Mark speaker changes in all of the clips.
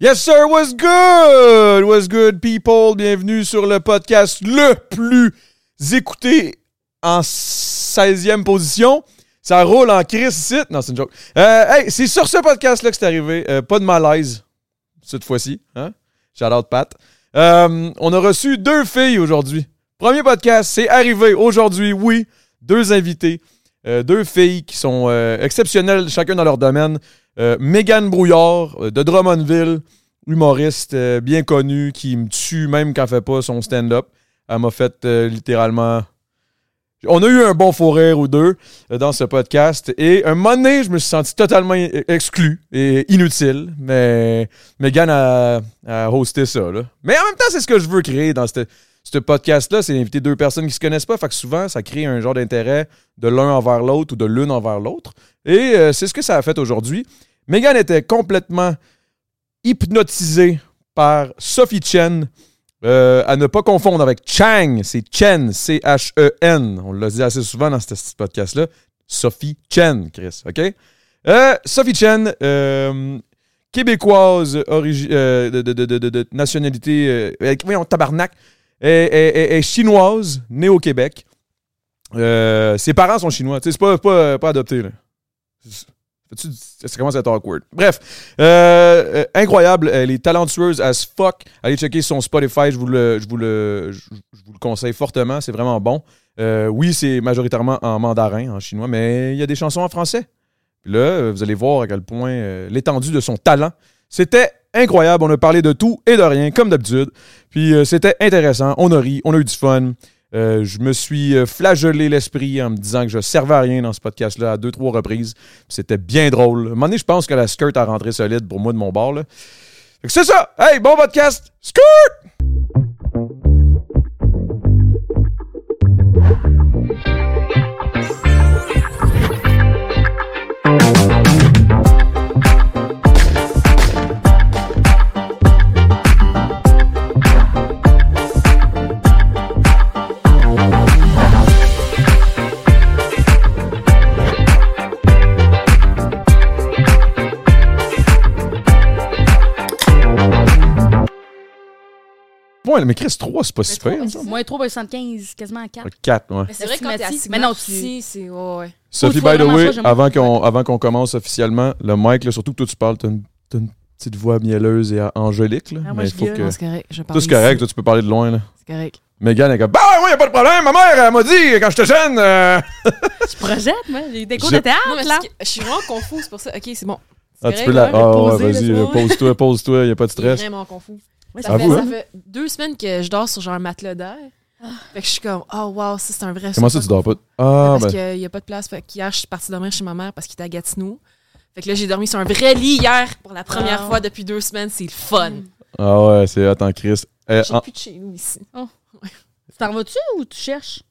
Speaker 1: Yes, sir, what's good? What's good, people? Bienvenue sur le podcast le plus écouté en 16e position. Ça roule en crise ici. Non, c'est une joke. Euh, hey, c'est sur ce podcast-là que c'est arrivé. Euh, pas de malaise cette fois-ci. Hein? Shout out, Pat. Euh, on a reçu deux filles aujourd'hui. Premier podcast, c'est arrivé aujourd'hui, oui. Deux invités. Euh, deux filles qui sont euh, exceptionnelles, chacun dans leur domaine. Euh, Mégane Brouillard euh, de Drummondville, humoriste euh, bien connue qui me tue même quand elle fait pas son stand-up. Elle m'a fait euh, littéralement. On a eu un bon faux rire ou deux euh, dans ce podcast. Et un moment donné, je me suis senti totalement i- exclu et inutile. Mais Megan a, a hosté ça. là. Mais en même temps, c'est ce que je veux créer dans ce ce podcast-là. C'est d'inviter deux personnes qui se connaissent pas. Fait que souvent, ça crée un genre d'intérêt de l'un envers l'autre ou de l'une envers l'autre. Et euh, c'est ce que ça a fait aujourd'hui. Megan était complètement hypnotisée par Sophie Chen. Euh, à ne pas confondre avec Chang, c'est Chen, C-H-E-N. On l'a dit assez souvent dans ce, ce podcast-là. Sophie Chen, Chris, OK? Euh, Sophie Chen, euh, québécoise, origi- euh, de, de- de- de- de- de nationalité, euh, euh, voyons, tabarnak, est, est- est- est chinoise, née au Québec. Euh, ses parents sont chinois, tu sais, c'est pas, pas, pas adopté, là. Fais-tu du- Ça commence à être awkward. Bref, euh, euh, incroyable. Elle est talentueuse as fuck. Allez checker son Spotify. Je vous le, je vous le, je, je vous le conseille fortement. C'est vraiment bon. Euh, oui, c'est majoritairement en mandarin, en chinois, mais il y a des chansons en français. Puis là, euh, vous allez voir à quel point euh, l'étendue de son talent. C'était incroyable. On a parlé de tout et de rien, comme d'habitude. Puis euh, c'était intéressant. On a ri, on a eu du fun. Euh, je me suis euh, flagellé l'esprit en me disant que je servais à rien dans ce podcast-là à deux, trois reprises. Puis C'était bien drôle. À un moment donné, je pense que la skirt a rentré solide pour moi de mon bord. Là. Fait que c'est ça! Hey, bon podcast! Skirt! Ouais, mais Chris 3, c'est pas si pire.
Speaker 2: Moins
Speaker 3: ben,
Speaker 2: 3,75, quasiment à 4.
Speaker 1: 4, ouais.
Speaker 3: Mais c'est vrai que quand t'es
Speaker 2: Estimati-
Speaker 3: assis,
Speaker 2: mais non, tu-
Speaker 3: si, c'est. Ouais, ouais.
Speaker 2: tu
Speaker 1: Sophie,
Speaker 2: vois
Speaker 1: by the
Speaker 2: vraiment
Speaker 1: way,
Speaker 2: ça, j'aime
Speaker 1: avant qu'on, avant qu'on commence officiellement, le mic, là, surtout que toi tu parles, t'as une, t'as une petite voix mielleuse et euh, angélique. Là, mais il faut que.
Speaker 3: c'est correct. Ah, Je
Speaker 1: Tout c'est correct, toi, tu peux parler de loin. Là.
Speaker 3: C'est correct.
Speaker 1: Megan, elle est comme Bah, ouais, y a pas de problème, ma mère, elle m'a dit quand j'étais jeune. euh.
Speaker 2: Tu projettes, moi? J'ai eu des cours
Speaker 1: Je-
Speaker 2: de théâtre,
Speaker 3: Non, mais
Speaker 2: là.
Speaker 3: c'est que- je suis vraiment confuse pour ça. Ok, c'est bon. C'est
Speaker 1: Ah, tu
Speaker 3: correct,
Speaker 1: peux la.
Speaker 3: là,
Speaker 1: Ah,
Speaker 3: je vais
Speaker 1: ouais,
Speaker 3: poser,
Speaker 1: vas-y,
Speaker 3: laisse-moi.
Speaker 1: là, pose-toi, pose-toi, y a pas de
Speaker 3: Je suis
Speaker 1: stress.
Speaker 3: vraiment confus.
Speaker 2: Ouais,
Speaker 1: Ah,
Speaker 3: Ça, fait,
Speaker 1: vous,
Speaker 3: ça
Speaker 1: hein?
Speaker 3: fait deux semaines que je dors sur genre un matelas d'air. Fait que je suis comme, oh wow, ça c'est un vrai.
Speaker 1: Comment ça, tu dors pas? Ah,
Speaker 3: Parce
Speaker 1: ben.
Speaker 3: qu'il n'y a pas de place. Fait qu'hier, je suis partie dormir chez ma mère parce qu'il était à Gatineau. Fait que là, j'ai dormi sur un vrai lit hier pour la première
Speaker 2: Wow.
Speaker 3: fois depuis deux semaines. C'est le fun.
Speaker 1: Ah, ouais, c'est attends, Chris. Eh,
Speaker 3: J'ai
Speaker 1: en-
Speaker 3: plus de chez nous ici.
Speaker 2: Tu t'en vas-tu ou tu cherches?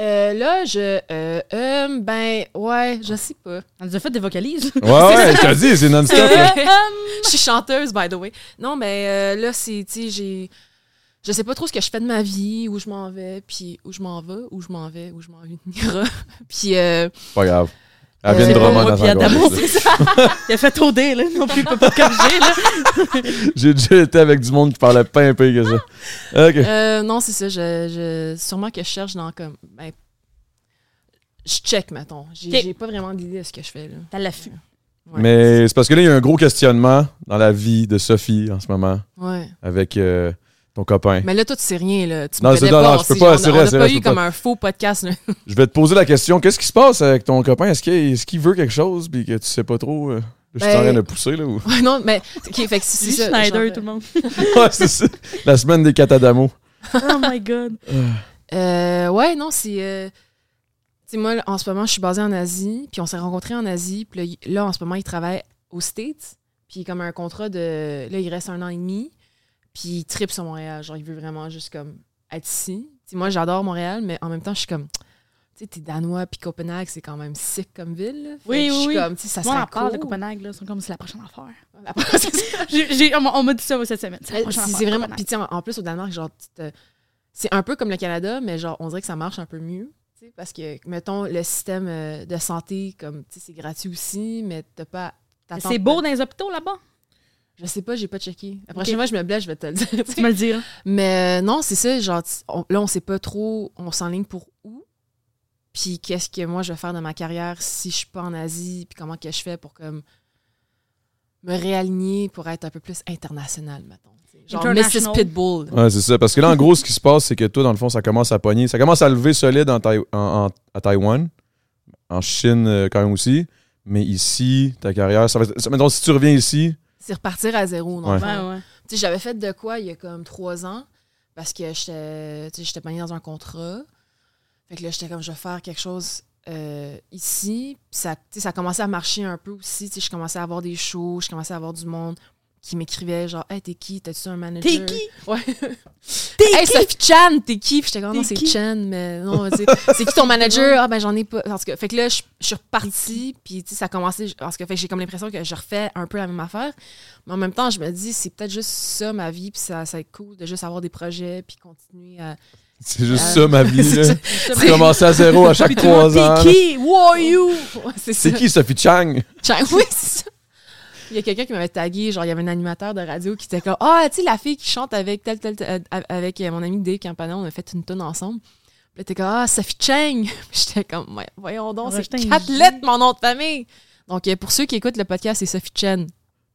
Speaker 3: Euh, là, je. euh, euh, ben, ouais, je sais pas.
Speaker 2: On nous a fait des vocalises.
Speaker 1: Ouais, ouais, je te dis, c'est non-stop. là.
Speaker 2: Euh, hum.
Speaker 3: Je suis chanteuse, by the way. Non, mais euh, là, c'est, tu sais, j'ai. Je sais pas trop ce que je fais de ma vie, où je m'en vais, puis où je m'en vais, où je m'en vais, où je m'en vais. puis, euh,
Speaker 1: Pas grave. Elle vient de
Speaker 3: Euh,
Speaker 1: Drummond
Speaker 2: moi,
Speaker 1: dans
Speaker 2: puis
Speaker 1: son
Speaker 2: Adamo.
Speaker 1: gorge, là.
Speaker 2: Il a fait OD, là, non plus, pas pas corriger, là.
Speaker 1: J'ai déjà été avec du monde qui parlait pas un peu que ça. Ok.
Speaker 3: euh, non, c'est ça. Je, je- sûrement que je cherche dans comme. Ben, je check, mettons. J'ai
Speaker 2: Ok.
Speaker 3: j'ai pas vraiment d'idée de ce que je fais, là.
Speaker 2: T'as l'affût.
Speaker 3: Ouais.
Speaker 1: Mais c'est parce que là, il y a un gros questionnement dans la vie de Sophie en ce moment
Speaker 3: Ouais.
Speaker 1: avec euh, ton copain.
Speaker 3: Mais là, toi, tu sais rien, là. Tu
Speaker 1: Non,
Speaker 3: me
Speaker 1: c'est-
Speaker 3: connais
Speaker 1: non,
Speaker 3: pas.
Speaker 1: non, je peux
Speaker 3: c'est-
Speaker 1: pas,
Speaker 3: on a-
Speaker 1: c'est
Speaker 3: On
Speaker 1: vrai,
Speaker 3: a
Speaker 1: c'est
Speaker 3: pas
Speaker 1: vrai, je
Speaker 3: eu
Speaker 1: peux
Speaker 3: comme un faux podcast, là.
Speaker 1: Je vais te poser la question qu'est-ce qui se passe avec ton copain Est-ce qu'il est-ce qu'il veut quelque chose puis que tu sais pas trop euh, Je suis en
Speaker 3: Ben-
Speaker 1: train de pousser, là. Ou...
Speaker 3: Ouais, non, mais. Ok, fait que c'est
Speaker 2: C'est
Speaker 3: ça.
Speaker 2: Schneider,
Speaker 3: j'en-
Speaker 2: tout le monde.
Speaker 1: Ouais, c'est ça. La semaine des catadamos.
Speaker 2: Oh my God.
Speaker 3: Euh, ouais, non, c'est. euh, Tu sais, moi, en ce moment, je suis basée en Asie, puis on s'est rencontrés en Asie, puis là, il- là, en ce moment, il travaille aux States, puis il est comme un contrat de. Là, il reste un an et demi, puis il tripe sur Montréal. Genre, il veut vraiment juste comme être ici. Tu sais, moi, j'adore Montréal, mais en même temps, je suis comme. Tu sais, t'es danois, puis Copenhague, c'est quand même sick comme ville. là. Fait
Speaker 2: Oui,
Speaker 3: que je
Speaker 2: oui,
Speaker 3: suis
Speaker 2: oui.
Speaker 3: comme, tu sais, ça
Speaker 2: Moi, on
Speaker 3: serait
Speaker 2: en parle de
Speaker 3: cool.
Speaker 2: Copenhague, là. C'est comme c'est la prochaine affaire. J'ai, j'ai- on, m'a- on m'a dit ça moi, cette semaine. C'est, la
Speaker 3: Mais
Speaker 2: prochaine
Speaker 3: Euh, C'est
Speaker 2: affaire,
Speaker 3: c'est vraiment. Puis tu
Speaker 2: Copenhague.
Speaker 3: sais, en en plus, au Danemark, genre, tu te- c'est un peu comme le Canada, mais genre, on dirait que ça marche un peu mieux. tu sais, Parce que, mettons, le système euh, de santé, comme, tu sais, c'est gratuit aussi, mais t'as pas. t'attends
Speaker 2: C'est
Speaker 3: pas-
Speaker 2: beau dans les hôpitaux, là-bas.
Speaker 3: Je sais pas, j'ai pas checké. La
Speaker 2: Ok.
Speaker 3: prochaine fois, je me blesse, je vais te le dire. tu sais.
Speaker 2: Tu me le dire.
Speaker 3: Mais euh, non, c'est ça, genre, tu- on- là, on sait pas trop, on s'enligne pour où, puis qu'est-ce que moi je vais faire dans ma carrière si je suis pas en Asie, puis comment que je fais pour comme me réaligner pour être un peu plus international, mettons. tu sais. Genre Mrs.
Speaker 2: International.
Speaker 3: Pitbull.
Speaker 1: Ouais, c'est ça. Parce que là, en gros, ce qui se passe, c'est que toi, dans le fond, ça commence à pogner. Ça commence à lever solide en Taï- en- en- à Taïwan, en Chine euh, quand même aussi. Mais ici, ta carrière, ça va être- ça- mettons, si tu reviens ici,
Speaker 3: C'est repartir à zéro, non?
Speaker 1: Ouais.
Speaker 2: Ouais, ouais.
Speaker 3: Tu sais, j'avais fait de quoi il y a comme trois ans parce que j'étais tu sais, j'étais pognée dans un contrat. Fait que là, j'étais comme, je vais faire quelque chose euh, ici. Puis ça, tu sais, ça a commencé à marcher un peu aussi. Tu sais, je commençais à avoir des shows, je commençais à avoir du monde qui m'écrivait genre, hey, t'es qui? T'as-tu un manager?
Speaker 2: T'es qui?
Speaker 3: Ouais.
Speaker 2: T'es
Speaker 3: hey,
Speaker 2: qui?
Speaker 3: Sophie Chan, t'es qui? Puis j'étais comme, non,
Speaker 2: T'es
Speaker 3: c'est
Speaker 2: qui?
Speaker 3: Chan, mais non, tu sais, c'est qui ton manager? Ah, ben j'en ai pas. En tout cas, fait que là, je je suis repartie, puis tu sais, ça a commencé. En tout cas, fait que j'ai comme l'impression que je refais un peu la même affaire. Mais en même temps, je me dis, c'est peut-être juste ça ma vie, puis ça, ça va être cool de juste avoir des projets, puis continuer à.
Speaker 1: c'est juste
Speaker 3: Euh,
Speaker 1: ça ma vie. là.
Speaker 2: Ça
Speaker 1: Tu
Speaker 2: me-
Speaker 1: commences à zéro à chaque
Speaker 2: Puis tout le monde,
Speaker 1: trois ans.
Speaker 2: T'es qui? Who are you?
Speaker 3: Ouais, c'est ça.
Speaker 1: C'est qui Sophie Chang?
Speaker 3: Chang- Oui, c'est ça. Il y a quelqu'un qui m'avait tagué, genre, il y avait un animateur de radio qui était comme Ah, tu sais, la fille qui chante avec tel, tel, tel- euh, avec euh, mon ami Dave Campanon, on a fait une tonne ensemble. Puis là, t'es comme Ah, Sophie Chang. Puis j'étais comme Ouais, Voyons donc, c'est
Speaker 2: Rajoute un
Speaker 3: quatre
Speaker 2: J.
Speaker 3: lettres, mon nom de famille. Donc, euh, pour ceux qui écoutent le podcast, c'est Sophie Chen.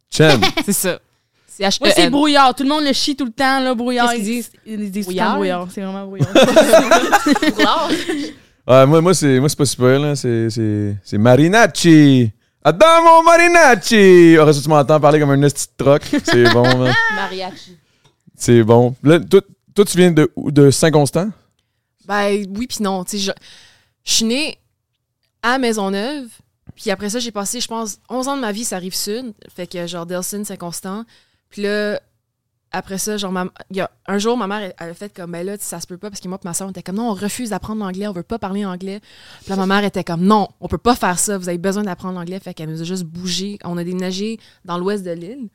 Speaker 1: Chen.
Speaker 3: C'est ça. C'est h E
Speaker 2: Moi, c'est brouillard. Tout le monde le chie tout le temps, là, brouillard.
Speaker 3: Qu'est-ce qu'ils disent?
Speaker 2: Ils disent tout le
Speaker 3: Brouillard?
Speaker 2: temps brouillard. C'est vraiment brouillard.
Speaker 1: Ah, moi, moi c'est moi, c'est pas super. là. C'est- C'est c'est Marinacci. Adamo Marinacci. Aurais tu m'entends parler comme un esti de troc? C'est bon. man.
Speaker 3: Mariachi.
Speaker 1: C'est bon. Là, toi, toi, tu viens de, où? de Saint-Constant?
Speaker 3: Ben oui, puis non. Tu sais, je, je suis née à Maisonneuve, puis après ça, j'ai passé, je pense, 11 ans de ma vie, ça arrive sud. Fait que, genre, Delson, c'est constant. Puis là, après ça, genre, ma- il y a, un jour, ma mère, elle, elle a fait comme, ben là, tu sais, ça se peut pas, parce que moi, et ma soeur, on était comme, non, on refuse d'apprendre l'anglais, on veut pas parler anglais. Puis là, ma mère était comme, non, on peut pas faire ça, vous avez besoin d'apprendre l'anglais. Fait qu'elle nous a juste bougé. On a déménagé dans l'ouest de l'île.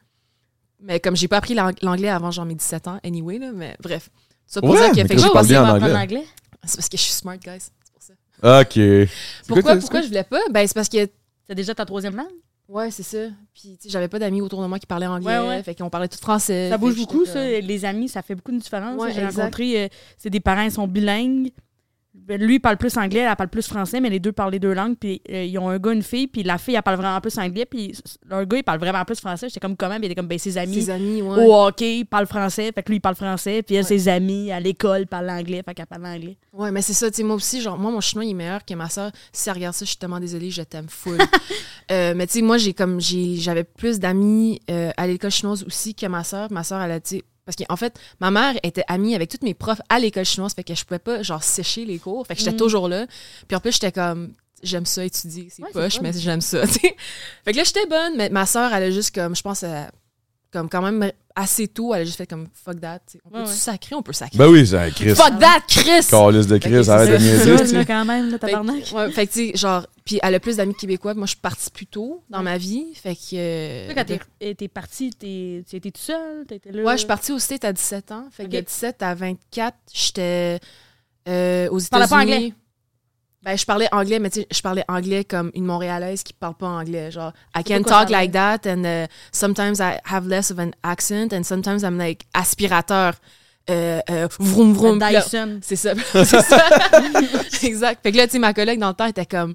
Speaker 3: Mais comme j'ai pas appris l'ang- l'anglais avant, genre, mes 17 ans, anyway, là, mais bref. Ça pour
Speaker 1: Ouais,
Speaker 3: dire que,
Speaker 1: mais
Speaker 3: fait que
Speaker 1: Chris,
Speaker 3: j'ai
Speaker 1: parle
Speaker 3: passé
Speaker 1: bien en
Speaker 3: ma-
Speaker 1: anglais.
Speaker 3: Ah, c'est parce que je suis smart, guys. C'est pour ça.
Speaker 1: OK. C'est quoi
Speaker 3: Pourquoi,
Speaker 1: que-
Speaker 3: pourquoi je voulais pas? Ben, c'est parce que.
Speaker 2: T'as déjà ta troisième langue?
Speaker 3: Ouais, c'est ça. Puis, tu sais, j'avais pas d'amis autour de moi qui parlaient anglais.
Speaker 2: Ouais, ouais.
Speaker 3: Fait qu'on parlait tout français.
Speaker 2: Ça
Speaker 3: Fait
Speaker 2: bouge
Speaker 3: que j'étais
Speaker 2: beaucoup,
Speaker 3: comme-
Speaker 2: ça. Les amis, ça fait beaucoup de différence.
Speaker 3: Ouais,
Speaker 2: J'ai
Speaker 3: exact.
Speaker 2: rencontré, euh, c'est des parents, ils sont bilingues. Ben, Lui, il parle plus anglais, elle elle parle plus français, mais les deux parlent les deux langues. Puis euh, ils ont un gars, une fille, puis la fille, elle parle vraiment plus anglais, puis s- leur gars, il parle vraiment plus français. J'étais comme comment? Puis il était comme, ben, ses amis
Speaker 3: Ses amis, ouais.
Speaker 2: au hockey, il parle français, fait que lui, il parle français, puis elle,
Speaker 3: Ouais.
Speaker 2: ses amis à l'école parlent anglais, fait qu'elle parle anglais.
Speaker 3: Ouais, mais c'est ça. Tu sais, moi aussi, genre, moi, mon chemin il est meilleur que ma soeur. Si elle regarde ça, je suis tellement désolée, je t'aime full. Euh, mais tu sais, moi, j'ai comme. j'ai- J'avais plus d'amis euh, à l'école chinoise aussi que ma soeur. Ma soeur, elle a dit. Parce qu'en fait, ma mère était amie avec tous mes profs à l'école chinoise. Fait que je pouvais pas, genre, sécher les cours. Fait que j'étais
Speaker 2: Mm.
Speaker 3: toujours là. Puis en plus, j'étais comme. J'aime ça étudier. C'est
Speaker 2: Ouais, c'est
Speaker 3: poche,
Speaker 2: fun.
Speaker 3: mais j'aime ça. tu sais. fait que là, j'étais bonne. Mais ma soeur, elle a juste comme. Je pense, elle- comme quand même assez tôt, elle a juste fait comme fuck that. tu sais. On
Speaker 2: Ouais,
Speaker 3: peut
Speaker 2: ouais.
Speaker 3: sacrer, on peut sacrer.
Speaker 1: Ben oui, c'est un Chris.
Speaker 3: Fuck that, Chris!
Speaker 1: Calice de Chris,
Speaker 3: Ok, c'est
Speaker 1: arrête de
Speaker 3: ça.
Speaker 1: niaiser.
Speaker 2: C'est
Speaker 1: tu sais.
Speaker 2: là, quand même, le
Speaker 3: Fait que-
Speaker 2: tabarnak.
Speaker 3: Ouais, fait que tu sais, genre, puis elle a plus d'amis québécois. Moi, je suis partie plus tôt dans ma vie. Fait que. euh,
Speaker 2: Toi, quand t'es- t'es parti, t'es- tu étais tout seul, t'étais là.
Speaker 3: Ouais, je suis partie aux States à 17 ans. Fait que de
Speaker 2: Ok.
Speaker 3: 17 à 24, j'étais euh, aux États-Unis.
Speaker 2: parlais pas anglais?
Speaker 3: Ben, je parlais anglais, mais tu sais, je parlais anglais comme une Montréalaise qui parle pas anglais. Genre, I
Speaker 2: pas
Speaker 3: can
Speaker 2: quoi
Speaker 3: talk
Speaker 2: parler.
Speaker 3: like that, and uh, sometimes I have less of an accent, and sometimes I'm like aspirateur. Euh, euh, vroom vroom. Puis là,
Speaker 2: Dyson.
Speaker 3: C'est ça. C'est ça. exact. Fait que là, tu sais, ma collègue dans le temps était comme,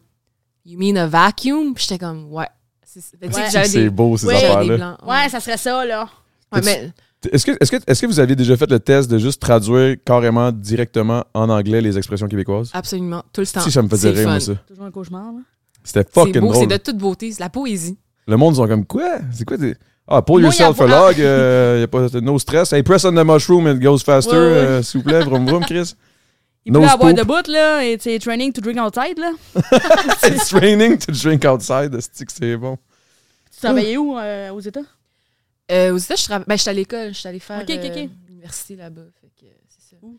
Speaker 3: You mean a vacuum? Puis j'étais comme, Ouais. C'est ça. Fait que tu sais que
Speaker 2: Ouais.
Speaker 3: j'avais
Speaker 1: C'est
Speaker 3: des,
Speaker 1: beau, ces
Speaker 2: Ouais,
Speaker 3: j'avais des
Speaker 1: affaires-là.
Speaker 3: blancs.
Speaker 2: Ouais, ça serait ça, là.
Speaker 3: Ouais, mais
Speaker 1: Est-ce que, est que, est que vous aviez déjà fait le test de juste traduire carrément, directement en anglais les expressions québécoises?
Speaker 3: absolument, tout le temps.
Speaker 1: Si, ça me faisait
Speaker 3: C'est
Speaker 1: rire,
Speaker 3: le fun.
Speaker 1: moi, ça.
Speaker 2: Toujours un cauchemar, là.
Speaker 1: C'était
Speaker 3: C'est
Speaker 1: fucking
Speaker 3: beau, c'est
Speaker 1: drôle.
Speaker 3: de toute beauté, c'est la poésie.
Speaker 1: Le monde, ils sont comme, quoi? C'est quoi? des- Ah, pull
Speaker 2: Moi,
Speaker 1: yourself
Speaker 2: y a-
Speaker 1: along, euh, y a pas no stress. Hey, press on the mushroom, it goes faster.
Speaker 2: Ouais, ouais.
Speaker 1: euh, S'il vous plaît, vroom vroom, Chris.
Speaker 2: Il
Speaker 1: Nose
Speaker 2: peut avoir
Speaker 1: poop.
Speaker 2: de bout, là, et c'est training to drink outside, là.
Speaker 1: It's raining to drink outside. C'est que c'est bon.
Speaker 2: Tu travaillais où euh, aux États?
Speaker 3: Euh, aux États, je travaille. Ben, j'étais à l'école, j'étais allée faire
Speaker 2: Ok, ok, ok.
Speaker 3: euh, l'université là-bas. Fait que, c'est ça.
Speaker 2: Où?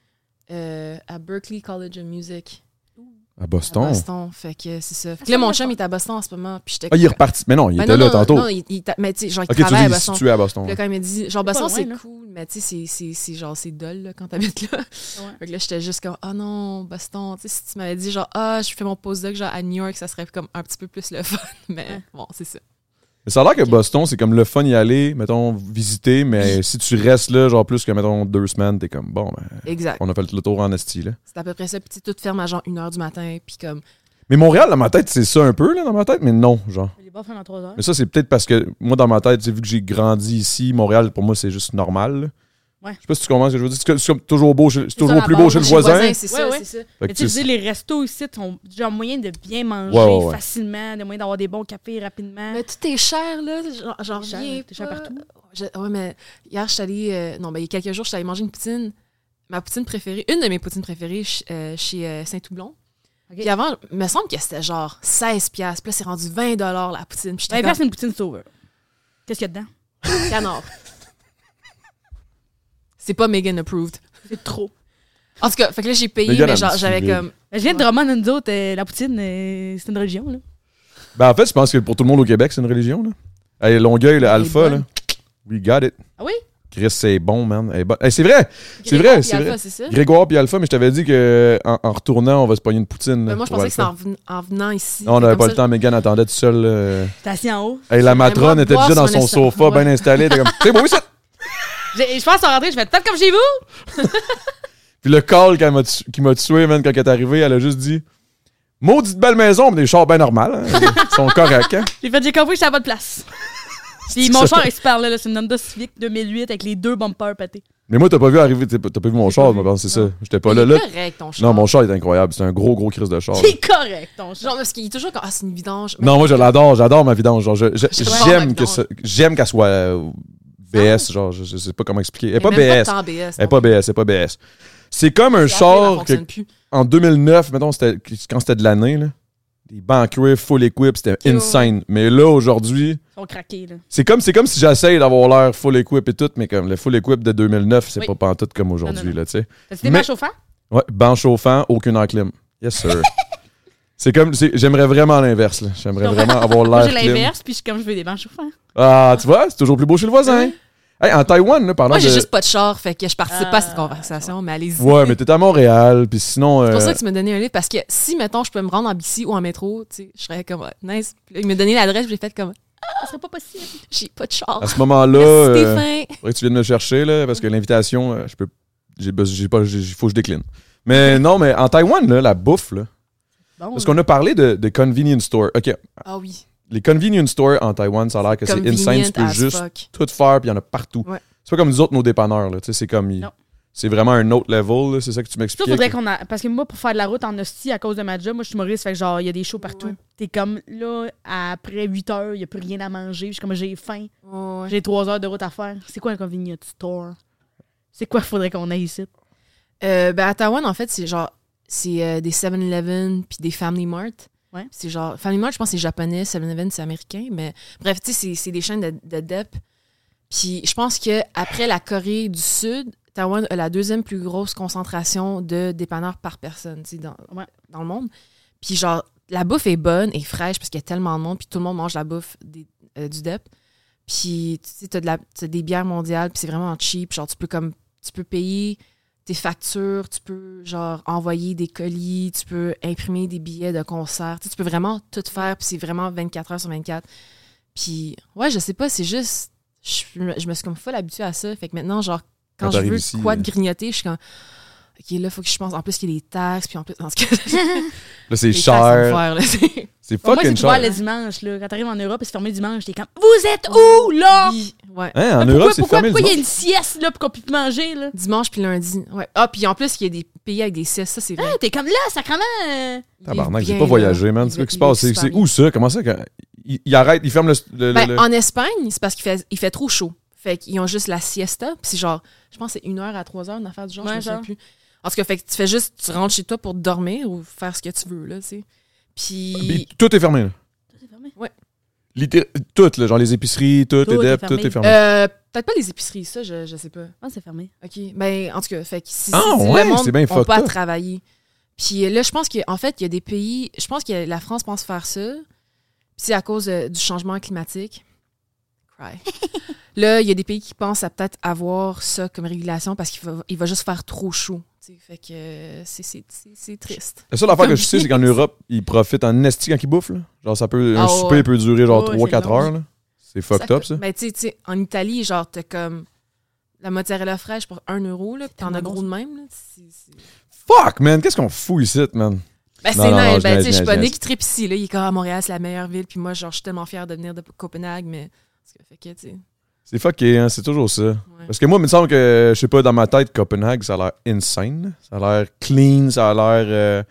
Speaker 3: Euh, à Berkeley College of Music.
Speaker 1: À
Speaker 3: À
Speaker 1: Boston.
Speaker 3: Boston. Fait que c'est ça. Fait
Speaker 2: Ah,
Speaker 3: que là, mon chum il est à Boston en ce moment. Puis j'étais.
Speaker 1: Ah, il est reparti. Mais non, il
Speaker 3: Ben
Speaker 1: était
Speaker 3: non,
Speaker 1: là
Speaker 3: non,
Speaker 1: tantôt.
Speaker 3: Non, il, il t'a- mais tu sais, genre, il
Speaker 1: ok, tu dis,
Speaker 3: travaille à
Speaker 1: il est
Speaker 3: Boston.
Speaker 1: situé à Boston.
Speaker 3: Puis là, quand il m'a dit, genre,
Speaker 2: C'est pas
Speaker 3: Boston,
Speaker 2: loin,
Speaker 3: c'est
Speaker 2: là.
Speaker 3: cool, mais tu sais, c'est- c'est- c'est genre, c'est dol, là, quand t'habites là. Fait que là, j'étais juste comme, oh non, Boston, tu sais, si tu m'avais dit, genre, ah, je fais mon postdoc, genre, à New York, ça serait comme un petit peu plus le fun, mais
Speaker 2: Ouais.
Speaker 3: bon, c'est ça.
Speaker 1: Mais ça a l'air que Boston, c'est comme le fun y aller, mettons, visiter, mais si tu restes là, genre plus que, mettons, deux semaines, t'es comme, bon, ben,
Speaker 3: Exact.
Speaker 1: on a fait le tour en esti, là.
Speaker 3: C'est à peu près ça. Puis tu sais, tout ferme à genre 1h du matin. Puis comme.
Speaker 1: Mais Montréal, dans ma tête, c'est ça un peu, là, dans ma tête, mais non, genre.
Speaker 2: Les bars ferment à 3 heures.
Speaker 1: Mais ça, c'est peut-être parce que, moi, dans ma tête, tu sais, vu que j'ai grandi ici, Montréal, pour moi, c'est juste normal, là.
Speaker 2: Ouais.
Speaker 1: Je sais pas si tu comprends ce que je veux dire. C'est que- C'est comme toujours beau, chez- c'est toujours
Speaker 2: la
Speaker 1: plus
Speaker 2: base,
Speaker 1: beau chez le
Speaker 2: chez
Speaker 1: voisin.
Speaker 3: c'est
Speaker 2: Ouais,
Speaker 3: ça,
Speaker 2: ouais.
Speaker 3: c'est ça.
Speaker 1: Fait que
Speaker 2: Mais tu
Speaker 1: tu-
Speaker 2: sais, je veux dire, les restos ici ont genre moyen de bien manger
Speaker 1: Ouais, ouais, ouais.
Speaker 2: facilement, de moyen d'avoir des bons cafés rapidement.
Speaker 3: Mais tout est cher, là. J'en- J'en
Speaker 2: T'es cher,
Speaker 3: reviens.
Speaker 2: t'es cher
Speaker 3: pas.
Speaker 2: partout.
Speaker 3: Je- ouais, mais hier, je suis allée. euh, non, ben, il y a quelques jours, je suis allée manger une poutine. Ma poutine préférée, une de mes poutines préférées ch- euh, chez euh, Saint-Toublon.
Speaker 2: Ok.
Speaker 3: Puis avant, il me semble que c'était genre 16$. Puis là, c'est rendu 20$ la poutine. Puis j'étais
Speaker 2: Ben, viens,
Speaker 3: comme
Speaker 2: c'est une poutine sauveur. Qu'est-ce qu'il y a dedans?
Speaker 3: canard. C'est pas Megan approved.
Speaker 2: C'est trop.
Speaker 3: En tout cas, fait que là, j'ai payé,
Speaker 1: Megan,
Speaker 3: mais
Speaker 1: elle
Speaker 3: genre,
Speaker 1: me
Speaker 3: j'avais
Speaker 1: suivait.
Speaker 3: comme.
Speaker 2: Ben, Je viens de Drummond, nous autres, euh, la poutine, euh, c'est une religion, là.
Speaker 1: Ben, en fait, je pense que pour tout le monde au Québec, c'est une religion, là. Hey, Longueuil, le
Speaker 3: Elle est
Speaker 1: Alpha,
Speaker 3: bonne.
Speaker 1: là. We got it.
Speaker 2: Ah oui?
Speaker 1: Chris, c'est bon, man. Elle est bonne. Hey, c'est vrai! C'est vrai,
Speaker 3: Puis
Speaker 1: c'est
Speaker 3: Alpha,
Speaker 1: vrai.
Speaker 3: C'est ça.
Speaker 1: Grégoire puis Alpha, mais je t'avais dit que en, en retournant, on va se pogner une poutine.
Speaker 3: Ben,
Speaker 1: là,
Speaker 3: moi, je
Speaker 1: pour
Speaker 3: pensais que c'était en,
Speaker 1: Alpha.
Speaker 3: ven- en venant ici.
Speaker 1: Non, on
Speaker 3: Fait
Speaker 1: n'avait
Speaker 3: comme
Speaker 1: pas
Speaker 3: ça,
Speaker 1: le temps. Megan attendait tout seul. euh.
Speaker 2: T'es assis en haut.
Speaker 1: Hey, la
Speaker 3: moi,
Speaker 1: matrone était
Speaker 3: boire
Speaker 1: déjà dans
Speaker 3: sur un
Speaker 1: son
Speaker 3: instant.
Speaker 1: sofa, bien
Speaker 3: Ouais.
Speaker 1: installé. T'es comme, t'es beau, ça!
Speaker 2: J'ai- Je pense en rentrée, je fais peut-être comme chez vous.
Speaker 1: Puis le call qu'elle m'a tu- qui m'a tué, man, quand elle est arrivée, elle a juste dit Maudite belle maison, mais des chars bien normales. hein. Ils sont corrects, hein.
Speaker 2: J'ai fait, j'ai compris que j'étais à bonne place. Puis mon
Speaker 1: ça.
Speaker 2: char est super là, là, c'est une Honda Civic 2008 avec les deux bumpers pétés.
Speaker 1: Mais moi, t'as pas vu arriver, t'as pas t'as pas vu mon
Speaker 2: J'ai pas
Speaker 1: char,
Speaker 2: vu.
Speaker 1: je pense, c'est ça.
Speaker 2: Non.
Speaker 1: J'étais pas
Speaker 3: il
Speaker 1: là.
Speaker 3: est
Speaker 1: là.
Speaker 3: correct, ton char.
Speaker 1: Non, mon char est incroyable. C'est un gros, gros crise de char. là.
Speaker 2: C'est correct, ton char.
Speaker 3: Genre, parce qu'il est toujours comme. Ah, c'est une vidange.
Speaker 1: Non, moi, je l'adore. J'adore ma vidange. Genre, je- je-
Speaker 3: J'adore
Speaker 1: j'aime
Speaker 3: ma
Speaker 1: que
Speaker 3: vidange.
Speaker 1: ce- j'aime qu'elle soit euh, BS. Genre, je, je sais pas comment expliquer. Elle est
Speaker 3: Mais
Speaker 1: pas
Speaker 3: même
Speaker 1: BS.
Speaker 3: tant BS.
Speaker 1: Elle est pas BS. Elle est pas BS. C'est comme un char que, en 2009, mettons, c'était- quand c'était de l'année, là. Des bancs cuir, full equip, c'était
Speaker 3: Ouais.
Speaker 1: insane. Mais là, aujourd'hui,
Speaker 2: Ils sont craqués, là.
Speaker 1: c'est comme, c'est comme si j'essaye d'avoir l'air full equip et tout, mais comme le full equip de 2009, c'est
Speaker 2: Oui.
Speaker 1: pas pantoute comme aujourd'hui,
Speaker 2: non.
Speaker 1: là, tu sais.
Speaker 2: T'as-tu des
Speaker 1: Mais-
Speaker 2: bains chauffants?
Speaker 1: Ouais, banc chauffant, aucune enclime. Yes, sir. c'est comme, c'est- j'aimerais vraiment l'inverse, là. J'aimerais vraiment avoir
Speaker 2: Moi,
Speaker 1: l'air
Speaker 2: j'ai
Speaker 1: clim.
Speaker 2: l'inverse, puis je suis comme, je veux des bains chauffants.
Speaker 1: Ah, tu vois, c'est toujours plus beau chez le voisin. Hey, en Taïwan, là, parlant
Speaker 3: Moi, j'ai
Speaker 1: de...
Speaker 3: juste pas de char, fait que je participe pas à cette
Speaker 2: Ah.
Speaker 3: conversation, mais allez-y.
Speaker 1: Ouais, mais t'es à Montréal, puis sinon...
Speaker 3: C'est pour
Speaker 1: euh,
Speaker 3: ça que tu m'as donné un livre, parce que si, mettons, je peux me rendre en bici ou en métro, tu sais, je serais comme, ah, nice. Puis là, il m'a donné l'adresse, j'ai fait comme,
Speaker 2: Ça serait pas possible.
Speaker 3: j'ai pas de char.
Speaker 1: à ce moment-là...
Speaker 3: Merci,
Speaker 1: euh,
Speaker 3: Stéphane.
Speaker 1: faudrait que tu viennes me chercher, là, parce que l'invitation, euh, je peux... J'ai bes- j'ai pas... j'ai- faut que je décline. Mais non, mais en Taïwan, là, la bouffe, là...
Speaker 2: Bon,
Speaker 1: Parce qu'on a parlé de, de convenience store. OK,
Speaker 3: Ah oui.
Speaker 1: les convenience stores en Taïwan, ça a l'air que c'est insane. Tu
Speaker 3: Convenient
Speaker 1: peux
Speaker 3: as
Speaker 1: juste
Speaker 3: fuck.
Speaker 1: tout faire, puis il y en a partout.
Speaker 3: Ouais.
Speaker 1: C'est pas comme nous autres, nos dépanneurs. là, tu sais, C'est comme. ils-
Speaker 2: Non.
Speaker 1: C'est vraiment un autre level, là, c'est ça que tu
Speaker 2: Surtout,
Speaker 1: m'expliquais.
Speaker 2: faudrait
Speaker 1: que-
Speaker 2: qu'on a. Parce que moi, pour faire de la route en hostie à cause de ma job, moi, je suis humoriste, fait que genre, il y a des shows partout.
Speaker 3: Ouais.
Speaker 2: T'es comme, là, après 8 heures, il n'y a plus rien à manger. Je suis comme, j'ai faim.
Speaker 3: Ouais, ouais.
Speaker 2: J'ai 3 heures de route à faire. C'est quoi un convenience store? C'est quoi faudrait qu'on aille ici?
Speaker 3: Euh, ben, à Taïwan, en fait, c'est genre, c'est euh, des 7-Eleven puis des Family Mart.
Speaker 2: Ouais.
Speaker 3: C'est genre, Family Mart, je pense que c'est japonais, 7-Eleven, c'est américain, mais bref, tu sais, c'est- c'est des chaînes de, de dep. Puis je pense que après la Corée du Sud, Taïwan a la deuxième plus grosse concentration de dépanneurs par personne, tu sais, dans,
Speaker 2: Ouais.
Speaker 3: dans le monde. Puis genre, la bouffe est bonne et fraîche parce qu'il y a tellement de monde, puis tout le monde mange la bouffe des- euh, du dep. Puis tu sais, t'as de la- t'as des bières mondiales, puis c'est vraiment cheap. Genre, tu peux comme, tu peux payer tes factures, tu peux genre envoyer des colis, tu peux imprimer des billets de concert, tu, sais, tu peux vraiment tout faire, puis c'est vraiment 24 heures sur 24. Puis ouais, je sais pas, c'est juste je, me- je me suis comme folle habituée à ça, fait que maintenant genre quand,
Speaker 1: Quand
Speaker 3: je
Speaker 1: t'arrives
Speaker 3: veux
Speaker 1: ici,
Speaker 3: quoi
Speaker 1: euh.
Speaker 3: de grignoter, je suis comme OK, là faut que je pense en plus qu'il y a des taxes, puis en plus en tout cas,
Speaker 1: Là, c'est
Speaker 3: les taxes à me
Speaker 1: cher.
Speaker 3: faire, là, c'est-
Speaker 1: C'est
Speaker 2: Pour moi, c'est
Speaker 1: fucking
Speaker 2: ouvert
Speaker 1: cher.
Speaker 2: le dimanche, là. Quand t'arrives en Europe et c'est fermé le dimanche, t'es comme, vous êtes où, là?
Speaker 3: Oui, ouais.
Speaker 1: Hein, en
Speaker 2: Pourquoi-
Speaker 1: Europe, c'est
Speaker 2: pourquoi,
Speaker 1: fermé le
Speaker 2: pourquoi il y a
Speaker 1: dimanche.
Speaker 2: une sieste, là, pour qu'on puisse manger, là?
Speaker 3: Dimanche puis lundi. Ouais. Ah, puis en plus, il y a des pays avec des siestes, ça c'est vrai.
Speaker 2: Ah, T'es comme là, sacrement! euh.
Speaker 3: Il est
Speaker 1: Tabarnak, j'ai
Speaker 3: bien,
Speaker 1: pas
Speaker 3: là.
Speaker 1: voyagé, man.
Speaker 3: Il
Speaker 1: C'est quoi
Speaker 3: est-
Speaker 1: qui se
Speaker 3: il est
Speaker 1: passe? C'est
Speaker 3: super
Speaker 1: c'est
Speaker 3: bien.
Speaker 1: où ça? Comment ça? quand- Ils ils arrêtent, ils ferment le. le-
Speaker 3: Ben,
Speaker 1: le-
Speaker 3: En Espagne, c'est parce qu'il fait, il fait trop chaud. Fait qu'ils ont juste la siesta. Puis c'est genre, je pense que c'est une heure à trois heures, une affaire du genre,
Speaker 2: Ouais,
Speaker 3: je me
Speaker 2: genre.
Speaker 3: souviens plus. En tout cas, fait que tu fais juste, tu rentres chez toi pour dormir ou faire ce que tu veux, là, tu sais.
Speaker 1: Puis
Speaker 3: Puis,
Speaker 1: Tout est fermé. là.
Speaker 2: C'est fermé.
Speaker 1: Litté- Tout, là, genre les épiceries, tout,
Speaker 2: Tout
Speaker 1: les
Speaker 2: est
Speaker 1: dep,
Speaker 2: fermé.
Speaker 1: tout est fermé.
Speaker 3: euh, peut-être pas les épiceries, ça, je, je sais pas.
Speaker 2: Ah, c'est fermé.
Speaker 3: OK. Ben, en tout cas, fait que si,
Speaker 1: Ah,
Speaker 3: si
Speaker 1: ouais,
Speaker 3: le monde
Speaker 1: c'est bien
Speaker 3: ont
Speaker 1: fucked
Speaker 3: pas à
Speaker 1: up.
Speaker 3: travailler. Puis euh, là, je pense qu'en fait, il y a des pays, je pense que la France pense faire ça. Puis c'est à cause euh, du changement climatique. Cry. là, il y a des pays qui pensent à peut-être avoir ça comme régulation parce qu'il va, il va juste faire trop chaud. tu sais. Fait que euh, c'est- c'est c'est- c'est triste.
Speaker 1: La seule affaire que je sais, c'est qu'en Europe, ils profitent en esti quand ils bouffent. là. Genre, ça peut.
Speaker 3: Ah,
Speaker 1: Un
Speaker 3: ouais.
Speaker 1: souper peut durer genre
Speaker 2: Ouais,
Speaker 1: 3-4
Speaker 2: c'est long.
Speaker 1: heures. là. C'est fucked up, ça?
Speaker 3: Ben, tu sais, tu sais, en Italie, genre, t'as comme la mozzarella fraîche pour 1 euro, là, puis t'en as
Speaker 2: tellement
Speaker 3: gros de même, là. C'est- c'est-
Speaker 1: Fuck, man! Qu'est-ce qu'on fout ici, man?
Speaker 3: Ben,
Speaker 1: Non, non,
Speaker 3: c'est
Speaker 1: non,
Speaker 3: nice.
Speaker 1: je niaise,
Speaker 3: Ben, tu sais, je suis
Speaker 1: niaise,
Speaker 3: pas né
Speaker 1: niaise.
Speaker 3: qui tripe ici, là. Il est comme à Montréal, c'est la meilleure ville, puis moi, genre, je suis tellement fière de venir de Copenhague, mais. parce que, Fait que, tu sais.
Speaker 1: C'est fucké, hein? C'est toujours ça.
Speaker 3: ouais.
Speaker 1: Parce que moi, il me semble que, je sais pas, dans ma tête, Copenhague, ça a l'air insane. Ça a l'air clean, ça a l'air. euh,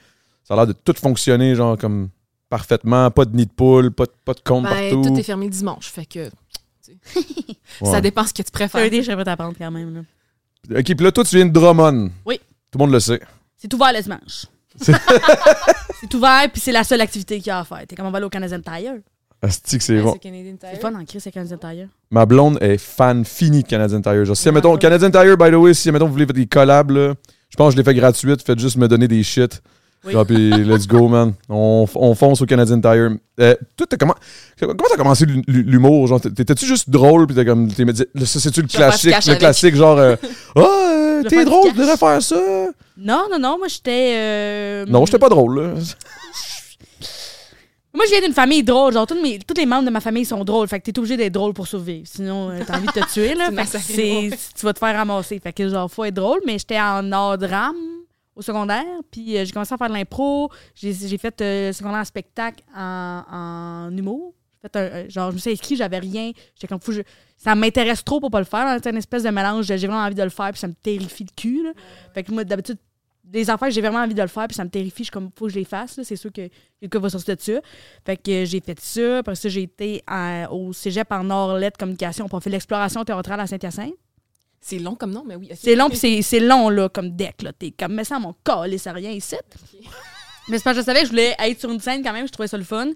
Speaker 1: ça a l'air de tout fonctionner, genre, comme parfaitement. Pas de nid de poule, pas de, pas de compte
Speaker 3: Ben,
Speaker 1: partout.
Speaker 3: tout est fermé le dimanche, fait que
Speaker 1: Ouais.
Speaker 3: ça dépend ce que tu
Speaker 2: Ça
Speaker 3: préfères.
Speaker 2: aider, je vais t'apprendre quand même. là.
Speaker 1: Ok, puis là, toi, tu viens de Drummond.
Speaker 2: Oui.
Speaker 1: Tout le monde le sait.
Speaker 2: C'est ouvert le dimanche. c'est ouvert, puis c'est la seule activité qu'il y a à faire. T'es comme on va aller au Canadian Tire.
Speaker 1: Asti que
Speaker 2: Ben,
Speaker 1: c'est bon.
Speaker 2: C'est fun en crise, le Canadian Tire.
Speaker 1: Ma blonde est fan finie de Canadian Tire. Genre, si,
Speaker 2: Ouais,
Speaker 1: mettons,
Speaker 2: ouais.
Speaker 1: Canadian Tire, by the way, si, mettons, vous voulez faire des collabs, là, je pense que je les fais gratuites. Faites juste me donner des shit.
Speaker 2: Oui.
Speaker 1: Genre, puis let's go, man. On, on fonce au Canadian Tire. Euh, toi, t'as comment, comment t'as commencé l'hu- l'humour? Genre, t'es- t'étais-tu juste drôle, puis t'es comme, t'es- le- ça, c'est-tu le
Speaker 3: Je vais faire du
Speaker 1: classique,
Speaker 3: cash
Speaker 1: le
Speaker 3: avec.
Speaker 1: classique, genre, euh, ah, euh,
Speaker 2: Je vais
Speaker 1: t'es
Speaker 2: faire du
Speaker 1: drôle,
Speaker 2: cash. Mm-hmm.
Speaker 1: tu devrais faire ça?
Speaker 2: Non, non, non, moi j'étais. euh,
Speaker 1: Non, j'étais pas drôle, là.
Speaker 2: Moi, je viens d'une famille drôle. Genre, tous, mes, tous les membres de ma famille sont drôles. Fait que t'es obligé d'être drôle pour survivre. Sinon, euh, t'as envie de te tuer, là.
Speaker 3: Tu
Speaker 2: Fait que
Speaker 3: massacres,
Speaker 2: c'est- tu vas te faire ramasser. Fait que, genre, faut être drôle. Mais j'étais en art drame au secondaire. Puis euh, j'ai commencé à faire de l'impro. J'ai j'ai fait euh, secondaire en spectacle en, en humour. J'ai Fait un- un- genre, je me suis inscrit, j'avais rien. J'étais comme fou. je- ça m'intéresse trop pour pas le faire. hein. C'est une espèce de mélange. de J'ai vraiment envie de le faire, puis ça me terrifie le cul. là. Fait que moi, d'habitude, des affaires, j'ai vraiment envie de le faire, puis ça me terrifie. Je suis comme, faut que je les fasse. là. C'est sûr que quelqu'un va sortir de ça. Fait que euh, j'ai fait ça. Après ça, j'ai été à- au cégep en Nord-Lettres Communication pour faire l'exploration théâtrale à Saint-Hyacinthe.
Speaker 3: C'est long comme nom, mais oui. ok.
Speaker 2: C'est long, puis c'est- c'est long, là, comme deck, là. T'es comme, mais ça, mon col, ça rien ici. Mais c'est parce que je savais que je voulais être sur une scène quand même, je trouvais ça le fun.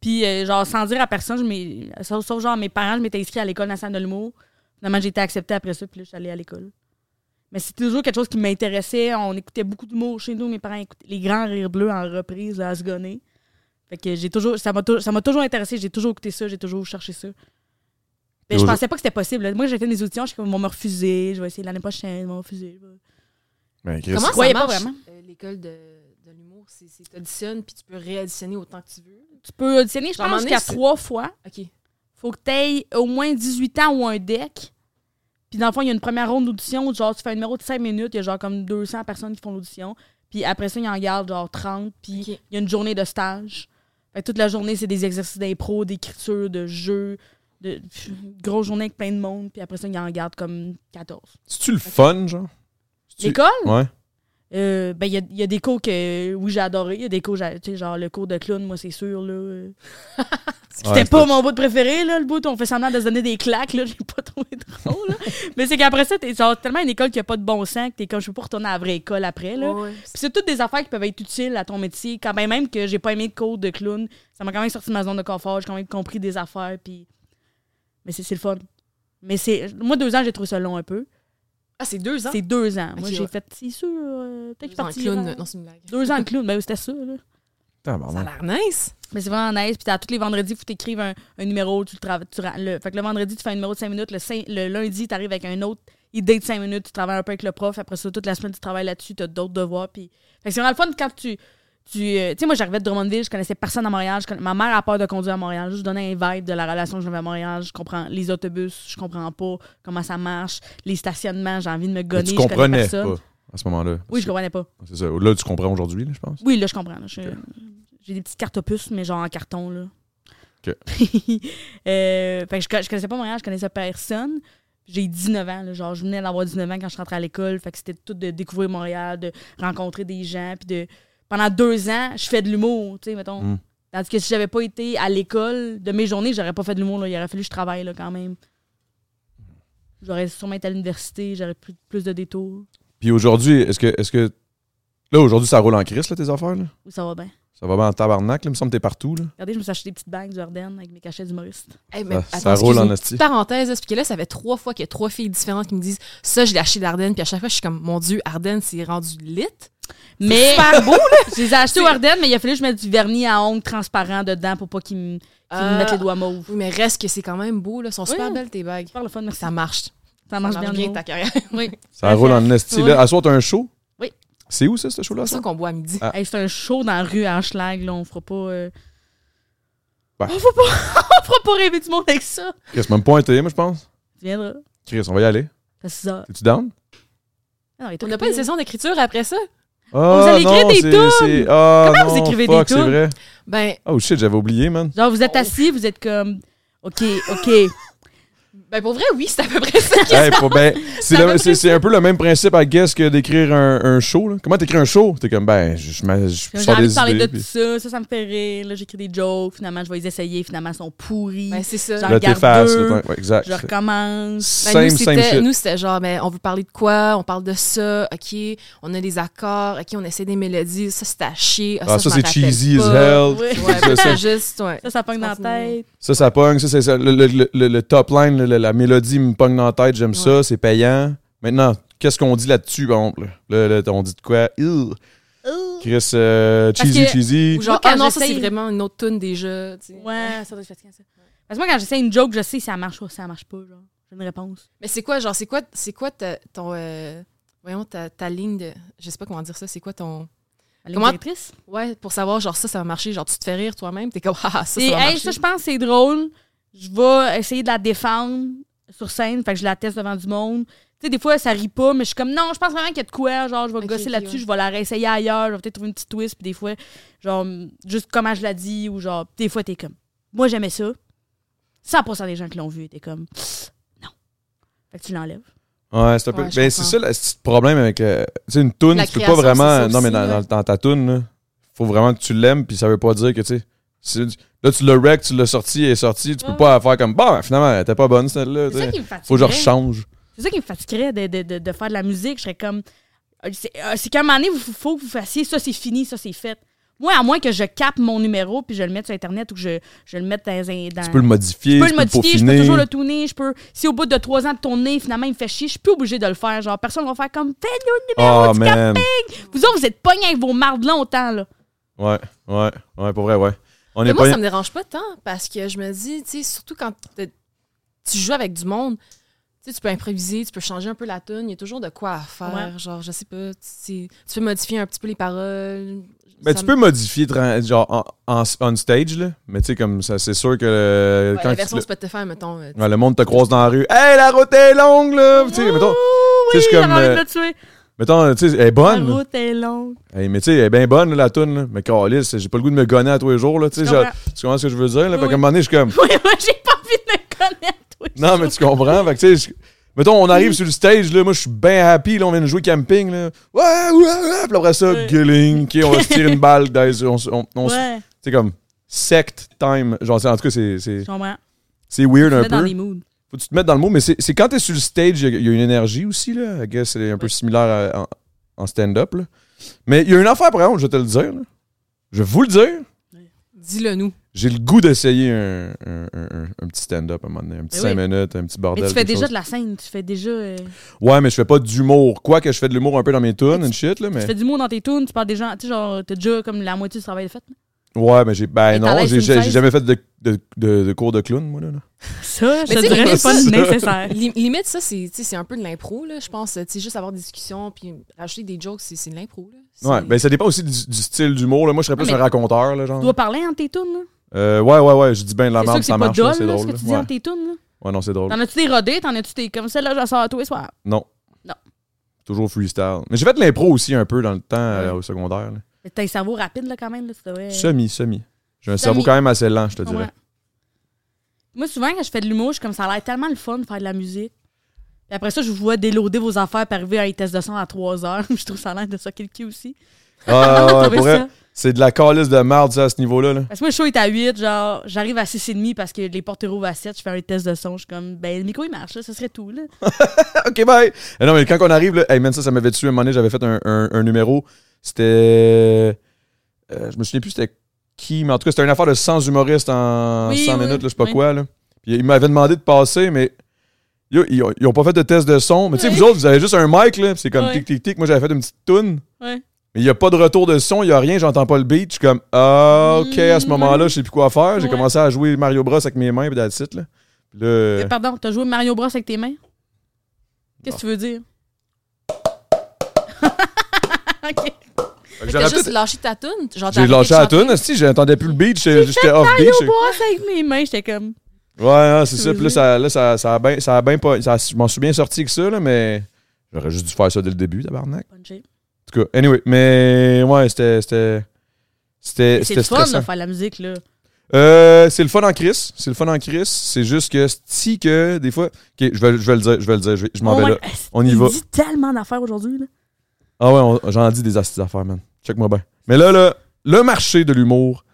Speaker 2: Puis, euh, genre, sans dire à personne, je m'ai- sauf, sauf genre mes parents, je m'étais inscrit à l'École nationale de l'humour. Finalement, j'ai été acceptée après ça, puis là, je suis allée à l'école. Mais c'était toujours quelque chose qui m'intéressait. On écoutait beaucoup d'humour chez nous. Mes parents écoutaient les grands rires bleus en reprise, là, à se gonner. Fait que j'ai toujours, ça m'a tou- ça m'a toujours intéressé. J'ai toujours écouté ça, j'ai toujours cherché ça. Mais je
Speaker 1: Toujours-
Speaker 2: pensais pas que c'était possible. là. Moi, j'ai fait des auditions, je suis comme, ils vont me refuser, je vais essayer l'année prochaine, ils vont me refuser.
Speaker 1: Ben, Chris,
Speaker 3: Comment ça
Speaker 2: croyais
Speaker 3: marche,
Speaker 2: pas vraiment.
Speaker 3: euh, L'école de, de l'humour, c'est tu auditionnes, puis tu peux réadditionner autant que tu veux.
Speaker 2: Tu peux auditionner, je
Speaker 3: Genre, à un
Speaker 2: pense,
Speaker 3: moment
Speaker 2: qu'il y a
Speaker 3: donné, c'est-
Speaker 2: trois fois.
Speaker 3: OK.
Speaker 2: faut que tu au moins 18 ans ou un deck. Puis dans le fond, il y a une première ronde d'audition où genre tu fais un numéro de 5 minutes, il y a genre comme 200 personnes qui font l'audition. Puis après ça, il en garde genre 30, puis
Speaker 3: Ok.
Speaker 2: il y a une journée de stage. Fait que toute la journée, c'est des exercices d'impro, d'écriture, de jeu, de pff, grosse journée avec plein de monde, puis après ça, il en garde comme 14.
Speaker 1: C'est-tu le fun, genre? C'est-tu-
Speaker 2: L'école
Speaker 1: Ouais.
Speaker 2: Euh, ben, il y a, il y a des cours que, oui, j'ai adoré. Il y a des cours, j'a- tu sais, genre le cours de clown, moi, c'est sûr, là. euh. C'était
Speaker 1: Ouais,
Speaker 2: pas mon bout préféré, là, le bout où on fait semblant de se donner des claques, là, j'ai pas trouvé drôle, là. Mais c'est qu'après ça, t'es genre tellement une école qui a pas de bon sens que t'es comme, je peux pas retourner à la vraie école après, là.
Speaker 3: Ouais, ouais.
Speaker 2: Puis c'est toutes des affaires qui peuvent être utiles à ton métier. Quand même, même que j'ai pas aimé de cours de clown, ça m'a quand même sorti de ma zone de confort, j'ai quand même compris des affaires, puis... Mais c'est c'est le fun. Mais c'est... Moi, deux ans, j'ai trouvé ça long un peu.
Speaker 3: Ah, c'est deux ans?
Speaker 2: C'est deux ans. Moi,
Speaker 3: Ok,
Speaker 2: j'ai
Speaker 3: ouais.
Speaker 2: fait, c'est sûr, euh, peut-être que je
Speaker 3: deux ans,
Speaker 2: partirai.
Speaker 3: clown. Non, c'est une blague.
Speaker 2: Deux ans de clown, ben c'était ça, là.
Speaker 3: Ça a
Speaker 1: Tabarnak.
Speaker 3: l'air nice.
Speaker 2: Mais c'est vraiment nice. Puis t'as tous les vendredis, faut t'écrire un, un numéro, tu le travailles. tu ra- le- fait que le vendredi, tu fais un numéro de 5 minutes. Le, cin- le lundi, t'arrives avec un autre idée de 5 minutes, tu travailles un peu avec le prof. Après ça, toute la semaine, tu travailles là-dessus, t'as d'autres devoirs. Puis... Fait que c'est vraiment le fun quand tu. Tu euh, tu sais, moi, j'arrivais de Drummondville, je connaissais personne à Montréal. je conna- Ma mère a peur de conduire à Montréal. Je donnais un vibe de la relation que j'avais à Montréal. Je comprends les autobus, je comprends pas comment ça marche, les stationnements, j'ai envie de me
Speaker 1: Mais
Speaker 2: gonner.
Speaker 1: tu
Speaker 2: je connais
Speaker 1: comprenais
Speaker 2: personne.
Speaker 1: pas à ce moment-là.
Speaker 2: Oui, je comprenais pas.
Speaker 1: C'est ça. Là, tu comprends aujourd'hui, là, je pense.
Speaker 2: Oui, là, je comprends. là. Je- J'ai des petites cartes opus, mais genre en carton, là.
Speaker 1: Ok.
Speaker 2: Euh, fait que je, co- je connaissais pas Montréal, je connaissais personne. J'ai 19 ans, là, genre je venais d'avoir 19 ans quand je rentrais à l'école. Fait que c'était tout de découvrir Montréal, de rencontrer des gens. Puis de... pendant deux ans, je fais de l'humour, tu sais, mettons.
Speaker 1: Mm.
Speaker 2: Tandis que si j'avais pas été à l'école, de mes journées, j'aurais pas fait de l'humour. là. Il aurait fallu que je travaille là, quand même. J'aurais sûrement été à l'université, j'aurais plus, plus de détours.
Speaker 1: Puis aujourd'hui, est-ce que, est-ce que. Là, aujourd'hui, ça roule en crise, là, tes affaires, là?
Speaker 2: Où ça va bien.
Speaker 1: Ça va bien en tabarnak, là. Il me semble que t'es partout, là.
Speaker 2: Regardez, je me suis acheté des petites bagues d'Orden avec mes cachets d'humoriste.
Speaker 3: Hey, mais
Speaker 1: Ça,
Speaker 3: attends,
Speaker 1: ça roule
Speaker 3: excuse-moi,
Speaker 1: en
Speaker 3: une
Speaker 1: esti.
Speaker 3: petite Parenthèse, là, parce que là, ça fait trois fois qu'il y a trois filles différentes qui me disent ça, je l'ai acheté d'Ardenne, puis à chaque fois, je suis comme mon Dieu, Ardenne, c'est rendu lit.
Speaker 2: Mais
Speaker 3: super beau, là.
Speaker 2: je les ai achetés au
Speaker 3: C'est-
Speaker 2: Ardennes, mais il a fallu que je mette du vernis à ongles transparent dedans pour pas qu'ils me, qu'ils me
Speaker 3: Euh,
Speaker 2: mettent les doigts mauves.
Speaker 3: Oui, mais reste que c'est quand même beau, là. Ils sont
Speaker 2: Oui.
Speaker 3: super belles, tes bagues.
Speaker 2: Par le fun, merci.
Speaker 3: Ça marche.
Speaker 2: Ça
Speaker 3: Ça
Speaker 2: marche bien.
Speaker 3: marche
Speaker 2: le
Speaker 3: bien
Speaker 2: mot.
Speaker 3: ta carrière.
Speaker 2: Oui.
Speaker 1: Ça roule en esti,
Speaker 2: Ouais.
Speaker 1: là. À soir, t'as un show?
Speaker 2: Oui.
Speaker 1: C'est où, ça, ce show-là?
Speaker 3: C'est ça
Speaker 1: ça?
Speaker 3: qu'on boit à midi.
Speaker 1: Ah.
Speaker 2: Hey, c'est un show dans la rue à Schlag, là. On fera pas. euh,
Speaker 1: Ben.
Speaker 2: On fera pas, on fera pas rêver du monde avec ça.
Speaker 1: Chris, même pas un thé, moi, je pense.
Speaker 2: Tu viendras.
Speaker 1: Chris, on va y aller.
Speaker 2: C'est ça.
Speaker 1: T'es-tu down?
Speaker 2: Ah non, il
Speaker 3: On
Speaker 2: t'a
Speaker 3: n'a pas
Speaker 2: coupé,
Speaker 3: une
Speaker 2: là.
Speaker 3: session d'écriture après ça?
Speaker 1: Ah,
Speaker 2: allez écrire
Speaker 1: non,
Speaker 2: des
Speaker 1: c'est-
Speaker 2: tunes!
Speaker 1: c'est- ah,
Speaker 2: Comment vous
Speaker 1: non,
Speaker 2: écrivez des
Speaker 1: fuck, c'est
Speaker 2: tunes?
Speaker 1: vrai.
Speaker 3: Ben,
Speaker 1: Oh shit, j'avais oublié, man.
Speaker 2: Genre, vous êtes
Speaker 3: Oh.
Speaker 2: assis, vous êtes comme. OK, OK.
Speaker 3: ben pour vrai, oui, c'est à peu près ça.
Speaker 1: Hey, faut- ben, c'est
Speaker 3: Ça
Speaker 1: le-
Speaker 3: me
Speaker 1: c'est c'est un peu le même principe, I guess, que d'écrire un, un show. Là. Comment t'écris un show? T'es comme, ben, je, je, m'a- je
Speaker 2: J'ai
Speaker 1: sors
Speaker 2: envie
Speaker 1: des
Speaker 2: de parler
Speaker 1: idées.
Speaker 2: de
Speaker 1: puis-
Speaker 2: tout ça. Ça, ça me fait rire. Là, j'écris des jokes. Finalement, je vais les essayer. Finalement, ils sont pourris.
Speaker 3: Ben, c'est ça.
Speaker 2: Genre,
Speaker 1: Là,
Speaker 2: regarde
Speaker 1: t'effaces.
Speaker 2: deux,
Speaker 1: là, t'en- Ouais, exact.
Speaker 2: je recommence.
Speaker 3: Ben,
Speaker 1: Same,
Speaker 3: nous,
Speaker 1: same
Speaker 3: c'était-
Speaker 1: shit.
Speaker 3: nous, c'était genre, ben, on veut parler de quoi? On parle de ça, OK. On a des accords, OK. On essaie des mélodies. Ça, c'est à chier.
Speaker 1: Ah, ça,
Speaker 3: je m'en
Speaker 1: c'est
Speaker 3: rappelle
Speaker 1: cheesy as
Speaker 3: pas.
Speaker 1: hell.
Speaker 2: Ouais.
Speaker 3: Ouais,
Speaker 1: Ça, ça-
Speaker 3: c'est juste, ouais.
Speaker 2: Ça, ça pogne dans la
Speaker 3: Continue.
Speaker 2: tête.
Speaker 1: Ça, ça pogne. Ça, c'est ça. Le, le- le- le- le top line, le- le- la mélodie me pogne dans la tête. J'aime ça. C'est payant. Maintenant, qu'est-ce qu'on dit là-dessus, par contre? Là? Là, là, on dit de quoi? Ew. Chris, euh,
Speaker 2: Parce
Speaker 1: cheesy,
Speaker 2: que-
Speaker 1: cheesy.
Speaker 3: Ou genre,
Speaker 2: Moi, quand
Speaker 3: ah non, ça,
Speaker 2: j'essaye-
Speaker 3: c'est vraiment une autre tune déjà. tu sais.
Speaker 2: Ouais, ça doit être fatiguant, ça. Parce que moi, quand j'essaie une joke, je sais si ça marche ou si ça marche pas. genre. J'ai une réponse.
Speaker 3: Mais c'est quoi, genre, c'est quoi, c'est quoi ta- ton. euh, voyons, ta, ta ligne de. Je sais pas comment dire ça. C'est quoi ton.
Speaker 2: La ligne
Speaker 3: Comment-
Speaker 2: directrice?
Speaker 3: Ouais, pour savoir, genre, ça, ça va marcher. Genre, tu te fais rire toi-même. T'es comme, ah, ça, ça
Speaker 2: Et,
Speaker 3: va
Speaker 2: hey,
Speaker 3: marcher.
Speaker 2: ça, je pense que c'est drôle. Je vais essayer de la défendre sur scène. Fait que je la teste devant du monde. Tu sais, des fois, ça rit pas, mais je suis comme, non, je pense vraiment qu'il y a de quoi. Genre, je vais
Speaker 3: Ok,
Speaker 2: gosser
Speaker 3: ok,
Speaker 2: là-dessus,
Speaker 3: ouais.
Speaker 2: je vais la réessayer ailleurs. Je vais peut-être trouver une petite twist. Puis des fois, genre, juste comment je la dis ou genre, des fois, t'es comme, moi, j'aimais ça. 100% des gens qui l'ont vu étaient comme, non. Fait que tu l'enlèves.
Speaker 1: Ouais, c'est un peu.
Speaker 3: Ouais, je
Speaker 1: ben, c'est
Speaker 3: comprends.
Speaker 1: ça le petit problème avec. euh, tu sais, une toune,
Speaker 3: La
Speaker 1: tu peux pas
Speaker 3: création, c'est
Speaker 1: vraiment.
Speaker 3: ça
Speaker 1: Non, mais
Speaker 3: aussi,
Speaker 1: dans,
Speaker 3: ouais.
Speaker 1: dans- dans ta toune, là, faut vraiment que tu l'aimes, puis ça veut pas dire que, tu sais. c'est du- Là, tu l'as wreck, tu l'as sorti, elle est sortie. Tu peux
Speaker 2: Ouais,
Speaker 1: pas la faire comme. Bon, ben, finalement, elle était pas bonne, celle-là. tu
Speaker 2: C'est ça
Speaker 1: sais.
Speaker 2: qui me fatigue.
Speaker 1: Faut que je rechange.
Speaker 2: C'est ça qui me fatiguerait de, de, de, de faire de la musique. Je serais comme. euh, C'est euh, c'est qu'à un moment donné, il faut que vous fassiez ça, c'est fini, ça, c'est fait. Moi, à moins que je capte mon numéro puis je le mette sur Internet ou que je, je le mette dans. un- dans
Speaker 1: Tu peux le modifier,
Speaker 2: je peux
Speaker 1: tu
Speaker 2: le
Speaker 1: peux le
Speaker 2: modifier, je peux
Speaker 1: peaufiner.
Speaker 2: toujours le tourner. Je peux, si au bout de trois ans de tournée, finalement, il me fait chier, je suis plus obligée de le faire. Genre, personne va faire comme. Fais-le!
Speaker 1: Oh, man.
Speaker 2: Vous autres, vous êtes pognés avec vos mardes longtemps, là.
Speaker 1: Ouais, ouais, ouais, pour vrai, ouais. On
Speaker 3: Mais
Speaker 1: est
Speaker 3: moi,
Speaker 1: pas.
Speaker 3: ça me dérange pas tant parce que je me dis, tu sais, surtout quand t'es- tu joues avec du monde, tu sais, tu peux improviser, tu peux changer un peu la tune, il y a toujours de quoi à faire. Genre, je sais pas, tu sais, tu peux modifier un petit peu les paroles.
Speaker 1: Ben,
Speaker 3: Ça
Speaker 1: tu
Speaker 3: me-
Speaker 1: peux modifier tra- genre en, en- on stage, là. Mais tu sais, comme ça, c'est sûr que euh,
Speaker 3: Ouais,
Speaker 1: quand
Speaker 3: la
Speaker 1: tu-
Speaker 3: version
Speaker 1: le,
Speaker 3: Spotify, mettons. euh, tu-
Speaker 1: ouais, le monde te croise dans la rue. Hey, la route est longue, là! Ah, Tu sais, mettons,
Speaker 2: Ouh,
Speaker 1: tu
Speaker 2: oui,
Speaker 1: sais, je suis
Speaker 2: j'avais
Speaker 1: comme,
Speaker 2: envie de
Speaker 1: euh,
Speaker 2: le tuer.
Speaker 1: mettons, tu sais, elle est
Speaker 2: La
Speaker 1: bonne. là.
Speaker 2: route est longue.
Speaker 1: Hey, mais tu sais, elle est bien bonne, là, la toune, là. Mais Carlis, j'ai pas le goût de me gonner à tous les jours, là. Tu sais,
Speaker 2: Je
Speaker 1: genre,
Speaker 2: comprends.
Speaker 1: tu comprends ce que je veux dire, là?
Speaker 2: Oui,
Speaker 1: Fait qu'à
Speaker 2: oui.
Speaker 1: un moment donné, je suis comme.
Speaker 2: Oui, moi, j'ai pas envie de me connaître. oui.
Speaker 1: Non, mais tu comprends. Fait que, tu sais, je- mettons, on arrive sur le stage, là, moi, je suis bien happy, là, on vient de jouer camping, là. Ouais, ouais, ouais. Puis après ça,
Speaker 2: Ouais.
Speaker 1: gueuling, OK, on va se tirer une balle, dans les- on, se- on, on se-
Speaker 2: Ouais,
Speaker 1: tu sais, comme, sect time. Genre, c'est- en tout cas, c'est, c'est,
Speaker 2: je comprends.
Speaker 1: c'est weird
Speaker 2: Je
Speaker 1: un
Speaker 2: mets dans
Speaker 1: peu.
Speaker 2: les moods.
Speaker 1: Faut que tu te mettes dans le mot, mais c'est, c'est quand t'es sur le stage, il y, a- il y a une énergie aussi, là. I guess, c'est un peu
Speaker 2: Ouais.
Speaker 1: similaire à- en, en stand-up, là. Mais il y a une affaire, par exemple, je vais te le dire, là. Je vais vous le dire.
Speaker 3: Dis-le nous.
Speaker 1: J'ai le goût d'essayer un, un- un- un- un petit stand-up à un moment donné, un petit
Speaker 2: Ben
Speaker 1: 5
Speaker 2: oui.
Speaker 1: minutes, un petit bordel.
Speaker 2: Mais tu fais
Speaker 1: quelque
Speaker 2: déjà
Speaker 1: chose.
Speaker 2: de la scène, tu fais déjà. euh,
Speaker 1: Ouais, mais je fais pas d'humour. Quoi que je fais de l'humour un peu dans mes tunes
Speaker 2: Mais
Speaker 1: and shit, là, mais.
Speaker 2: Tu fais du mot dans tes tunes, tu parles des gens, tu sais, genre, t'as déjà comme la moitié du travail de fait. là.
Speaker 1: Ouais, mais j'ai. Ben
Speaker 2: Mais t'as
Speaker 1: non,
Speaker 2: l'air
Speaker 1: j'ai
Speaker 2: sur une
Speaker 1: j'ai- j'ai
Speaker 2: scène.
Speaker 1: jamais fait de, de, de- de cours de clown, moi, là. là.
Speaker 2: Ça, je
Speaker 3: Mais tu
Speaker 2: te
Speaker 3: sais,
Speaker 2: dirais,
Speaker 3: mais
Speaker 2: c'est pas
Speaker 3: ça-
Speaker 2: nécessaire.
Speaker 3: Lim- Limite, ça, c'est tu sais, c'est un peu de l'impro, là, je pense. Tu sais, juste avoir des discussions puis rajouter des jokes, c'est c'est de l'impro. là. C'est-
Speaker 1: Ouais, ben ça dépend aussi du, du style d'humour, là. Moi, je serais
Speaker 2: Ah,
Speaker 1: plus
Speaker 2: mais-
Speaker 1: un raconteur, là, genre.
Speaker 2: Tu dois parler entre tes tunes, là.
Speaker 1: Euh, ouais, ouais, ouais, je dis bien de la
Speaker 2: C'est sûr
Speaker 1: merde,
Speaker 2: que c'est
Speaker 1: ça
Speaker 2: pas
Speaker 1: marche, là,
Speaker 2: dole,
Speaker 1: c'est
Speaker 2: là, ce
Speaker 1: drôle.
Speaker 2: que tu dis
Speaker 1: là.
Speaker 2: entre tes tunes, là.
Speaker 1: Ouais. Ouais, non, c'est drôle.
Speaker 2: T'en as-tu des rodés, t'en as-tu des comme celle-là, j'en sors à tous les soirs.
Speaker 1: Non.
Speaker 2: Non.
Speaker 1: Toujours freestyle. Mais j'ai fait de l'impro aussi un peu dans le temps euh,
Speaker 2: Ouais.
Speaker 1: au secondaire. là.
Speaker 2: Mais t'as un cerveau rapide, là, quand même, là, tu devrais-
Speaker 1: Semi, semi. J'ai un
Speaker 2: Semi. Ah
Speaker 1: cerveau quand même assez lent, je te dirais.
Speaker 2: Ouais. Moi, souvent, quand je fais de l'humour, je suis comme ça a l'air tellement le fun de faire de la musique. Puis après ça, je vous vois déloader vos affaires puis arriver à un test de son à 3 heures. je trouve ça a l'air de ça quelqu'un aussi.
Speaker 1: Ah, ouais,
Speaker 2: Comment t'as
Speaker 1: pour
Speaker 2: trouvé
Speaker 1: vrai, c'est de la calice de merde, ça, à ce niveau-là. là.
Speaker 2: Parce que moi, le show est à 8, genre, j'arrive à 6,5 parce que les portes rouvrent à 7, je fais un test de son, je suis comme, ben, le micro, il marche, là, ça serait tout, là.
Speaker 1: OK, bye. Eh non, mais quand on arrive, là, hey man, ça, ça m'avait tué à un moment donné, j'avais fait un, un- un numéro. C'était. euh, je me souviens plus c'était qui, mais en tout cas, c'était une affaire de 100 humoristes en
Speaker 2: Oui,
Speaker 1: 100
Speaker 2: oui,
Speaker 1: minutes, là, je sais pas
Speaker 2: oui.
Speaker 1: quoi. Là. Puis ils m'avaient demandé de passer, mais. yo, ils, ont, ils ont pas fait de test de son. Mais tu sais, vous autres, vous avez juste un mic, là. puis C'est comme
Speaker 2: Ouais.
Speaker 1: tic-tic-tic. Moi, j'avais fait une petite toune.
Speaker 2: Ouais.
Speaker 1: Mais il n'y a pas de retour de son, il n'y a rien, j'entends pas le beat. Je suis comme, ah, ok, à ce
Speaker 2: Mm,
Speaker 1: moment-là, je sais plus quoi faire. J'ai
Speaker 2: Ouais.
Speaker 1: commencé à jouer Mario Bros avec mes mains, puis that's it, là. Puis là.
Speaker 2: Mais pardon, t'as joué Mario Bros avec tes mains? Qu'est-ce que tu veux dire? ok.
Speaker 1: Fait que
Speaker 3: Fait
Speaker 1: j'aurais
Speaker 3: que T'as juste
Speaker 1: peut-être-
Speaker 3: lâché ta toune. genre, t'as
Speaker 1: J'ai
Speaker 3: arrêté de
Speaker 1: lâché la
Speaker 3: chanter.
Speaker 1: toune, si j'entendais plus le beat, j'étais- j'étais off beat.
Speaker 2: Au bois, c'est avec mes mains, j'étais comme.
Speaker 1: Ouais, non, c'est
Speaker 2: Tu
Speaker 1: ça.
Speaker 2: veux
Speaker 1: Puis là,
Speaker 2: dire?
Speaker 1: ça, là, ça, ça a bien. Ça a bien pas, ça, je m'en suis bien sorti que ça, là, mais j'aurais juste dû faire ça dès le début, tabarnak.
Speaker 2: punché.
Speaker 1: En tout cas, anyway, mais ouais, c'était. C'était. C'était
Speaker 2: C'est
Speaker 1: c'était
Speaker 2: le fun de
Speaker 1: stressant.
Speaker 2: faire la musique, là.
Speaker 1: Euh, c'est le fun en crise. C'est le fun en crise. C'est juste que si que des fois. Ok, je vais, je vais le dire, je vais le dire, je, vais- je m'en
Speaker 2: Oh
Speaker 1: vais
Speaker 2: my-
Speaker 1: là. On y va.
Speaker 2: Il dit tellement d'affaires aujourd'hui, là.
Speaker 1: Ah ouais, on- j'en dis des astuces d'affaires, man. Check-moi bien. Mais là, là, le marché de l'humour,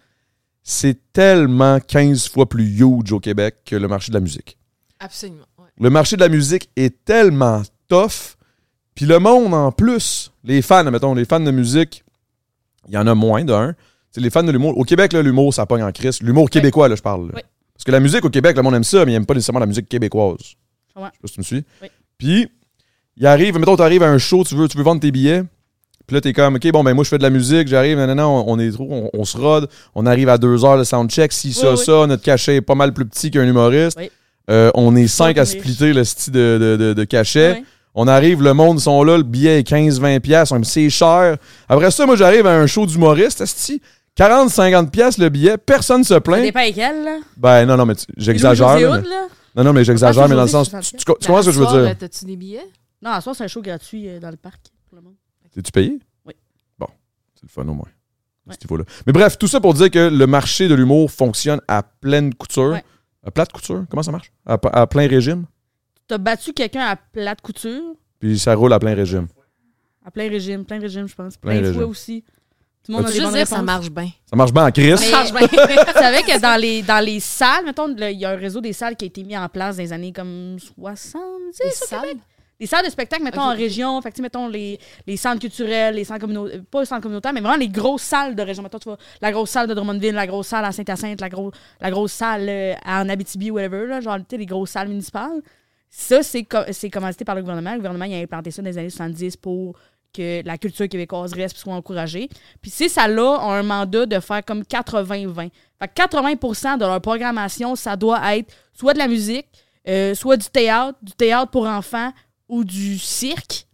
Speaker 1: c'est tellement 15 fois plus huge au Québec que le marché de la musique.
Speaker 3: Absolument. ouais.
Speaker 1: Le marché de la musique est tellement tough. Puis le monde en plus, les fans, mettons, les fans de musique, il y en a moins d'un. C'est les fans de l'humour. Au Québec, là, l'humour, ça pogne en crise. L'humour québécois, là, je parle. là.
Speaker 2: Oui.
Speaker 1: Parce que la musique au Québec, le monde aime ça, mais il aime pas nécessairement la musique québécoise. Je sais
Speaker 2: Ouais.
Speaker 1: pas si tu me suis.
Speaker 2: Oui.
Speaker 1: Puis, il arrive, mettons, t'arrives à un show, tu veux, tu veux vendre tes billets. Puis là, t'es comme, OK, bon, ben moi, je fais de la musique, j'arrive, non, non, non, on est trop, on, on se rode, on arrive à deux heures de soundcheck, si, ça,
Speaker 2: Oui, oui.
Speaker 1: ça, notre cachet est pas mal plus petit qu'un humoriste.
Speaker 2: Oui.
Speaker 1: Euh, on est cinq à
Speaker 2: on est-
Speaker 1: splitter le style de, de, de- de cachet.
Speaker 2: Ouais.
Speaker 1: On arrive, le monde sont là, le billet est 15-20$, piastres, on me dit, c'est cher. Après ça, moi, j'arrive à un show d'humoriste, esti, 40-50$ piastres le billet, personne se
Speaker 2: Ça
Speaker 1: plaint.
Speaker 2: dépend lesquels, là.
Speaker 1: Ben non, non, mais tu- j'exagère.
Speaker 2: Louis-José
Speaker 1: là, mais-
Speaker 2: Hood, là.
Speaker 1: Non, non, mais j'exagère,
Speaker 2: Ah,
Speaker 1: mais dans le sens. Tu,
Speaker 2: Louis-José,
Speaker 1: tu- tu comprends ce que je veux
Speaker 3: Soir, euh,
Speaker 1: dire?
Speaker 3: T'as-tu des billets?
Speaker 2: Non, à soir, c'est un show gratuit euh, dans le parc pour le monde.
Speaker 1: Es-tu payé?
Speaker 2: Oui.
Speaker 1: Bon, c'est le fun au moins. à
Speaker 2: Ouais.
Speaker 1: ce niveau-là. Mais bref, tout ça pour dire que le marché de l'humour fonctionne à pleine couture.
Speaker 2: Ouais.
Speaker 1: À plate couture, comment ça marche? À, à plein régime.
Speaker 2: T'as battu quelqu'un à plate couture,
Speaker 1: Puis ça roule à plein régime.
Speaker 2: à plein régime, plein régime, je pense.
Speaker 1: Plein
Speaker 2: Plein,
Speaker 1: régime.
Speaker 2: fois aussi. Tout le monde a
Speaker 3: Faut
Speaker 2: des
Speaker 3: juste
Speaker 2: bonnes
Speaker 3: dire que ça
Speaker 2: réponses.
Speaker 3: marche bien.
Speaker 1: Ça marche bien en crise.
Speaker 2: Mais-
Speaker 3: Ça marche bien.
Speaker 2: Tu savais que dans les, dans les salles, mettons, là, il y a un réseau des salles qui a été mis en place dans les années comme 70.
Speaker 3: C'est sale.
Speaker 2: Les salles de spectacle, mettons,
Speaker 3: Ok.
Speaker 2: en région, fait que, tu sais, mettons, les, les centres culturels, les centres communautaires, pas les centres communautaires, mais vraiment les grosses salles de région. Mettons, tu vois, la grosse salle de Drummondville, la grosse salle à Saint-Hyacinthe, la, gros- la grosse salle euh, à- en Abitibi, whatever, là, genre, tu sais, les grosses salles municipales. Ça, c'est co- c'est commandité par le gouvernement. Le gouvernement, il a implanté ça dans les années 70 pour que la culture québécoise reste et soit encouragée. Puis ces salles-là ont un mandat de faire comme 80-20. Fait que 80 de leur programmation, ça doit être soit de la musique, euh, soit du théâtre, du théâtre pour enfants ou du cirque.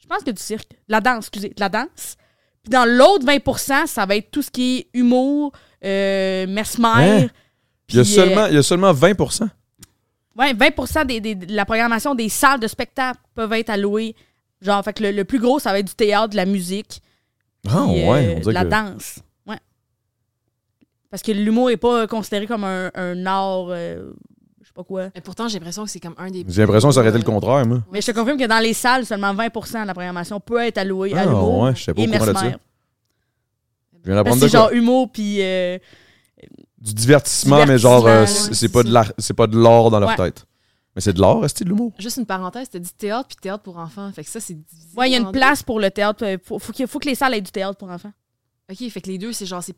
Speaker 2: Je pense que du cirque. De la danse, excusez, de la danse. Puis dans l'autre 20 ça va être tout ce qui est humour, euh,
Speaker 1: Hein?
Speaker 2: mesmer.
Speaker 1: Il y, a
Speaker 2: Puis, euh,
Speaker 1: seulement, il y a seulement 20
Speaker 2: Ouais, 20 des, des- de la programmation des salles de spectacle peuvent être allouées. Genre, fait que le, le plus gros, ça va être du théâtre, de la musique,
Speaker 1: Ah
Speaker 2: puis, euh,
Speaker 1: ouais, on
Speaker 2: de
Speaker 1: dirait
Speaker 2: la
Speaker 1: que...
Speaker 2: danse. Ouais. Parce que l'humour n'est pas euh, considéré comme un, un art, euh, je sais pas quoi.
Speaker 3: Mais pourtant, j'ai l'impression que c'est comme un des.
Speaker 1: J'ai l'impression que ça aurait été le contraire, moi.
Speaker 2: Mais je te confirme que dans les salles, seulement 20 de la programmation peut être allouée à
Speaker 1: Ah
Speaker 2: l'humour
Speaker 1: ouais, je sais pas
Speaker 2: et
Speaker 1: au courant de
Speaker 2: mesmer.
Speaker 1: ça. Je viens d'apprendre de
Speaker 2: C'est
Speaker 1: quoi?
Speaker 2: genre humour puis euh,
Speaker 1: Du divertissement, mais genre, euh,
Speaker 2: Divertissement,
Speaker 1: c'est c'est
Speaker 3: ouais, c'est
Speaker 1: pas de
Speaker 3: ça.
Speaker 1: l'art- c'est pas de l'or dans leur
Speaker 2: Ouais.
Speaker 1: tête. Mais c'est de l'or, c'est de l'humour.
Speaker 3: Juste une parenthèse, t'as dit théâtre puis théâtre pour enfants. Fait que ça, c'est divisé
Speaker 2: ouais, il y a
Speaker 3: en
Speaker 2: une
Speaker 3: deux.
Speaker 2: place pour le théâtre. euh, Faut, faut, qu'il- faut que les salles aient du théâtre pour enfants.
Speaker 3: OK, fait que les deux, c'est genre, c'est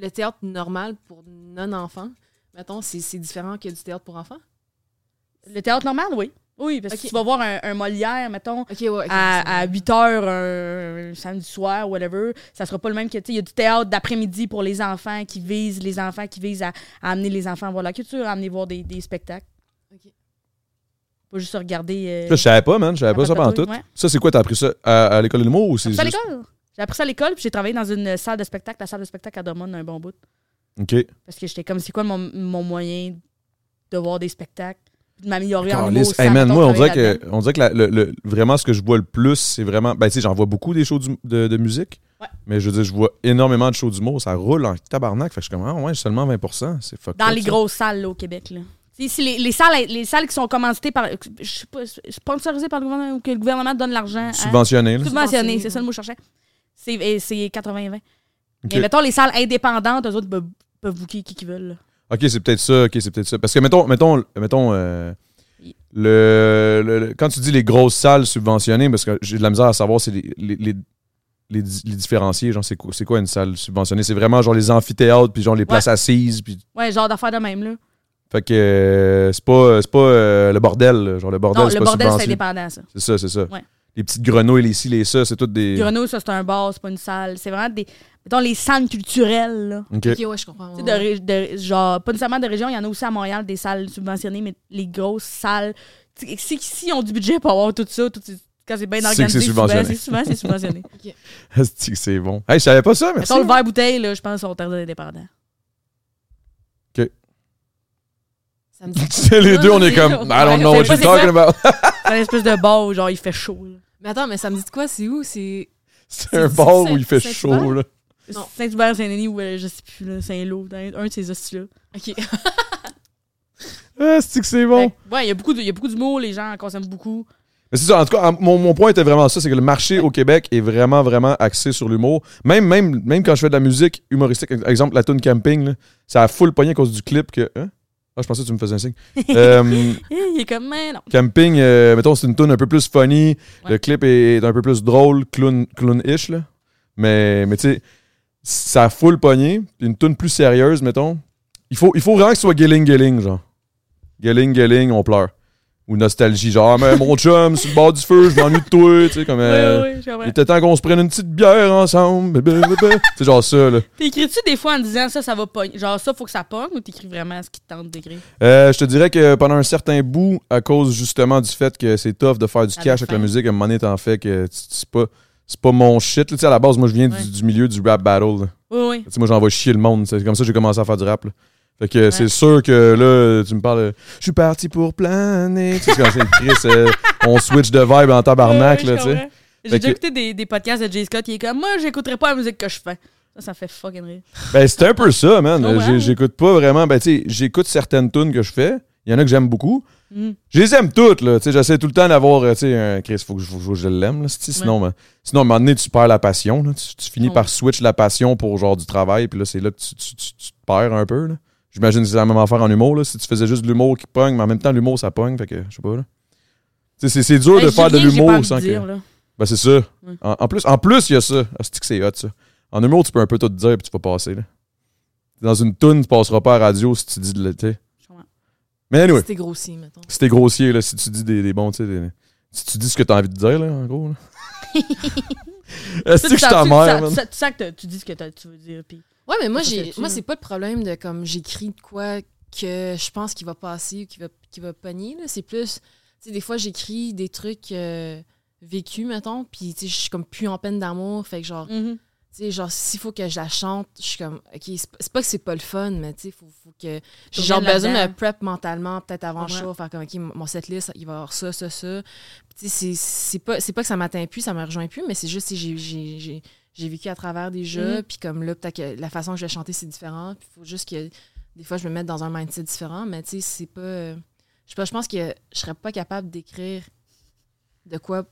Speaker 3: le théâtre normal pour non-enfants. Mettons, c'est c'est différent que du théâtre pour enfants.
Speaker 2: Le théâtre normal, oui. Oui, parce
Speaker 3: Ok.
Speaker 2: que tu vas voir un- un Molière, mettons,
Speaker 3: OK, ouais. ok,
Speaker 2: à, à
Speaker 3: c'est-
Speaker 2: 8 heures un, un samedi soir, whatever, ça sera pas le même que, tu sais, il y a du théâtre d'après-midi pour les enfants qui visent, les enfants qui visent à, à amener les enfants voir la culture, à amener voir des, des spectacles.
Speaker 3: Ok.
Speaker 2: Pas juste regarder. euh,
Speaker 1: Là, je savais pas, man. Je savais
Speaker 2: la
Speaker 1: pas ça pendant
Speaker 2: patrouille,
Speaker 1: tout.
Speaker 2: ouais.
Speaker 1: Ça, c'est quoi? T'as appris ça à, à l'école de l'humour ou c'est
Speaker 2: J'ai appris ça à
Speaker 1: juste-
Speaker 2: l'école. J'ai appris ça à l'école, puis j'ai travaillé dans une salle de spectacle, la salle de spectacle à Drummond, un bon bout.
Speaker 1: OK.
Speaker 2: Parce que j'étais comme, c'est quoi mon, mon moyen de voir des spectacles, puis de m'améliorer en
Speaker 1: Calisse.
Speaker 2: niveau.
Speaker 1: Hey, man, moi, on dirait que, on dirait que la- le, le- vraiment ce que je vois le plus, c'est vraiment. Ben, tu sais, j'en vois beaucoup des shows du- de, de musique.
Speaker 2: Ouais.
Speaker 1: Mais je veux dire, je vois énormément de shows d'humour. Ça roule en tabarnak. Fait que je suis comme, ah ouais, seulement 20 C'est fuck.
Speaker 2: Dans
Speaker 1: up,
Speaker 2: les
Speaker 1: ça.
Speaker 2: grosses salles là, au Québec. Là. Si- si les, les salles, les salles qui sont commanditées par. Je sais pas, sponsorisées par le gouvernement ou que le gouvernement donne l'argent. à-
Speaker 1: Subventionnés, là.
Speaker 2: Subventionnées,
Speaker 3: Subventionnées,
Speaker 2: c'est ça
Speaker 3: ouais.
Speaker 2: le mot que je cherchais. C'est et c'est 80-20.
Speaker 1: Ok,
Speaker 2: Mais mettons les salles indépendantes, eux autres peuvent, peuvent booker qui qu'ils veulent. là.
Speaker 1: Ok, c'est peut-être ça. Ok, c'est peut-être ça. Parce que, mettons, mettons, mettons. euh,
Speaker 2: Y-
Speaker 1: le, le- le- quand tu dis les grosses salles subventionnées, parce que j'ai de la misère à savoir c'est les, les, les, les di- les différencier, genre c'est quoi, c'est quoi une salle subventionnée? C'est vraiment genre les amphithéâtres, puis genre les places assises, puis
Speaker 2: Ouais, genre d'affaires de même. Là.
Speaker 1: Fait que euh, c'est pas, c'est pas euh, le bordel. là. Genre, le bordel,
Speaker 2: non,
Speaker 1: c'est
Speaker 2: le
Speaker 1: pas
Speaker 2: bordel, c'est
Speaker 1: subventionné.
Speaker 2: indépendant, ça.
Speaker 1: C'est ça, c'est ça.
Speaker 2: Ouais.
Speaker 1: Les petites grenouilles, les ci, les ça, c'est toutes des.
Speaker 2: Grenouille, ça, c'est un bar, c'est pas une salle. C'est vraiment des. Mettons les salles culturelles. Là.
Speaker 1: OK.
Speaker 3: OK, ouais, je comprends.
Speaker 2: Tu sais,
Speaker 3: ouais,
Speaker 2: de,
Speaker 3: ouais.
Speaker 2: ré- de- genre, pas nécessairement de région, il y en a aussi à Montréal des salles subventionnées, mais les grosses salles. tu sais, Si, si on du budget pour avoir tout ça, toutes ces Quand c'est bien
Speaker 1: C'est que
Speaker 2: organisé,
Speaker 1: c'est
Speaker 2: souvent,
Speaker 1: subventionné.
Speaker 2: c'est souvent, c'est subventionné.
Speaker 1: Asti que c'est bon. Hey, je savais pas ça, merci.
Speaker 2: Mettons le verre bouteille, là, je pense, sont terres indépendants.
Speaker 3: Ça me dit-
Speaker 1: les deux, on est comme, I don't know what you're talking about.
Speaker 2: C'est une espèce de bar où, genre, il fait chaud. là.
Speaker 3: Mais attends, mais ça me dit de quoi? C'est où? C'est.
Speaker 1: C'est un bar où il fait
Speaker 3: C'est
Speaker 1: chaud, là.
Speaker 3: Non.
Speaker 2: Saint-Hubert, Saint-Denis, ou euh, je sais plus, là, Saint-Lô, dans un de ces hosties-là.
Speaker 3: Ok.
Speaker 1: Asti Ah, que c'est bon.
Speaker 2: Fait que, Ouais, il y a beaucoup de- il y a beaucoup d'humour, les gens en consomment beaucoup.
Speaker 1: Mais c'est ça, en tout cas, en- mon, mon point était vraiment ça, c'est que le marché au Québec est vraiment, vraiment axé sur l'humour. Même, même, même quand je fais de la musique humoristique, ex- exemple la tune Camping, là, ça a full pogné à cause du clip que... Hein? Ah, je pensais que tu me faisais un signe. Euh,
Speaker 2: Eh, Il est comme, mais non.
Speaker 1: camping, euh, mettons, c'est une tune un peu plus funny, le
Speaker 2: Ouais.
Speaker 1: clip est, est un peu plus drôle, clown- clown-ish, là. Mais, mais tu sais, ça a full pogné, puis une tune plus sérieuse, mettons. Il faut, il faut vraiment que ce soit guilling-guilling, genre. Guilling-guilling, on pleure. Ou nostalgie, genre, Ah, mais mon chum, sur le bord du feu, je m'ennuie de toi, tu sais, comme. euh,
Speaker 2: Oui, oui, je
Speaker 1: Il
Speaker 2: comprends.
Speaker 1: était temps qu'on se prenne une petite bière ensemble. C'est genre ça, là.
Speaker 2: T'écris-tu des fois en disant ça, ça va pogner? Genre ça, faut que ça pogne ou t'écris vraiment ce qui te tente d'écrire?
Speaker 1: Euh, je te dirais que pendant un certain bout, à cause justement du fait que c'est tough de faire du
Speaker 2: À la
Speaker 1: cash avec
Speaker 2: fin.
Speaker 1: la musique, à un moment donné, t'en fais que tu- tu- c'est pas, c'est pas mon shit. là. Tu sais, à la base, moi, je viens du-
Speaker 2: Ouais.
Speaker 1: du, milieu du rap battle. là.
Speaker 2: Oui, oui.
Speaker 1: Tu sais, moi, j'envoie chier le monde. C'est comme ça que j'ai commencé à faire du rap. là. Fait que c'est
Speaker 2: Ouais.
Speaker 1: sûr que là, tu me parles de « Je suis parti pour planer ». Tu sais, quand c'est une crise, euh, on switch de vibe en tabarnak,
Speaker 2: Oui, oui,
Speaker 1: là,
Speaker 2: je
Speaker 1: tu sais.
Speaker 2: comprends. J'ai
Speaker 1: Fait
Speaker 2: déjà
Speaker 1: que-
Speaker 2: écouté des, des podcasts de Jay Scott qui est comme Moi, j'écouterai pas la musique que je fais. Ça, ça fait fucking rire.
Speaker 1: Ben, c'est un peu ça, man.
Speaker 2: Oh, wow.
Speaker 1: J'ai- J'écoute pas vraiment. Ben, tu sais, j'écoute certaines tunes que je fais. Il y en a que j'aime beaucoup.
Speaker 2: Mm.
Speaker 1: Je les aime toutes, là. Tu sais, j'essaie tout le temps d'avoir, euh, tu sais, un Chris, faut que je, faut que je l'aime, là. c'est- Sinon, ben, sinon, à un moment donné, tu perds la passion, là. Tu, tu finis
Speaker 2: Ouais.
Speaker 1: par switch la passion pour, genre, du travail, puis là, c'est là que tu, tu- tu- tu te perds un peu, là. J'imagine que c'est la même affaire en humour, là. Si tu faisais juste de l'humour qui pogne, mais en même temps, l'humour, ça pogne, fait que, je sais pas, là. Tu sais, c'est- c'est dur de
Speaker 2: Hey, Ben, j'ai
Speaker 1: faire de
Speaker 2: rien que j'ai pas envie
Speaker 1: l'humour
Speaker 2: de
Speaker 1: sans que.
Speaker 2: dire, là.
Speaker 1: Ben, c'est ça. En, en plus, en plus, il y a ça. Ah, c'est que c'est hot, ça. En humour, tu peux un peu tout dire puis tu vas passer. Là. Dans une toune, tu passeras pas à la radio si tu dis de l'été.
Speaker 2: Je comprends.
Speaker 1: Mais anyway,
Speaker 3: C'était grossi, mettons.
Speaker 1: si t'es grossier, là, si tu dis des, des bons, tu sais, des- si tu dis ce que t'as envie de dire, là, en gros. là. Est-ce
Speaker 2: Ça,
Speaker 1: que je
Speaker 2: tu
Speaker 1: t'en
Speaker 2: sens-
Speaker 1: mère,
Speaker 2: tu
Speaker 1: man?
Speaker 2: sens- Tu sens que t'as- tu dis ce que t'as- tu veux dire. Puis...
Speaker 3: Ouais, mais moi,
Speaker 2: Ça,
Speaker 3: j'ai,
Speaker 2: c'est-tu,
Speaker 3: moi,
Speaker 2: là?
Speaker 3: c'est pas le problème de comme j'écris de quoi que je pense qu'il va passer ou qu'il va, qu'il va pogner. là. C'est plus, tu sais, des fois, j'écris des trucs euh, vécus, mettons, puis tu sais, je suis comme plus en peine d'amour. Fait que genre,
Speaker 2: Mhm.
Speaker 3: tu sais, genre, s'il faut que je la chante, je suis comme, OK, c'est pas- c'est pas que c'est pas le fun, mais tu sais, faut, faut que j'ai
Speaker 2: reviennes
Speaker 3: genre besoin de
Speaker 2: là-dedans.
Speaker 3: me prep mentalement, peut-être avant le
Speaker 2: Comprends.
Speaker 3: show, faire comme, OK, mon setlist, il va y avoir ça, ça, ça. Puis Tu sais, c'est- c'est pas, c'est pas que ça m'atteint plus, ça me rejoint plus, mais c'est juste, tu sais, j'ai- j'ai- j'ai j'ai vécu à travers des jeux,
Speaker 2: Mhm.
Speaker 3: puis comme là, peut-être que la façon que je vais chanter, c'est différent, puis faut juste que, des fois, je me mette dans un mindset différent, mais tu sais, c'est pas. euh, je sais pas, je pense que je serais pas capable d'écrire de quoi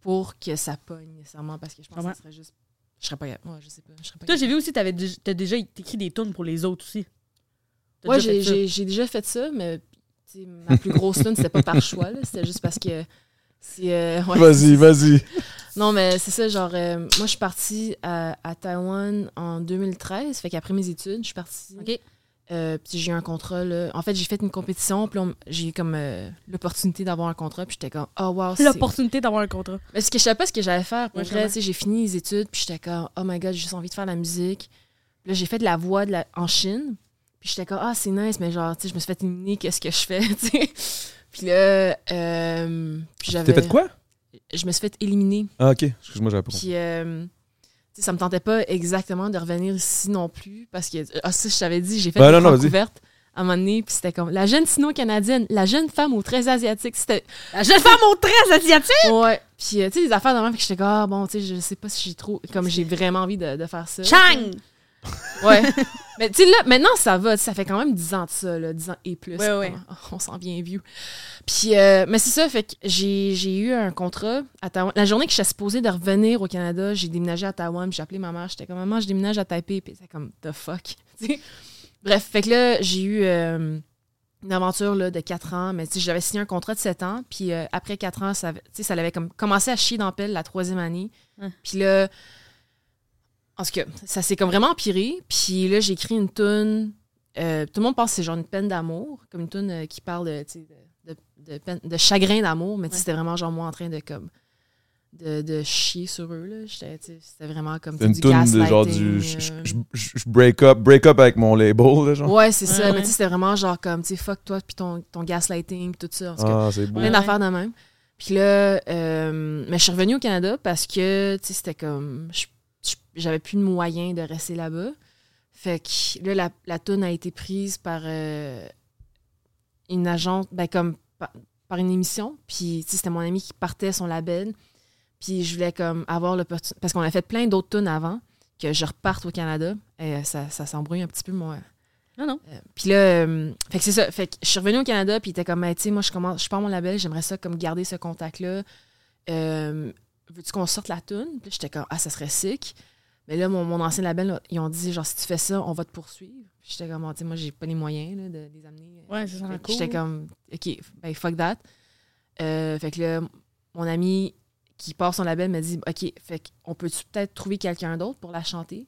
Speaker 3: pour que ça pogne nécessairement parce que je pense
Speaker 2: Comprends.
Speaker 3: que ça serait juste je serais pas capable. Ouais, je sais pas. Je serais pas
Speaker 2: Toi,
Speaker 3: capable.
Speaker 2: j'ai vu aussi, t'avais dé- t'as déjà écrit des tunes pour les autres aussi. T'as
Speaker 3: Ouais,
Speaker 2: déjà fait
Speaker 3: j'ai,
Speaker 2: ça.
Speaker 3: j'ai, j'ai déjà fait ça, mais tu sais, ma plus grosse tune, c'était pas par choix. là, C'était juste parce que. C'est, euh, ouais.
Speaker 1: Vas-y, vas-y.
Speaker 3: Non, mais c'est ça, genre, euh, moi, je suis partie à, à Taïwan en 2013. Fait qu'après mes études, je suis partie.
Speaker 2: Ok.
Speaker 3: Euh, puis j'ai eu un contrat, là. En fait, j'ai fait une compétition, puis on m- j'ai eu comme euh, l'opportunité d'avoir un contrat, puis j'étais comme, oh, wow, c'est.
Speaker 2: L'opportunité d'avoir un contrat.
Speaker 3: Mais ce que je savais pas ce que j'allais faire. Pour
Speaker 2: Ouais, je
Speaker 3: vrai,
Speaker 2: comprends.
Speaker 3: tu sais, j'ai fini les études, puis j'étais comme, oh my god, j'ai juste envie de faire de la musique. Puis là, j'ai fait de la voix de la- en Chine. Puis j'étais comme, ah, c'est nice, mais genre, tu sais, je me suis fait éliminer, qu'est-ce que je fais, tu sais. Puis là, euh, puis j'avais.
Speaker 1: T'as fait quoi?
Speaker 3: Je me suis fait éliminer.
Speaker 1: Ah, ok. Excuse-moi, j'avais pas compris.
Speaker 3: Puis, euh, tu sais, ça me tentait pas exactement de revenir ici non plus, parce que, ah, ça, je t'avais dit, j'ai fait
Speaker 1: Ben non,
Speaker 3: une
Speaker 1: non, vas-y.
Speaker 3: découverte à un moment donné, puis c'était comme, la jeune sino-canadienne, la jeune femme aux traits asiatiques, c'était.
Speaker 2: La jeune femme aux traits asiatiques!
Speaker 3: Ouais. Puis, euh, tu sais, des affaires de même, que j'étais comme, ah, bon, tu sais, je sais pas si j'ai trop. Comme j'ai vraiment envie de, de faire ça.
Speaker 2: Chang!
Speaker 3: Ouais. Mais, tu sais, là, maintenant, ça va. tu sais, Ça fait quand même 10 ans de ça, là, 10 ans et plus.
Speaker 2: Ouais, ouais.
Speaker 3: Ah, On s'en vient vieux. Puis, euh, mais c'est ça, fait que j'ai j'ai eu un contrat à Taïwan. La journée que j'étais supposée de revenir au Canada, j'ai déménagé à Taïwan, puis j'ai appelé ma mère. J'étais comme, maman, je déménage à Taipei. Puis, c'était comme, the fuck. Tu sais. Bref, fait que là, j'ai eu. euh, une aventure là, de 4 ans, mais tu sais, j'avais signé un contrat de 7 ans, puis euh, après 4 ans, ça, avait- tu sais, ça avait comme commencé à chier dans la pelle la troisième année.
Speaker 2: Hein.
Speaker 3: Puis là, en tout cas, ça s'est comme vraiment empiré. Puis là, j'ai écrit une toune. euh, tout le monde pense que c'est genre une peine d'amour, comme une toune euh, qui parle de, tu sais, de, de- de peine- de chagrin d'amour, mais tu sais,
Speaker 2: Ouais.
Speaker 3: c'était vraiment genre moi en train de comme de, de chier sur eux. là. J'étais, tu sais, C'était vraiment comme tu
Speaker 1: C'est
Speaker 3: sais,
Speaker 1: une
Speaker 3: du
Speaker 1: toune de genre du.
Speaker 3: gaslighting,
Speaker 1: Je je-
Speaker 3: euh.
Speaker 1: je- je- je break up, break up avec mon label, là, genre.
Speaker 3: Ouais, c'est ça. Mais
Speaker 2: Ouais, ouais.
Speaker 3: tu sais, c'était vraiment genre comme, tu sais, fuck toi, puis ton, ton gaslighting, puis tout ça. En tout cas,
Speaker 1: Ah, c'est beau.
Speaker 3: plein
Speaker 2: Ouais.
Speaker 3: d'affaires de même. Puis là, euh, mais je suis revenue au Canada parce que, tu sais, c'était comme. je- je- J'avais plus de moyens de rester là-bas. Fait que là, la, la toune a été prise par euh, une agente, ben, comme par, par une émission. Puis, tu sais, c'était mon ami qui partait son label. Puis je voulais comme avoir l'opportunité. Parce qu'on a fait plein d'autres tunes avant que je reparte au Canada. Et euh, ça, ça s'embrouille un petit peu, moi.
Speaker 2: Non, non.
Speaker 3: Euh, puis là, euh, fait que c'est ça. Fait que je suis revenue au Canada, puis il était comme, Hey, tu sais, moi, je commence, je pars mon label, j'aimerais ça, comme, garder ce contact-là. Euh, Veux-tu qu'on sorte la tune? Puis j'étais comme, ah, ça serait sick. Mais là, mon, mon ancien label, là, ils ont dit, genre, si tu fais ça, on va te poursuivre. Puis J'étais comme, Ah, tu sais, moi, j'ai pas les moyens là, de les amener. euh,
Speaker 2: Ouais, c'est ça.
Speaker 3: Fait que
Speaker 2: cool.
Speaker 3: J'étais comme, OK, ben fuck that. Euh, fait que là, mon ami qui part son label m'a dit, OK, fait qu'on peut-tu peut-être trouver quelqu'un d'autre pour la chanter?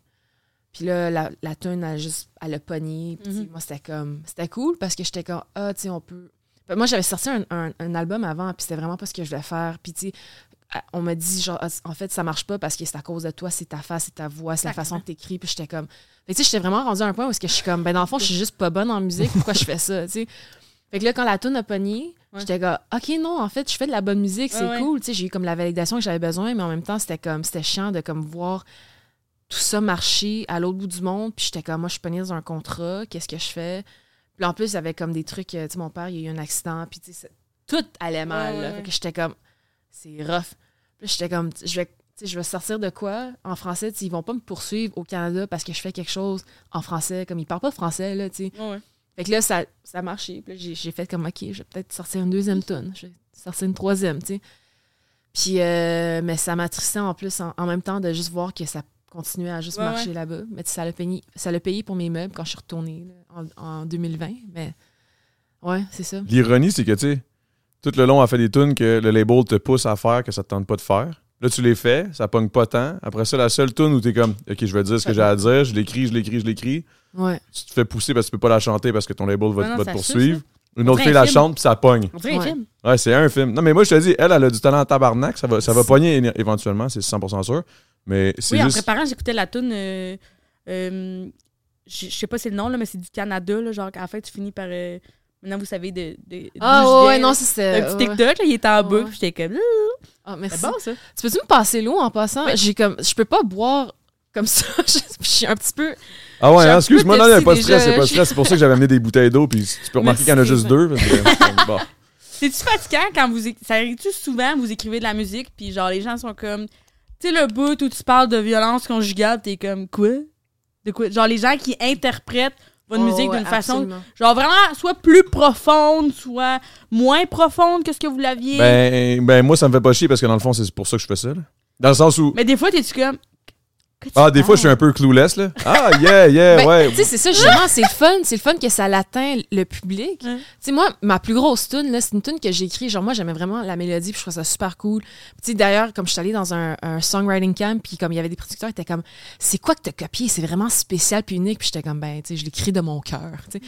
Speaker 3: Puis là, la, la tune, elle, a juste, elle a pogné. Puis
Speaker 2: Mhm.
Speaker 3: Moi, c'était comme, c'était cool parce que j'étais comme, ah, tu sais, on peut. Ben, moi, j'avais sorti un, un- un album avant, puis c'était vraiment pas ce que je voulais faire. Puis, tu sais, à- on m'a dit, genre, Ah, en fait, ça marche pas parce que c'est à cause de toi, c'est ta face, c'est ta voix, c'est la
Speaker 2: Exactement.
Speaker 3: façon que t'écris. Puis j'étais comme, fait que, tu sais, j'étais vraiment rendue à un point où est-ce que je suis comme, ben, dans le fond, je suis juste pas bonne en musique, pourquoi je fais ça, tu sais? Fait que là, quand la tune a pogné,
Speaker 2: Ouais.
Speaker 3: j'étais comme, OK, non, en fait, je fais de la bonne musique, c'est
Speaker 2: Ouais, ouais.
Speaker 3: cool. Tu sais, j'ai eu comme la validation que j'avais besoin, mais en même temps, c'était comme, c'était chiant de comme voir tout ça marcher à l'autre bout du monde. Puis j'étais comme, moi, je suis pognée dans un contrat, qu'est-ce que je fais? Puis en plus, il y avait comme des trucs, euh, tu sais, mon père, il y a eu un accident, puis tu sais, c'est- tout allait mal.
Speaker 2: Ouais,
Speaker 3: là.
Speaker 2: ouais,
Speaker 3: Fait
Speaker 2: ouais.
Speaker 3: que j'étais comme, c'est rough. Puis j'étais comme, je vais, tu sais, je vais sortir de quoi en français? Tu sais, Ils vont pas me poursuivre au Canada parce que je fais quelque chose en français, comme ils parlent pas français, là, tu sais.
Speaker 2: Ouais, ouais.
Speaker 3: Fait que là, ça, ça a marché. Puis là, j'ai- j'ai fait comme, OK, je vais peut-être sortir une deuxième tonne. Je vais sortir une troisième, tu sais. Puis, euh, mais ça m'attristait en plus, en, en même temps, de juste voir que ça continuait à juste
Speaker 2: Ouais,
Speaker 3: marcher là-bas. Mais tu sais, ça l'a payé, ça l'a payé pour mes meubles quand je suis retournée là, en, en 2020. Mais ouais, c'est ça.
Speaker 1: L'ironie, c'est que, tu sais, tout le long, elle fait des tunes que le label te pousse à faire, que ça te tente pas de faire. Là, tu les fais, ça pogne pas tant. Après ça, la seule tune où t'es comme, OK, je vais dire ce que j'ai à dire, je l'écris, je l'écris, je l'écris.
Speaker 3: Ouais.
Speaker 1: Tu te fais pousser parce que tu peux pas la chanter parce que ton label va,
Speaker 2: Non, non,
Speaker 1: va
Speaker 2: ça
Speaker 1: te
Speaker 2: suit,
Speaker 1: poursuivre. Une
Speaker 2: On
Speaker 1: autre
Speaker 2: dirait
Speaker 1: fille
Speaker 2: un
Speaker 1: la
Speaker 2: film.
Speaker 1: chante, puis ça pogne.
Speaker 2: On dirait un
Speaker 3: Ouais.
Speaker 2: film.
Speaker 1: Ouais, c'est un film. Non, mais moi, je te dis, elle, elle a du talent en tabarnak. Ça va, ça va pogner é- éventuellement, c'est 100% sûr. Mais c'est
Speaker 2: Oui, en
Speaker 1: juste.
Speaker 2: préparant, j'écoutais la toune. euh, euh, je je sais pas c'est le nom, là, mais c'est du Canada. Là, genre, à la fin, tu finis par. euh, maintenant, vous savez de. de d'où
Speaker 3: Ah
Speaker 2: je
Speaker 3: ouais, ouais,
Speaker 2: viens,
Speaker 3: non,
Speaker 2: là.
Speaker 3: ça,
Speaker 2: Un
Speaker 3: c'était.
Speaker 2: petit
Speaker 3: ouais,
Speaker 2: TikTok,
Speaker 3: ouais.
Speaker 2: là, il était en bas,
Speaker 3: Ouais.
Speaker 2: puis j'étais comme.
Speaker 3: Ah, merci.
Speaker 2: C'est bon, ça.
Speaker 3: Tu peux-tu me passer l'eau en passant? J'ai comme, je peux pas boire comme ça. je je suis un petit peu.
Speaker 1: Ah ouais,
Speaker 3: j'ai
Speaker 1: hein,
Speaker 3: un
Speaker 1: excuse-moi,
Speaker 3: peu
Speaker 1: non, il a pas de
Speaker 3: testé
Speaker 1: stress, il a pas de
Speaker 3: déjà.
Speaker 1: stress. C'est pour ça que j'avais amené des bouteilles d'eau, puis tu peux remarquer qu'il y en a
Speaker 3: Merci.
Speaker 1: juste deux. parce que- bon.
Speaker 2: C'est-tu fatigant quand vous. é- Ça arrive-tu souvent, vous écrivez de la musique, puis genre, les gens sont comme. Tu sais, le bout où tu parles de violence conjugale, t'es comme quoi? De quoi? Genre, les gens qui interprètent
Speaker 3: Oh,
Speaker 2: votre musique d'une façon. Genre, vraiment, soit plus profonde, soit moins profonde que ce que vous l'aviez.
Speaker 1: Ben, ben, moi, ça me fait pas chier parce que dans le fond, c'est pour ça que je fais ça. là. Dans le sens où.
Speaker 2: Mais des fois, t'es-tu comme. Que tu
Speaker 1: Ah, des fois,
Speaker 2: parles?
Speaker 1: je suis un peu clueless, là. Ah, yeah, yeah,
Speaker 3: Ben,
Speaker 1: ouais.
Speaker 3: Tu sais, c'est ça, justement, c'est le fun. C'est le fun que ça l'atteint le public.
Speaker 2: Ouais.
Speaker 3: Tu sais, moi, ma plus grosse tune, là, c'est une tune que j'ai écrite. Genre, moi, j'aimais vraiment la mélodie, puis je trouvais ça super cool. Tu sais, d'ailleurs, comme je suis allée dans un, un songwriting camp, puis comme il y avait des producteurs, ils étaient comme, c'est quoi que t'as copié? C'est vraiment spécial puis unique. Puis j'étais comme, ben, tu sais, je l'écris de mon cœur. tu sais.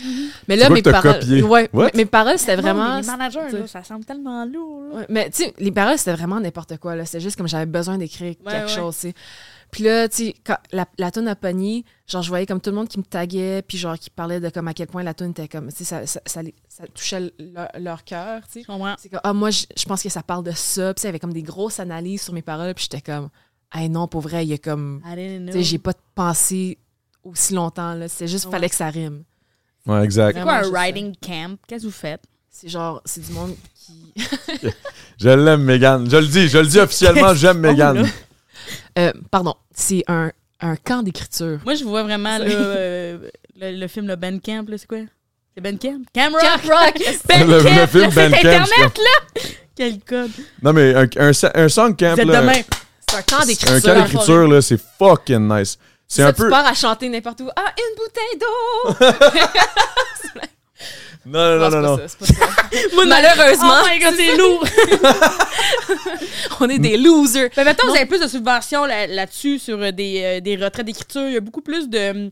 Speaker 3: Mais là,
Speaker 1: quoi
Speaker 3: mes
Speaker 1: que t'as
Speaker 3: paroles.
Speaker 1: copié?
Speaker 3: Ouais,
Speaker 1: What?
Speaker 3: mes paroles, c'était vraiment.
Speaker 2: les
Speaker 3: tu
Speaker 2: managers,
Speaker 3: sais.
Speaker 2: là, ça semble tellement lourd. là.
Speaker 3: Ouais, mais tu sais, les paroles, c'était vraiment n'importe quoi. là. C'était juste comme j'avais besoin d'écrire
Speaker 2: Ouais,
Speaker 3: quelque
Speaker 2: ouais.
Speaker 3: chose, tu sais. Puis là, tu sais, quand la, la toune a pogné, genre, je voyais comme tout le monde qui me taguait, puis genre, qui parlait de comme à quel point la toune était comme, tu sais, ça, ça, ça les- ça touchait leur, leur cœur, tu sais.
Speaker 2: Je comprends.
Speaker 3: C'est comme, ah, moi, je je pense que ça parle de ça. Puis tu sais, il y avait comme des grosses analyses sur mes paroles, puis j'étais comme, ah non, pour vrai, il y a comme,
Speaker 2: I didn't know. Ah
Speaker 3: tu sais, j'ai pas pensé aussi longtemps, là. C'est juste,
Speaker 2: Ouais.
Speaker 3: fallait que ça rime.
Speaker 1: Ouais, exact.
Speaker 2: C'est quoi un
Speaker 3: Vraiment, je sais.
Speaker 2: riding camp? Qu'est-ce que vous faites?
Speaker 3: C'est genre, c'est du monde qui.
Speaker 1: Je l'aime, Megan. Je le dis, je le dis officiellement, j'aime Megan.
Speaker 2: Oh, là.
Speaker 3: Euh, pardon, c'est un, un camp d'écriture.
Speaker 2: Moi, je vois vraiment là,
Speaker 3: Sorry.
Speaker 2: euh, le, le film le Ben Camp, là, c'est quoi? C'est Ben Camp? Camera!
Speaker 3: Camp Rock!
Speaker 2: Ben
Speaker 1: Le- le
Speaker 2: Camp,
Speaker 1: film
Speaker 2: le site
Speaker 1: Ben Camp,
Speaker 2: Internet, là! Quel code!
Speaker 1: Non, mais un, un, un song camp,
Speaker 2: Vous êtes
Speaker 1: là,
Speaker 2: demain.
Speaker 3: C'est un
Speaker 2: Ah,
Speaker 3: camp
Speaker 1: un
Speaker 3: d'écriture.
Speaker 1: camp d'écriture, là, c'est fucking nice. C'est
Speaker 3: Ça,
Speaker 1: un peu.
Speaker 3: Tu pars à chanter n'importe où. Ah, une bouteille d'eau!
Speaker 1: Non, non, non, non. non.
Speaker 3: c'est pas ça, c'est pas ça.
Speaker 2: Moi,
Speaker 3: Malheureusement,
Speaker 2: Oh my God, c'est lourd!
Speaker 3: on est des losers.
Speaker 2: Mais maintenant, Ben, vous
Speaker 3: Non.
Speaker 2: avez plus de subventions là- là-dessus sur euh, des, euh, des retraits d'écriture. Il y a beaucoup plus de,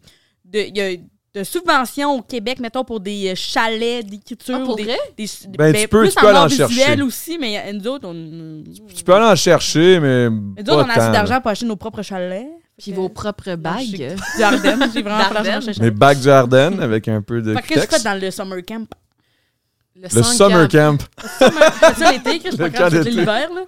Speaker 2: de, il y a de subventions au Québec, mettons, pour des euh, chalets d'écriture.
Speaker 3: Ah, pour
Speaker 2: ou des,
Speaker 3: vrai?
Speaker 2: des- des-
Speaker 1: Ben, tu peux-
Speaker 2: plus
Speaker 1: tu peux aller
Speaker 2: art
Speaker 1: en chercher.
Speaker 2: visuel aussi, mais euh, nous autres, on, nous
Speaker 1: Tu peux aller en chercher, mais. pas
Speaker 2: autres, on a assez
Speaker 1: tant, là.
Speaker 2: d'argent pour acheter nos propres chalets.
Speaker 3: Puis vos propres
Speaker 2: Je sais
Speaker 3: bagues. euh,
Speaker 2: que- Du Ardennes, j'ai vraiment pas l'argent pour acheter un
Speaker 1: Mais
Speaker 2: chalet.
Speaker 1: Back du Ardennes avec un peu de
Speaker 2: Fait que Qu'est-ce que tu fais
Speaker 1: texte.
Speaker 2: dans le summer camp?
Speaker 3: Le,
Speaker 1: Le summer camp.
Speaker 2: C'est ça l'été, Chris, je
Speaker 1: Le
Speaker 2: pas grave, c'est
Speaker 1: camp d'été.
Speaker 2: l'hiver, là.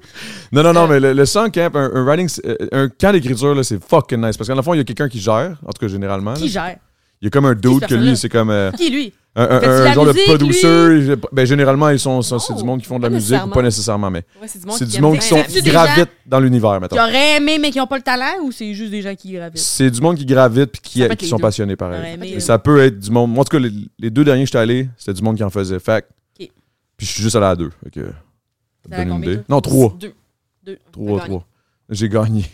Speaker 1: Non,
Speaker 2: Euh,
Speaker 1: non, non, mais le, le summer camp, un, un writing, euh, un camp d'écriture, là, c'est fucking nice. Parce qu'en fond, il y a quelqu'un qui gère, en tout cas généralement. là.
Speaker 2: Qui gère?
Speaker 1: Il y a comme un
Speaker 2: Qui,
Speaker 1: dude
Speaker 2: cette
Speaker 1: que lui,
Speaker 2: personne-là?
Speaker 1: c'est comme euh,
Speaker 2: Qui, lui?
Speaker 1: un, un-
Speaker 2: Fait-tu
Speaker 1: un
Speaker 2: la
Speaker 1: genre
Speaker 2: musique,
Speaker 1: de
Speaker 2: lui?
Speaker 1: producer. Ben, généralement, ils sont, sont- c'est
Speaker 3: Oh,
Speaker 1: du monde qui font de la
Speaker 3: pas
Speaker 1: musique, ou pas nécessairement, mais
Speaker 3: Ouais, c'est du monde
Speaker 1: c'est
Speaker 3: qui
Speaker 1: du
Speaker 3: aime
Speaker 1: monde
Speaker 3: bien
Speaker 1: qui sont
Speaker 3: la musique.
Speaker 2: des gens-
Speaker 1: gravitent dans l'univers,
Speaker 2: Qui
Speaker 1: maintenant.
Speaker 2: aurait aimé, mais qui n'ont pas le talent, ou c'est juste des gens qui gravitent?
Speaker 1: C'est du monde qui gravite puis
Speaker 2: Ça
Speaker 1: qui,
Speaker 2: peut être
Speaker 1: qui
Speaker 2: les
Speaker 1: sont
Speaker 2: deux.
Speaker 1: passionnés par
Speaker 2: Aurait
Speaker 1: elle.
Speaker 2: aimé,
Speaker 1: Et
Speaker 2: euh,
Speaker 1: ça peut être du monde. Moi, en tout cas, les, les deux derniers que j'étais allé, c'était du monde qui en faisait. Fac.
Speaker 2: Ok.
Speaker 1: Puis je suis juste allé à deux. Fait que, ça
Speaker 2: allé
Speaker 1: donne
Speaker 2: à
Speaker 1: une
Speaker 2: combien,
Speaker 1: idée.
Speaker 2: toi?
Speaker 1: Non, trois.
Speaker 3: Deux.
Speaker 1: Trois,
Speaker 3: T'as gagné.
Speaker 1: trois. J'ai gagné.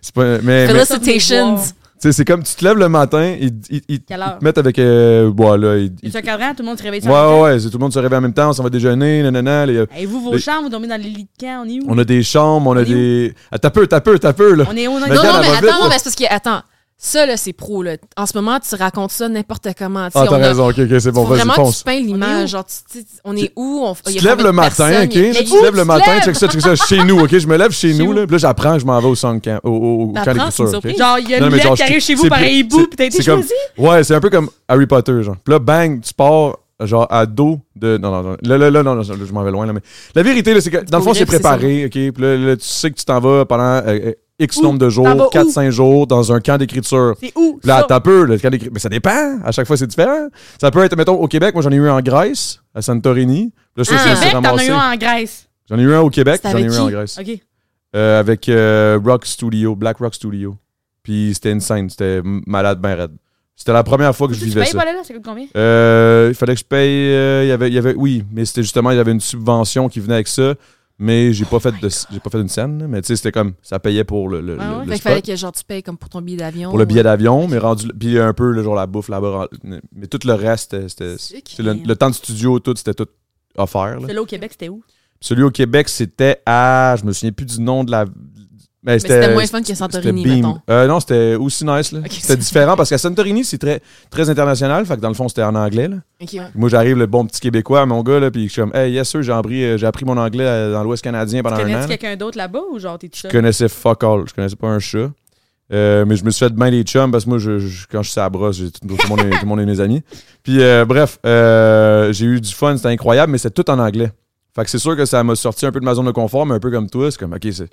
Speaker 1: c'est pas. Mais, mais, tu
Speaker 3: Felicitations.
Speaker 2: Wow.
Speaker 1: sais, c'est comme tu te lèves le matin, ils, ils, ils-
Speaker 2: Quelle heure?
Speaker 1: ils te mettent avec. Euh, bon, là, ils-
Speaker 2: Et
Speaker 1: ils-
Speaker 2: tu as cadran, tout le monde Ah. se réveille
Speaker 1: Ouais,
Speaker 2: sur la
Speaker 1: ouais, ouais, c'est- tout le monde se réveille en même temps, on s'en va déjeuner, nanana. les-
Speaker 2: Et vous, vos
Speaker 1: Les-
Speaker 2: chambres, vous dormez dans les lits de camp, on est où?
Speaker 1: on a des chambres, on a
Speaker 2: On est où?
Speaker 1: des. Ah, t'as peu, t'as peu, t'as peu, là.
Speaker 2: On est où? On est
Speaker 1: Mais
Speaker 3: Non,
Speaker 1: regarde, elle
Speaker 3: non, mais
Speaker 1: va vite,
Speaker 3: attends,
Speaker 1: là.
Speaker 3: mais c'est parce que, attends, ça, là, c'est pro, là. En ce moment, tu racontes ça n'importe comment. tu sais,
Speaker 1: Ah, t'as
Speaker 3: on a-
Speaker 1: raison, ok, ok, c'est bon,
Speaker 3: faut
Speaker 1: vas-y,
Speaker 3: vraiment que tu
Speaker 1: fonce.
Speaker 3: peins
Speaker 2: On est où?
Speaker 3: l'image. Genre, tu, tu- on est où? On,
Speaker 2: Oh,
Speaker 1: Tu te lèves le matin, ok? Là, tu
Speaker 2: où
Speaker 1: te lèves le
Speaker 2: tu
Speaker 1: matin,
Speaker 2: lèves?
Speaker 1: check ça, check ça, chez nous, ok? Je me lève chez
Speaker 2: Chez
Speaker 1: nous,
Speaker 2: où?
Speaker 1: là. Puis là, j'apprends que je m'en vais au sang camp, au, au, au
Speaker 3: T'apprends,
Speaker 1: camp
Speaker 3: c'est
Speaker 1: d'écriture,
Speaker 3: une
Speaker 1: ok?
Speaker 3: surprise.
Speaker 2: Genre, il y a
Speaker 1: Non,
Speaker 2: une
Speaker 1: mais genre,
Speaker 2: lettre qui
Speaker 1: je-
Speaker 2: arrive chez vous
Speaker 1: c'est
Speaker 2: par un
Speaker 1: plus-
Speaker 2: hibou,
Speaker 1: c'est-
Speaker 2: puis t'as été
Speaker 1: c'est comme-
Speaker 2: choisi?
Speaker 1: Ouais, c'est un peu comme Harry Potter, genre. Puis là, bang, tu pars, genre, à dos de. Non, non, non. Là, là, là, non, non, je m'en vais loin, là. Mais la vérité, là, c'est que, dans le fond, c'est
Speaker 3: griffe, c'est
Speaker 1: préparé, ok? Puis là, là, tu sais que tu t'en vas pendant euh, euh, X
Speaker 2: Où?
Speaker 1: nombre de
Speaker 2: T'en vas
Speaker 1: jours,
Speaker 2: où?
Speaker 1: 4-5 jours, dans un camp d'écriture.
Speaker 2: C'est où?
Speaker 1: Puis Là,
Speaker 2: ça?
Speaker 1: t'as peu, le camp d'écriture. Mais ça dépend. À chaque fois, c'est différent. Ça peut être, mettons, au Québec. Moi, j'en ai eu un en Grèce, à Santorini. Là, ça,
Speaker 2: Ah, Au
Speaker 1: c'est- c'est
Speaker 2: Québec, t'en as
Speaker 1: ramassé.
Speaker 2: eu un en Grèce.
Speaker 1: J'en ai eu un au Québec,
Speaker 3: C'était
Speaker 1: j'en ai eu
Speaker 3: avec
Speaker 1: un en
Speaker 3: qui?
Speaker 1: Grèce.
Speaker 2: OK.
Speaker 1: Euh, avec euh, Rock Studio, Black Rock Studio. Puis c'était insane, c'était m- malade, ben raide. C'était la première fois que je
Speaker 2: Tu
Speaker 1: vivais
Speaker 2: payes
Speaker 1: ça.
Speaker 2: pas là, là? Ça coûte combien?
Speaker 1: Euh, il fallait que je paye. euh, il y avait, il y avait, oui, mais c'était justement, il y avait une subvention qui venait avec ça. Mais j'ai pas fait de, j'ai pas fait une scène. là. Mais tu sais, c'était comme, ça payait pour le, le,
Speaker 2: Ouais,
Speaker 1: le-
Speaker 2: ouais.
Speaker 1: le
Speaker 3: Fait qu'il
Speaker 1: spot.
Speaker 3: fallait que genre, tu payes comme pour ton billet d'avion.
Speaker 1: pour le billet d'avion, mais rendu, puis un peu le genre la bouffe là-bas, en- mais tout le reste, c'était- c'était,
Speaker 3: Sick.
Speaker 1: c'est le, le temps de studio, tout, c'était tout offert. là.
Speaker 2: Celui-là au Québec, c'était où?
Speaker 1: Celui au Québec, c'était à, je me souviens plus du nom de la, ben,
Speaker 3: Mais c'était moins fun que Santorini,
Speaker 1: Beam.
Speaker 3: mettons.
Speaker 1: Euh, non, c'était aussi nice. là.
Speaker 3: Ok.
Speaker 1: C'était différent parce qu'à Santorini, c'est très, très international. Fait que dans le fond, c'était en anglais. là.
Speaker 3: Ok, ouais.
Speaker 1: Moi, j'arrive, le bon petit Québécois, mon gars, là, puis je suis comme, hey, yes, sir, j'ai appris, euh, j'ai appris mon anglais euh, dans l'Ouest canadien pendant un
Speaker 2: Connais-tu
Speaker 1: an. là.
Speaker 2: quelqu'un d'autre là-bas ou genre t'es tout
Speaker 1: Je
Speaker 2: seul?
Speaker 1: connaissais fuck all. Je connaissais pas un chat. Euh, mais je me suis fait bien des chums parce que moi, je, je- quand je suis à la brosse, j'ai- tout, tout le monde est, tout le monde est mes amis. Puis euh, bref, euh, j'ai eu du fun, c'était incroyable, mais c'était tout en anglais. Fait que c'est sûr que ça m'a sorti un peu de ma zone de confort, mais un peu comme toi, c'est comme, OK, c'est-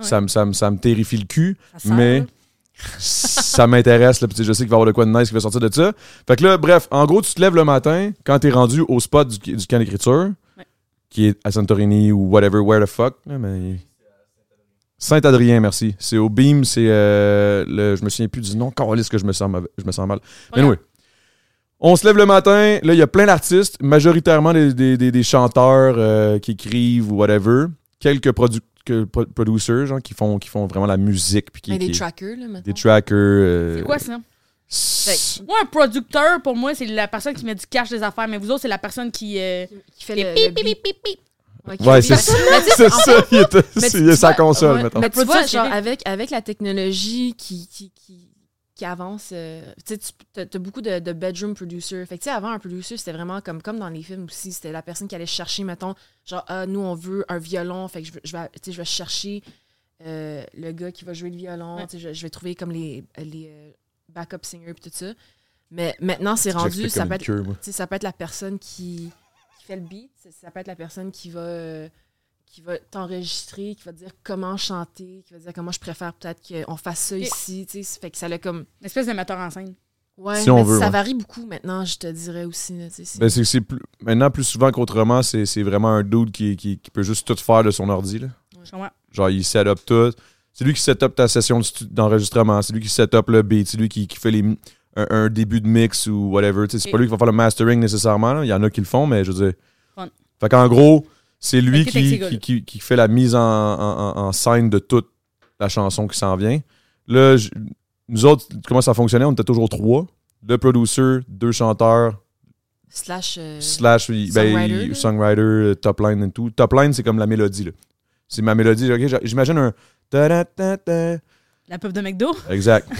Speaker 1: ça, me- ça, me- ça me terrifie le cul,
Speaker 2: Ça sert,
Speaker 1: mais
Speaker 2: là.
Speaker 1: ça m'intéresse. là, puis tu sais, Je sais qu'il va y avoir de quoi de nice qui va sortir de ça. Fait que là, bref, en gros, tu te lèves le matin quand t'es rendu au spot du, du camp d'écriture,
Speaker 2: Ouais.
Speaker 1: qui est à Santorini ou whatever, where the fuck. là, mais- Saint-Adrien, merci. C'est au BIM, c'est euh, le. Je me souviens plus du nom. Carlis que je me sens, mauvais- je me sens mal.
Speaker 3: Ben
Speaker 1: Mais anyway. On se lève le matin, là, il y a plein d'artistes, majoritairement des, des- des- des chanteurs euh, qui écrivent ou whatever. Quelques produ que- pro- producers, genre, qui font, qui font vraiment la musique. Puis qui,
Speaker 3: Mais des
Speaker 1: qui-
Speaker 3: trackers, là, mettons.
Speaker 1: des trackers. euh,
Speaker 2: C'est quoi ça?
Speaker 1: s-
Speaker 2: Moi, un producteur, pour moi, c'est la personne qui met du cash des affaires, mais vous autres, c'est la personne qui. euh,
Speaker 3: Qui fait
Speaker 2: qui
Speaker 3: le.
Speaker 2: est
Speaker 3: le
Speaker 2: pip,
Speaker 3: beat.
Speaker 2: pip, pip, pip,
Speaker 3: Ouais, qui
Speaker 1: Ouais,
Speaker 3: fait
Speaker 1: c'est ça.
Speaker 3: le beat. Mais tu
Speaker 1: C'est
Speaker 3: sais,
Speaker 1: ça, il est,
Speaker 3: Mais tu
Speaker 1: il est sa
Speaker 3: vois,
Speaker 1: console,
Speaker 3: ouais,
Speaker 1: mettons.
Speaker 3: Mais tu
Speaker 2: Produit
Speaker 3: vois,
Speaker 2: sur
Speaker 3: genre,
Speaker 2: CD.
Speaker 3: avec, avec la technologie qui, qui, qui, qui avance, euh, tu sais, tu as beaucoup de, de bedroom producers. Fait que, tu sais, avant, un producer, c'était vraiment comme, comme dans les films aussi. C'était la personne qui allait chercher, mettons, genre, ah, nous, on veut un violon. Fait que je, veux- je, vais, tu sais, je vais chercher euh, le gars qui va jouer le violon.
Speaker 2: Ouais.
Speaker 3: Tu sais, Je, je vais trouver comme les, les euh, backup singers et tout ça. Mais maintenant, c'est rendu,
Speaker 1: J'explique
Speaker 3: ça
Speaker 1: comme
Speaker 3: peut
Speaker 1: une
Speaker 3: être
Speaker 1: queue, moi.
Speaker 3: tu sais, ça peut être la personne qui, qui fait le beat, ça- ça peut être la personne qui va, euh, qui va t'enregistrer, qui va te dire comment chanter, qui va te dire comment je préfère peut-être qu'on fasse ça
Speaker 2: Ok.
Speaker 3: ici. tu sais, ça fait que ça l'a comme.
Speaker 2: Une espèce de metteur en scène.
Speaker 3: Ouais,
Speaker 1: Si on
Speaker 3: mais
Speaker 1: veut,
Speaker 3: ça
Speaker 1: ouais.
Speaker 3: varie beaucoup maintenant, je te dirais aussi. là, tu sais, c'est-
Speaker 1: Ben, c'est- c'est plus- maintenant, plus souvent qu'autrement, c'est c'est vraiment un dude qui, qui- qui peut juste tout faire de son ordi. Là.
Speaker 2: Je comprends.
Speaker 1: Genre, il setup tout. C'est lui qui setup ta session de stu- d'enregistrement. C'est lui qui setup le beat. C'est lui qui, qui fait les, mi- un, un début de mix ou whatever. Tu sais, C'est
Speaker 2: Ok.
Speaker 1: pas lui qui va faire le mastering nécessairement. là. Il y en a qui le font, mais je veux dire.
Speaker 2: Fun.
Speaker 1: Fait qu'en gros, c'est lui
Speaker 2: Fait que t'es
Speaker 1: qui,
Speaker 2: avec ces
Speaker 1: qui, qui- qui fait la mise en, en- en- en scène de toute la chanson qui s'en vient. Là, je- nous autres, comment ça fonctionnait? On était toujours trois. Le producer, deux chanteurs,
Speaker 3: Slash. euh,
Speaker 1: slash il- ben,
Speaker 3: songwriter,
Speaker 1: il-
Speaker 3: là.
Speaker 1: songwriter, euh, top line et tout. Top line, c'est comme la mélodie. là. C'est ma mélodie. ok, j'a- J'imagine un. ta-da-ta-ta.
Speaker 2: La pub de McDo.
Speaker 1: Exact.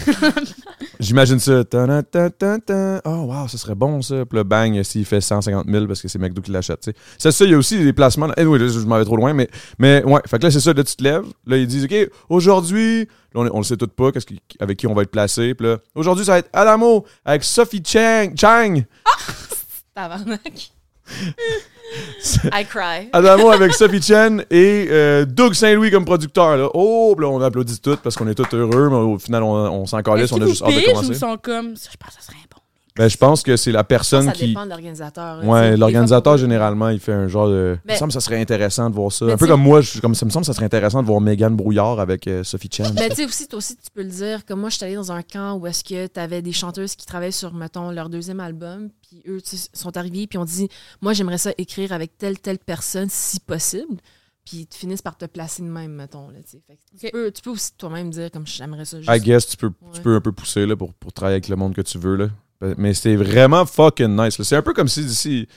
Speaker 1: J'imagine ça. Ta-da-ta-ta-ta. Oh, wow, ça serait bon ça. Puis le bang, s'il fait 150 000 parce que c'est McDo qui l'achète. tu sais. C'est ça, il y a aussi des placements. Anyway, là, je m'en vais trop loin, mais, mais ouais. Fait que là, c'est ça. Là, tu te lèves. Là, ils disent, OK, aujourd'hui, là, on, on le sait tout pas qu'est-ce qui- avec qui on va être placé. Puis là, aujourd'hui, ça va être Alamo avec Sophie Chang. Chang.
Speaker 3: Tabarnak. I cry.
Speaker 1: Adamo avec Sophie Chen et euh, Doug Saint-Louis comme producteur. Là. Oh, là, on applaudit tout parce qu'on est tous heureux, mais au final, on, on s'en calisse,
Speaker 2: Est-ce
Speaker 1: on
Speaker 2: qu'ils
Speaker 1: a
Speaker 2: vous
Speaker 1: juste hâte de
Speaker 2: pigent ou
Speaker 1: commencer.
Speaker 2: sont comme ça, je pense que ça serait bon.
Speaker 1: Ben, je pense que c'est la personne
Speaker 3: Ça
Speaker 1: qui.
Speaker 3: dépend de l'organisateur.
Speaker 1: Ouais, l'organisateur,
Speaker 3: général.
Speaker 1: généralement, il fait un genre de. Il
Speaker 3: Mais-
Speaker 1: me semble que ça serait intéressant de voir ça.
Speaker 3: Mais
Speaker 1: Un peu
Speaker 3: tu-
Speaker 1: comme moi, je, suis comme ça me semble que ça serait intéressant de voir Megan Brouillard avec euh, Sophie Chen.
Speaker 3: Mais Ben, tu sais aussi, toi aussi, tu peux le dire, comme moi, je suis allée dans un camp où est-ce que tu avais des chanteuses qui travaillaient sur, mettons, leur deuxième album, puis eux tu sais, sont arrivés, puis on dit, moi, j'aimerais ça écrire avec telle, telle personne, si possible, puis ils te finissent par te placer de même, mettons. Là, tu sais. Fait que tu,
Speaker 2: Ok.
Speaker 3: peux, tu peux aussi toi-même dire, comme j'aimerais ça. Juste.
Speaker 1: I guess tu peux, tu
Speaker 3: Ouais.
Speaker 1: peux un peu pousser là, pour, pour travailler avec le monde que tu veux. Là. Ben, Mais c'était vraiment fucking nice. là. C'est un peu comme si d'ici.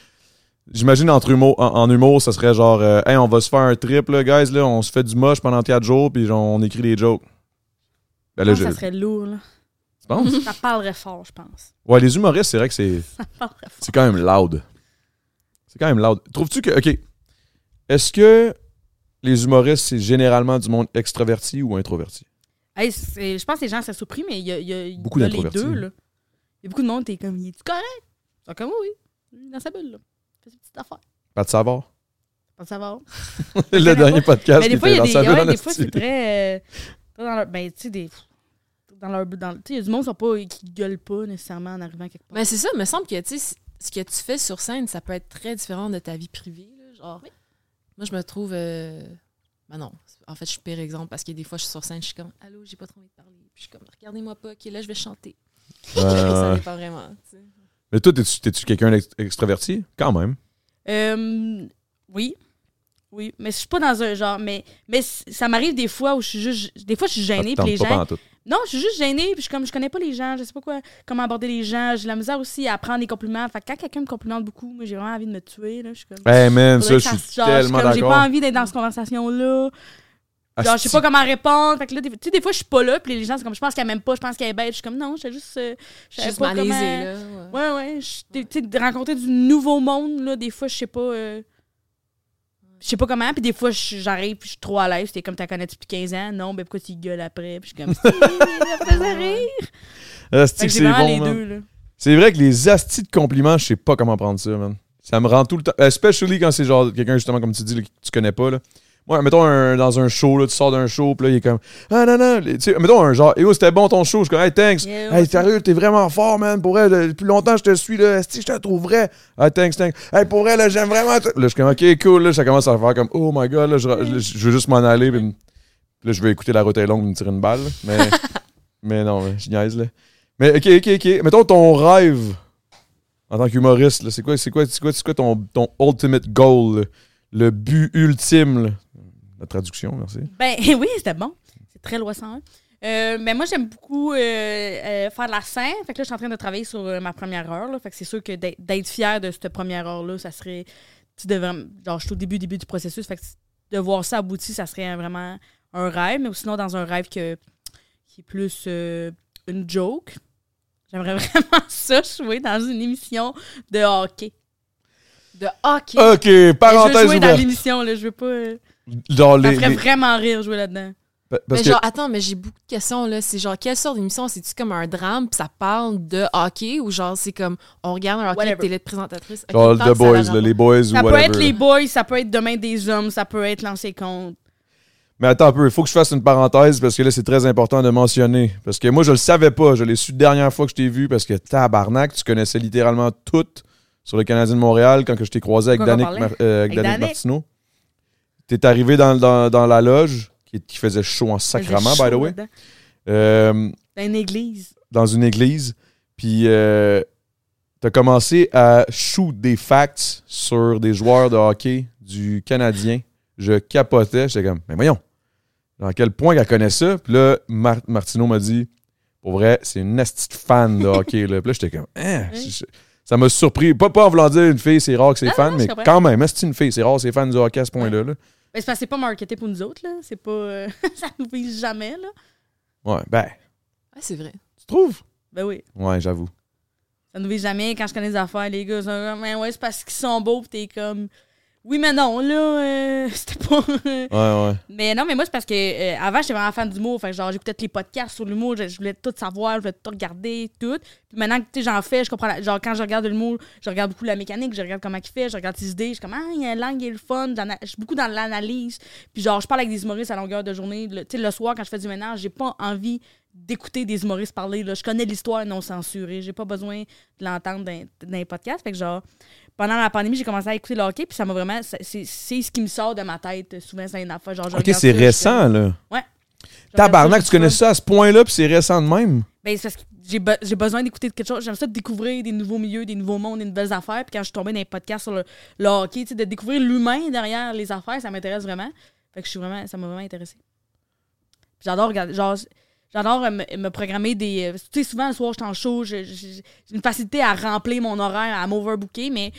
Speaker 1: J'imagine entre humour, en, en humour, ça serait genre euh, Hey, on va se faire un trip, là, guys, là, on se fait du moche pendant 4 jours, puis genre, on écrit des jokes. Ben
Speaker 2: Je
Speaker 1: là,
Speaker 2: pense que
Speaker 1: je-
Speaker 2: Ah, ça serait lourd, là.
Speaker 1: tu penses?
Speaker 2: Ça parlerait fort, je pense.
Speaker 1: Ouais, les humoristes, c'est vrai que c'est.
Speaker 2: Ça parlerait fort.
Speaker 1: C'est quand même loud. C'est quand même loud. Trouves-tu que. OK. Est-ce que les humoristes, c'est généralement du monde extraverti ou introverti?
Speaker 2: Hey, c'est- je pense que les gens s'assoupris, mais il y a, il y a- il y
Speaker 1: Beaucoup
Speaker 2: a les
Speaker 1: d'introvertis.
Speaker 2: deux. Là. Il y a beaucoup de monde, t'es comme, il est correct? Ils sont comme, oui, oui, dans sa bulle, là. Fait ses petites affaires.
Speaker 1: Pas de savoir.
Speaker 2: Pas de savoir.
Speaker 1: Le
Speaker 2: connais
Speaker 1: dernier podcast.
Speaker 2: Mais des
Speaker 1: qui
Speaker 2: fois, il
Speaker 1: était
Speaker 2: y a
Speaker 1: Ah, dans sa
Speaker 2: des,
Speaker 1: bulle
Speaker 2: ouais,
Speaker 1: en
Speaker 2: des fois,
Speaker 1: esti.
Speaker 2: c'est très. euh, très dans leur, ben, tu sais, des. Dans leur. dans- Tu sais, il y a du monde qui sont pas- qui gueule pas nécessairement en arrivant quelque part.
Speaker 3: Mais c'est ça, il me semble que, tu sais, c- ce que tu fais sur scène, ça peut être très différent de ta vie privée. là, genre, moi, je me trouve. euh, Ben non, en fait, je suis pire exemple parce que des fois, je suis sur scène, je suis comme, allô, j'ai pas trop envie de parler. Puis je suis comme, regardez-moi pas, ok, là, je vais chanter.
Speaker 1: Ouais,
Speaker 3: Ça
Speaker 1: ouais.
Speaker 3: dépend vraiment. tu sais.
Speaker 1: Mais toi, t'es-tu t'es-tu quelqu'un d'ex- extraverti? Quand même.
Speaker 2: Euh, oui. Oui. Mais je suis pas dans un genre. Mais, mais c- ça m'arrive des fois où je suis juste. Des fois, je suis
Speaker 1: Ça te
Speaker 2: gênée, puis
Speaker 1: tente
Speaker 2: les
Speaker 1: pas
Speaker 2: gens.
Speaker 1: pantoute.
Speaker 2: Non, je suis juste gênée, puis je suis comme je connais pas les gens, je sais pas quoi, comment aborder les gens, j'ai la misère aussi à prendre des compliments. Fait que quand quelqu'un me complimente beaucoup, moi j'ai vraiment envie de me tuer là, je suis comme
Speaker 1: Hey man, Ah, ça,
Speaker 2: faudrait
Speaker 1: je
Speaker 2: que
Speaker 1: suis
Speaker 2: se gère.
Speaker 1: tellement
Speaker 2: comme, J'ai pas
Speaker 1: d'accord. Ah,
Speaker 2: envie d'être dans cette conversation là. Genre, je sais
Speaker 1: Asti.
Speaker 2: pas comment répondre. Fait que là, des- tu sais, des fois, je suis pas là, puis les gens, c'est comme, je pense qu'elle m'aime pas, je pense qu'elle est bête. Je suis comme, non, je suis juste. euh,
Speaker 3: Je
Speaker 2: je
Speaker 3: suis
Speaker 2: savais
Speaker 3: juste
Speaker 2: pas
Speaker 3: malaisée,
Speaker 2: comment-
Speaker 3: là. ouais.
Speaker 2: Ouais, ouais. je- Tu sais, de rencontrer du nouveau monde, là, des fois, je sais pas. euh, Je sais pas comment, puis des fois, je- j'arrive, puis je suis trop à l'aise. T'es comme, t'as connu depuis 15 ans. Non, ben pourquoi tu gueules après? Puis je suis comme, si, ça faisait rire.
Speaker 1: Asti
Speaker 2: Fait
Speaker 1: que
Speaker 2: que j'ai
Speaker 1: C'est
Speaker 2: vraiment les
Speaker 1: bon, man.
Speaker 2: deux, là.
Speaker 1: C'est vrai que les astis de compliments, je sais pas comment prendre ça, man. Ça me rend tout le temps. Especially quand c'est genre quelqu'un, justement, comme tu dis, là, que tu connais pas, là. Moi, mettons un- dans un show, là, tu sors d'un show, puis là, il est comme Ah non, non, tu sais, mettons un genre, Eh oh, c'était bon ton show, je suis comme Hey, thanks.
Speaker 2: Yeah,
Speaker 1: hey,
Speaker 2: ouais.
Speaker 1: sérieux, t'es vraiment fort, man. Pour elle, là, depuis longtemps, je te suis, là. Esti, je te trouve vrai. Hey, thanks, thanks. Hey, pour elle, là, j'aime vraiment. tout. Là, je suis comme Ok, cool, là. Ça commence à faire comme Oh my god, là, je, je- je veux juste m'en aller, puis me- là, je veux écouter la route est longue, me tirer une balle, là. mais. Mais non, mais je niaise, là. Mais ok, ok, ok. Mettons ton rêve en tant qu'humoriste, là, c'est quoi, c'est quoi, c'est quoi, c'est quoi ton, ton ultimate goal, là? le but ultime, là? La traduction, merci.
Speaker 2: Ben oui, c'était bon. C'est très loi 101. Euh, ben moi, j'aime beaucoup euh, euh, faire de la scène. Fait que là, je suis en train de travailler sur euh, ma première heure. Là. Fait que c'est sûr que d'être- d'être fière de cette première heure-là, ça serait. Tu devrais. Genre, je suis au début, début du processus. Fait que de voir ça abouti, ça serait un- vraiment un rêve. Mais sinon, dans un rêve que, qui est plus euh, une joke, j'aimerais vraiment ça jouer dans une émission de hockey.
Speaker 3: De
Speaker 1: Ah,
Speaker 3: hockey.
Speaker 1: Ok,
Speaker 2: Mais je veux
Speaker 1: parenthèse
Speaker 2: jouer dans
Speaker 1: ouverte.
Speaker 2: l'émission, là. Je veux pas. euh,
Speaker 1: Dans
Speaker 2: ça
Speaker 1: les,
Speaker 2: me ferait
Speaker 1: les-
Speaker 2: vraiment rire jouer là-dedans.
Speaker 1: pa-
Speaker 3: mais
Speaker 1: parce que
Speaker 3: genre, attends, mais j'ai beaucoup de questions, là. C'est genre, quelle sorte d'émission? C'est-tu comme un drame, puis ça parle de hockey, ou genre, c'est comme, on regarde un hockey
Speaker 2: Whatever.
Speaker 3: de téléprésentatrice?
Speaker 1: genre the boys, là, les boys ou
Speaker 2: Ça peut
Speaker 1: whatever.
Speaker 2: être les boys, ça peut être demain des hommes, ça peut être lancer contre.
Speaker 1: Mais attends un peu, il faut que je fasse une parenthèse parce que là, c'est très important de mentionner. Parce que moi, je le savais pas. Je l'ai su la dernière fois que je t'ai vu parce que tabarnak, tu connaissais littéralement tout sur le Canadien de Montréal quand que je t'ai croisé avec
Speaker 2: Quoi qu'on
Speaker 1: Danick,
Speaker 2: parlait?
Speaker 1: Mar- euh, avec
Speaker 2: Avec
Speaker 1: Danick
Speaker 2: Danick.
Speaker 1: Martineau. T'es arrivé dans, dans- dans la loge qui, qui faisait chaud en sacrament, by the way,
Speaker 2: Dans
Speaker 1: euh,
Speaker 2: une église.
Speaker 1: dans une église. Puis euh, t'as commencé à shoot des facts sur des joueurs de hockey du Canadien je capotais. J'étais comme, mais voyons, dans quel point qu'elle connaît ça? Puis là, Mar- Martineau m'a dit, pour vrai, c'est une astite fan de hockey. Là. Puis là, j'étais comme, hein?
Speaker 2: Oui.
Speaker 1: Je- je- Ça m'a surpris. Pas, pas en voulant dire une fille, c'est rare que c'est
Speaker 2: Non,
Speaker 1: fan,
Speaker 2: non, je
Speaker 1: mais
Speaker 2: comprends.
Speaker 1: quand même, est-ce que c'est une fille? C'est rare, c'est fan du hockey à ce point-là. là.
Speaker 2: Ben, c'est parce que c'est pas marketé pour nous autres, là. C'est pas. euh, ça nous vise jamais, là.
Speaker 1: Ouais, ben,
Speaker 3: Ouais, c'est vrai.
Speaker 1: tu trouves?
Speaker 2: Ben oui.
Speaker 1: Ouais, j'avoue.
Speaker 2: Ça nous vise jamais. Quand je connais des affaires, les gars, ils sont comme, Ben ouais, c'est parce qu'ils sont beaux, pis t'es comme. Oui, mais non, là, euh, c'était pas.
Speaker 1: Ouais, ouais.
Speaker 2: mais non, mais moi, c'est parce que euh, avant, j'étais vraiment fan d'humour. Fait que, genre, j'écoutais tous les podcasts sur l'humour. Je, je voulais tout savoir, je voulais tout regarder, tout. Puis maintenant que tu sais, j'en fais, je comprends. la- genre, quand je regarde de l'humour, je regarde beaucoup la mécanique, je regarde comment il fait, je regarde ses idées. Je suis comme, ah, il y a une langue, il est le fun. d'ana- Je suis beaucoup dans l'analyse. Puis, genre, je parle avec des humoristes à longueur de journée. Le- Tu sais, le soir, quand je fais du ménage, j'ai pas envie d'écouter des humoristes parler. Là. Je connais l'histoire non censurée. J'ai pas besoin de l'entendre dans, dans les podcasts. Fait que, genre, pendant la pandémie, j'ai commencé à écouter le hockey, puis ça m'a vraiment. c'est- C'est c'est ce qui me sort de ma tête. Souvent, c'est une affaire. Genre, je
Speaker 1: Ok,
Speaker 2: regarde
Speaker 1: c'est
Speaker 2: ça, je
Speaker 1: récent,
Speaker 2: fais-
Speaker 1: là.
Speaker 2: Ouais. Je regarde
Speaker 1: Tabarnak,
Speaker 2: je
Speaker 1: tu connais
Speaker 2: fais-
Speaker 1: ça à ce point-là, puis c'est récent de même.
Speaker 2: Ben, c'est parce que j'ai be- j'ai besoin d'écouter de quelque chose. J'aime ça de découvrir des nouveaux milieux, des nouveaux mondes, des nouvelles affaires. Puis quand je suis tombée dans les podcasts sur le, le hockey, tu sais, de découvrir l'humain derrière les affaires, ça m'intéresse vraiment. Fait que je suis vraiment, ça m'a vraiment intéressée. Puis J'adore regarder, genre, j'adore euh, me, me programmer des. euh, Tu sais, souvent le soir, je suis en show, je- je- j'ai une facilité à remplir mon horaire, à m'overbooker, mais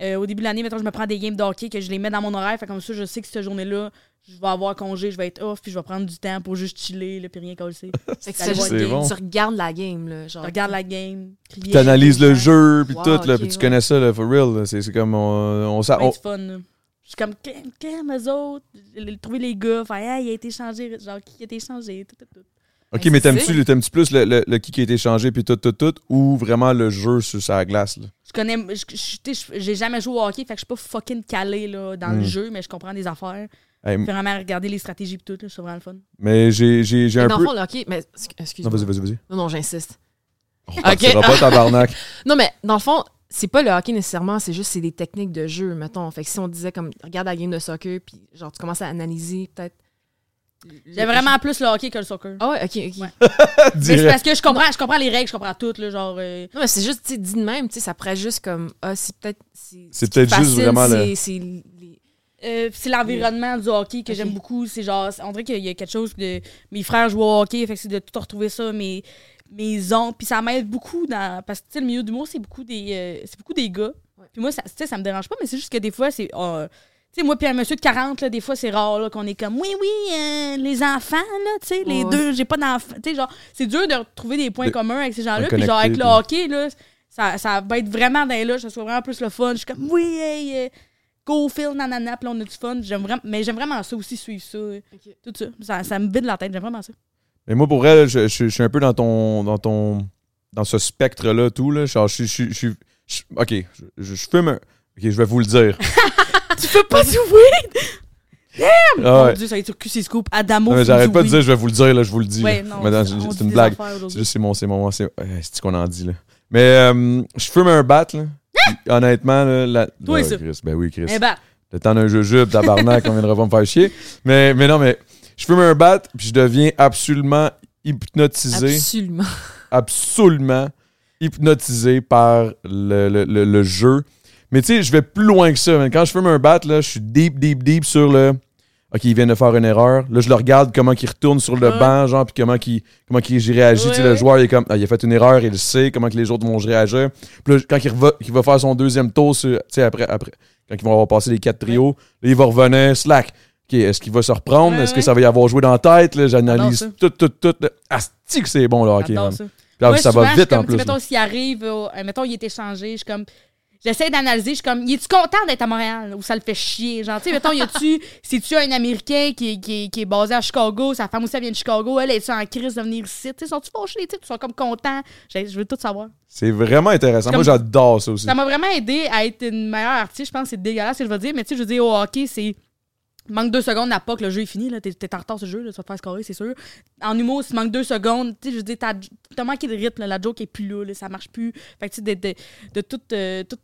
Speaker 2: euh, au début de l'année, maintenant, je me prends des games de hockey que je les mets dans mon horaire. Fait comme ça, je sais que cette journée-là, je vais avoir congé, je vais être off, puis je vais prendre du temps pour juste chiller, là, puis rien coller.
Speaker 3: Fait que tu,
Speaker 2: C'est
Speaker 3: fais juste-
Speaker 1: bon. C'est bon.
Speaker 3: tu regardes la game, là. Genre,
Speaker 2: Tu regardes la game. crier,
Speaker 1: Tu analyses le
Speaker 2: tout ça.
Speaker 1: jeu, puis
Speaker 3: Wow,
Speaker 1: tout, là,
Speaker 3: ok,
Speaker 1: puis tu
Speaker 3: ouais.
Speaker 1: connais ça, là, for real. là. C'est c'est comme on, on, s'a-
Speaker 2: Ça va
Speaker 1: on-
Speaker 2: être fun. là. Je suis comme, calme, calme, eux autres. Le- Trouver les gars. Faire, ah, il a été changé. Genre, qui a été changé. Tout, tout, tout.
Speaker 1: Ok,
Speaker 3: Ben,
Speaker 1: mais
Speaker 3: c'est
Speaker 1: t'aimes-tu
Speaker 3: ça.
Speaker 1: le- t'aimes-tu plus le, le, le kick qui a été changé, puis tout, tout, tout, ou vraiment le jeu sur sa glace, là?
Speaker 2: Je connais. je- je- tu sais, je- J'ai jamais joué au hockey, fait que je suis pas fucking calé là, dans
Speaker 1: Mm.
Speaker 2: le jeu, mais je comprends des affaires.
Speaker 1: Hey,
Speaker 2: Je
Speaker 1: m-
Speaker 2: peux vraiment regarder les stratégies et tout. là, C'est vraiment le fun.
Speaker 1: mais j'ai j'ai- j'ai
Speaker 3: Mais
Speaker 1: un
Speaker 3: dans
Speaker 1: peu.
Speaker 3: le fond, là, OK, mais excu-
Speaker 1: Non,
Speaker 3: excuse-moi.
Speaker 1: vas-y, vas-y, vas-y.
Speaker 3: Non, non, j'insiste.
Speaker 1: On repartira pas, tabarnak.
Speaker 3: Non, mais dans le fond, c'est pas le hockey nécessairement, c'est juste c'est des techniques de jeu, mettons. Fait que si on disait comme regarde la game de soccer, puis genre tu commences à analyser peut-être.
Speaker 2: J'aime vraiment plus le hockey que le soccer.
Speaker 3: Ah ouais, ok, ok.
Speaker 2: Ouais. mais c'est
Speaker 1: Direct.
Speaker 2: parce que je comprends, je comprends les règles, je comprends tout. Là, genre, euh,
Speaker 3: Non, mais c'est juste, tu sais, dit de même, tu sais, ça pourrait juste comme. Ah, c'est peut-être. C'est
Speaker 1: C'est
Speaker 3: ce qui
Speaker 1: peut-être juste
Speaker 3: fascine,
Speaker 1: vraiment le-
Speaker 3: c'est, C'est les-
Speaker 2: Euh, pis c'est l'environnement du hockey que
Speaker 3: Ok.
Speaker 2: j'aime beaucoup. C'est genre, on dirait qu'il y a quelque chose de. Mes frères jouent au hockey, fait que c'est de tout retrouver ça, mes, mes oncles. Puis ça m'aide beaucoup dans. Parce que, tu sais, le milieu du mot, c'est beaucoup des euh, c'est beaucoup des gars.
Speaker 3: Ouais.
Speaker 2: Puis moi, ça, tu sais, ça me dérange pas, mais c'est juste que des fois, c'est. euh, tu sais, moi, puis un monsieur de 40, là, des fois, c'est rare là, qu'on est comme, oui, oui, euh, les enfants, là, tu sais, les
Speaker 3: Ouais.
Speaker 2: deux, j'ai pas d'enfants. Tu sais, genre, c'est dur de retrouver des points
Speaker 1: De-
Speaker 2: communs avec ces gens-là.
Speaker 1: de
Speaker 2: Puis, genre, avec le
Speaker 1: connecter,
Speaker 2: hockey, là, ça, ça va être vraiment dans là, ça soit vraiment plus le fun. Je suis comme, oui, hey, euh, go Phil, nanana, puis là, on a du fun. J'aime vraiment, mais j'aime vraiment ça aussi, suivre ça, euh,
Speaker 3: Ok.
Speaker 2: tout ça. ça. Ça me vide la tête, j'aime vraiment ça.
Speaker 1: Mais moi, pour elle, je, je- je suis un peu dans ton. dans ton. dans ce spectre-là, tout, là. Genre, je suis. je suis- je suis- je- Ok, je, je, je fume un. Ok, je vais vous le dire.
Speaker 2: tu peux pas s'ouvrir!
Speaker 1: Ah
Speaker 2: Oh Mon
Speaker 1: ouais.
Speaker 2: Dieu, ça va être sur QC Scoop, Adamo.
Speaker 1: Non, mais
Speaker 2: faut
Speaker 1: j'arrête
Speaker 2: du
Speaker 1: pas de
Speaker 2: oui.
Speaker 1: dire, je vais vous le dire, là, je vous le dis.
Speaker 2: Ouais,
Speaker 1: là.
Speaker 2: non,
Speaker 1: Madame,
Speaker 2: on
Speaker 1: c'est
Speaker 2: dit
Speaker 1: c'est une
Speaker 2: des
Speaker 1: blague.
Speaker 2: affaires
Speaker 1: C'est
Speaker 2: aujourd'hui.
Speaker 1: juste, c'est mon, c'est mon, moment, c'est euh, c'est ce qu'on en dit, là. Mais euh, je fume un bat, là. Puis, Honnêtement, là, la...
Speaker 2: Toi,
Speaker 1: Ouais,
Speaker 2: ça.
Speaker 1: Chris, ben oui, Chris.
Speaker 2: Eh ben,
Speaker 1: Le temps d'un jujube, tabarnak, on viendra pas me faire chier. Mais, mais non, mais je fume un bat, puis je deviens absolument hypnotisé,
Speaker 3: Absolument.
Speaker 1: absolument hypnotisé par le, le- le- le jeu. Mais tu sais, je vais plus loin que ça. man. Quand je fume un bat, là, je suis deep, deep, deep sur le... OK, il vient de faire une erreur. Là, je le regarde, comment il retourne sur le
Speaker 2: Ouais.
Speaker 1: banc, genre, puis comment qu'il comment qu'il j'y réagis. Tu sais,
Speaker 2: Ouais,
Speaker 1: le
Speaker 2: ouais.
Speaker 1: joueur, il est comme, ah, il a fait une erreur, il le sait, comment que les autres vont réagir. Puis là, quand il va, va faire son deuxième tour, sur- tu sais, après, après, quand ils vont avoir passé les quatre trios, là, il va revenir, slack. OK, est-ce qu'il va se reprendre?
Speaker 2: Ouais,
Speaker 1: est-ce que
Speaker 2: ouais.
Speaker 1: ça va y avoir joué dans la tête? Là, J'analyse
Speaker 2: J'adore
Speaker 1: tout, tout, tout. là. Asti que c'est bon, là, OK.
Speaker 2: j'adore
Speaker 1: man.
Speaker 2: ça.
Speaker 1: Puis,
Speaker 2: Moi,
Speaker 1: ça
Speaker 2: souvent,
Speaker 1: va
Speaker 2: je suis
Speaker 1: vite
Speaker 2: comme,
Speaker 1: en
Speaker 2: tu
Speaker 1: plus.
Speaker 2: sais, Mettons,
Speaker 1: là.
Speaker 2: s'il arrive, euh, euh, mettons, il est échangé, je suis comme. J'essaie d'analyser, je suis comme, il est-tu content d'être à Montréal ou ça le fait chier? Genre, tu sais, mettons, y a-tu, c'est-tu un Américain qui, est- qui, est- qui est basé à Chicago, sa femme aussi elle vient de Chicago, elle est-tu en crise de venir ici? Tu sais, sont-tu fâchés? Tu sais, ils sont comme contents. J'ai- Je veux tout savoir.
Speaker 1: C'est vraiment intéressant.
Speaker 2: Comme-
Speaker 1: Moi, j'adore ça aussi.
Speaker 2: Ça m'a vraiment aidé à être une meilleure artiste. Je pense que c'est dégueulasse ce que je veux dire, mais tu sais, je veux dire, au hockey, c'est. Manque deux secondes à pas que le jeu est fini, là. T'es, t'es en retard ce jeu, là. Tu vas te faire scorer, c'est sûr. En humour, si tu manques deux secondes, tu sais, je veux dire, t'as, t'as manqué de rythme, là. La joke est plus là, là, Ça marche plus. Fait que, tu sais, de, de- de tout, euh, tout,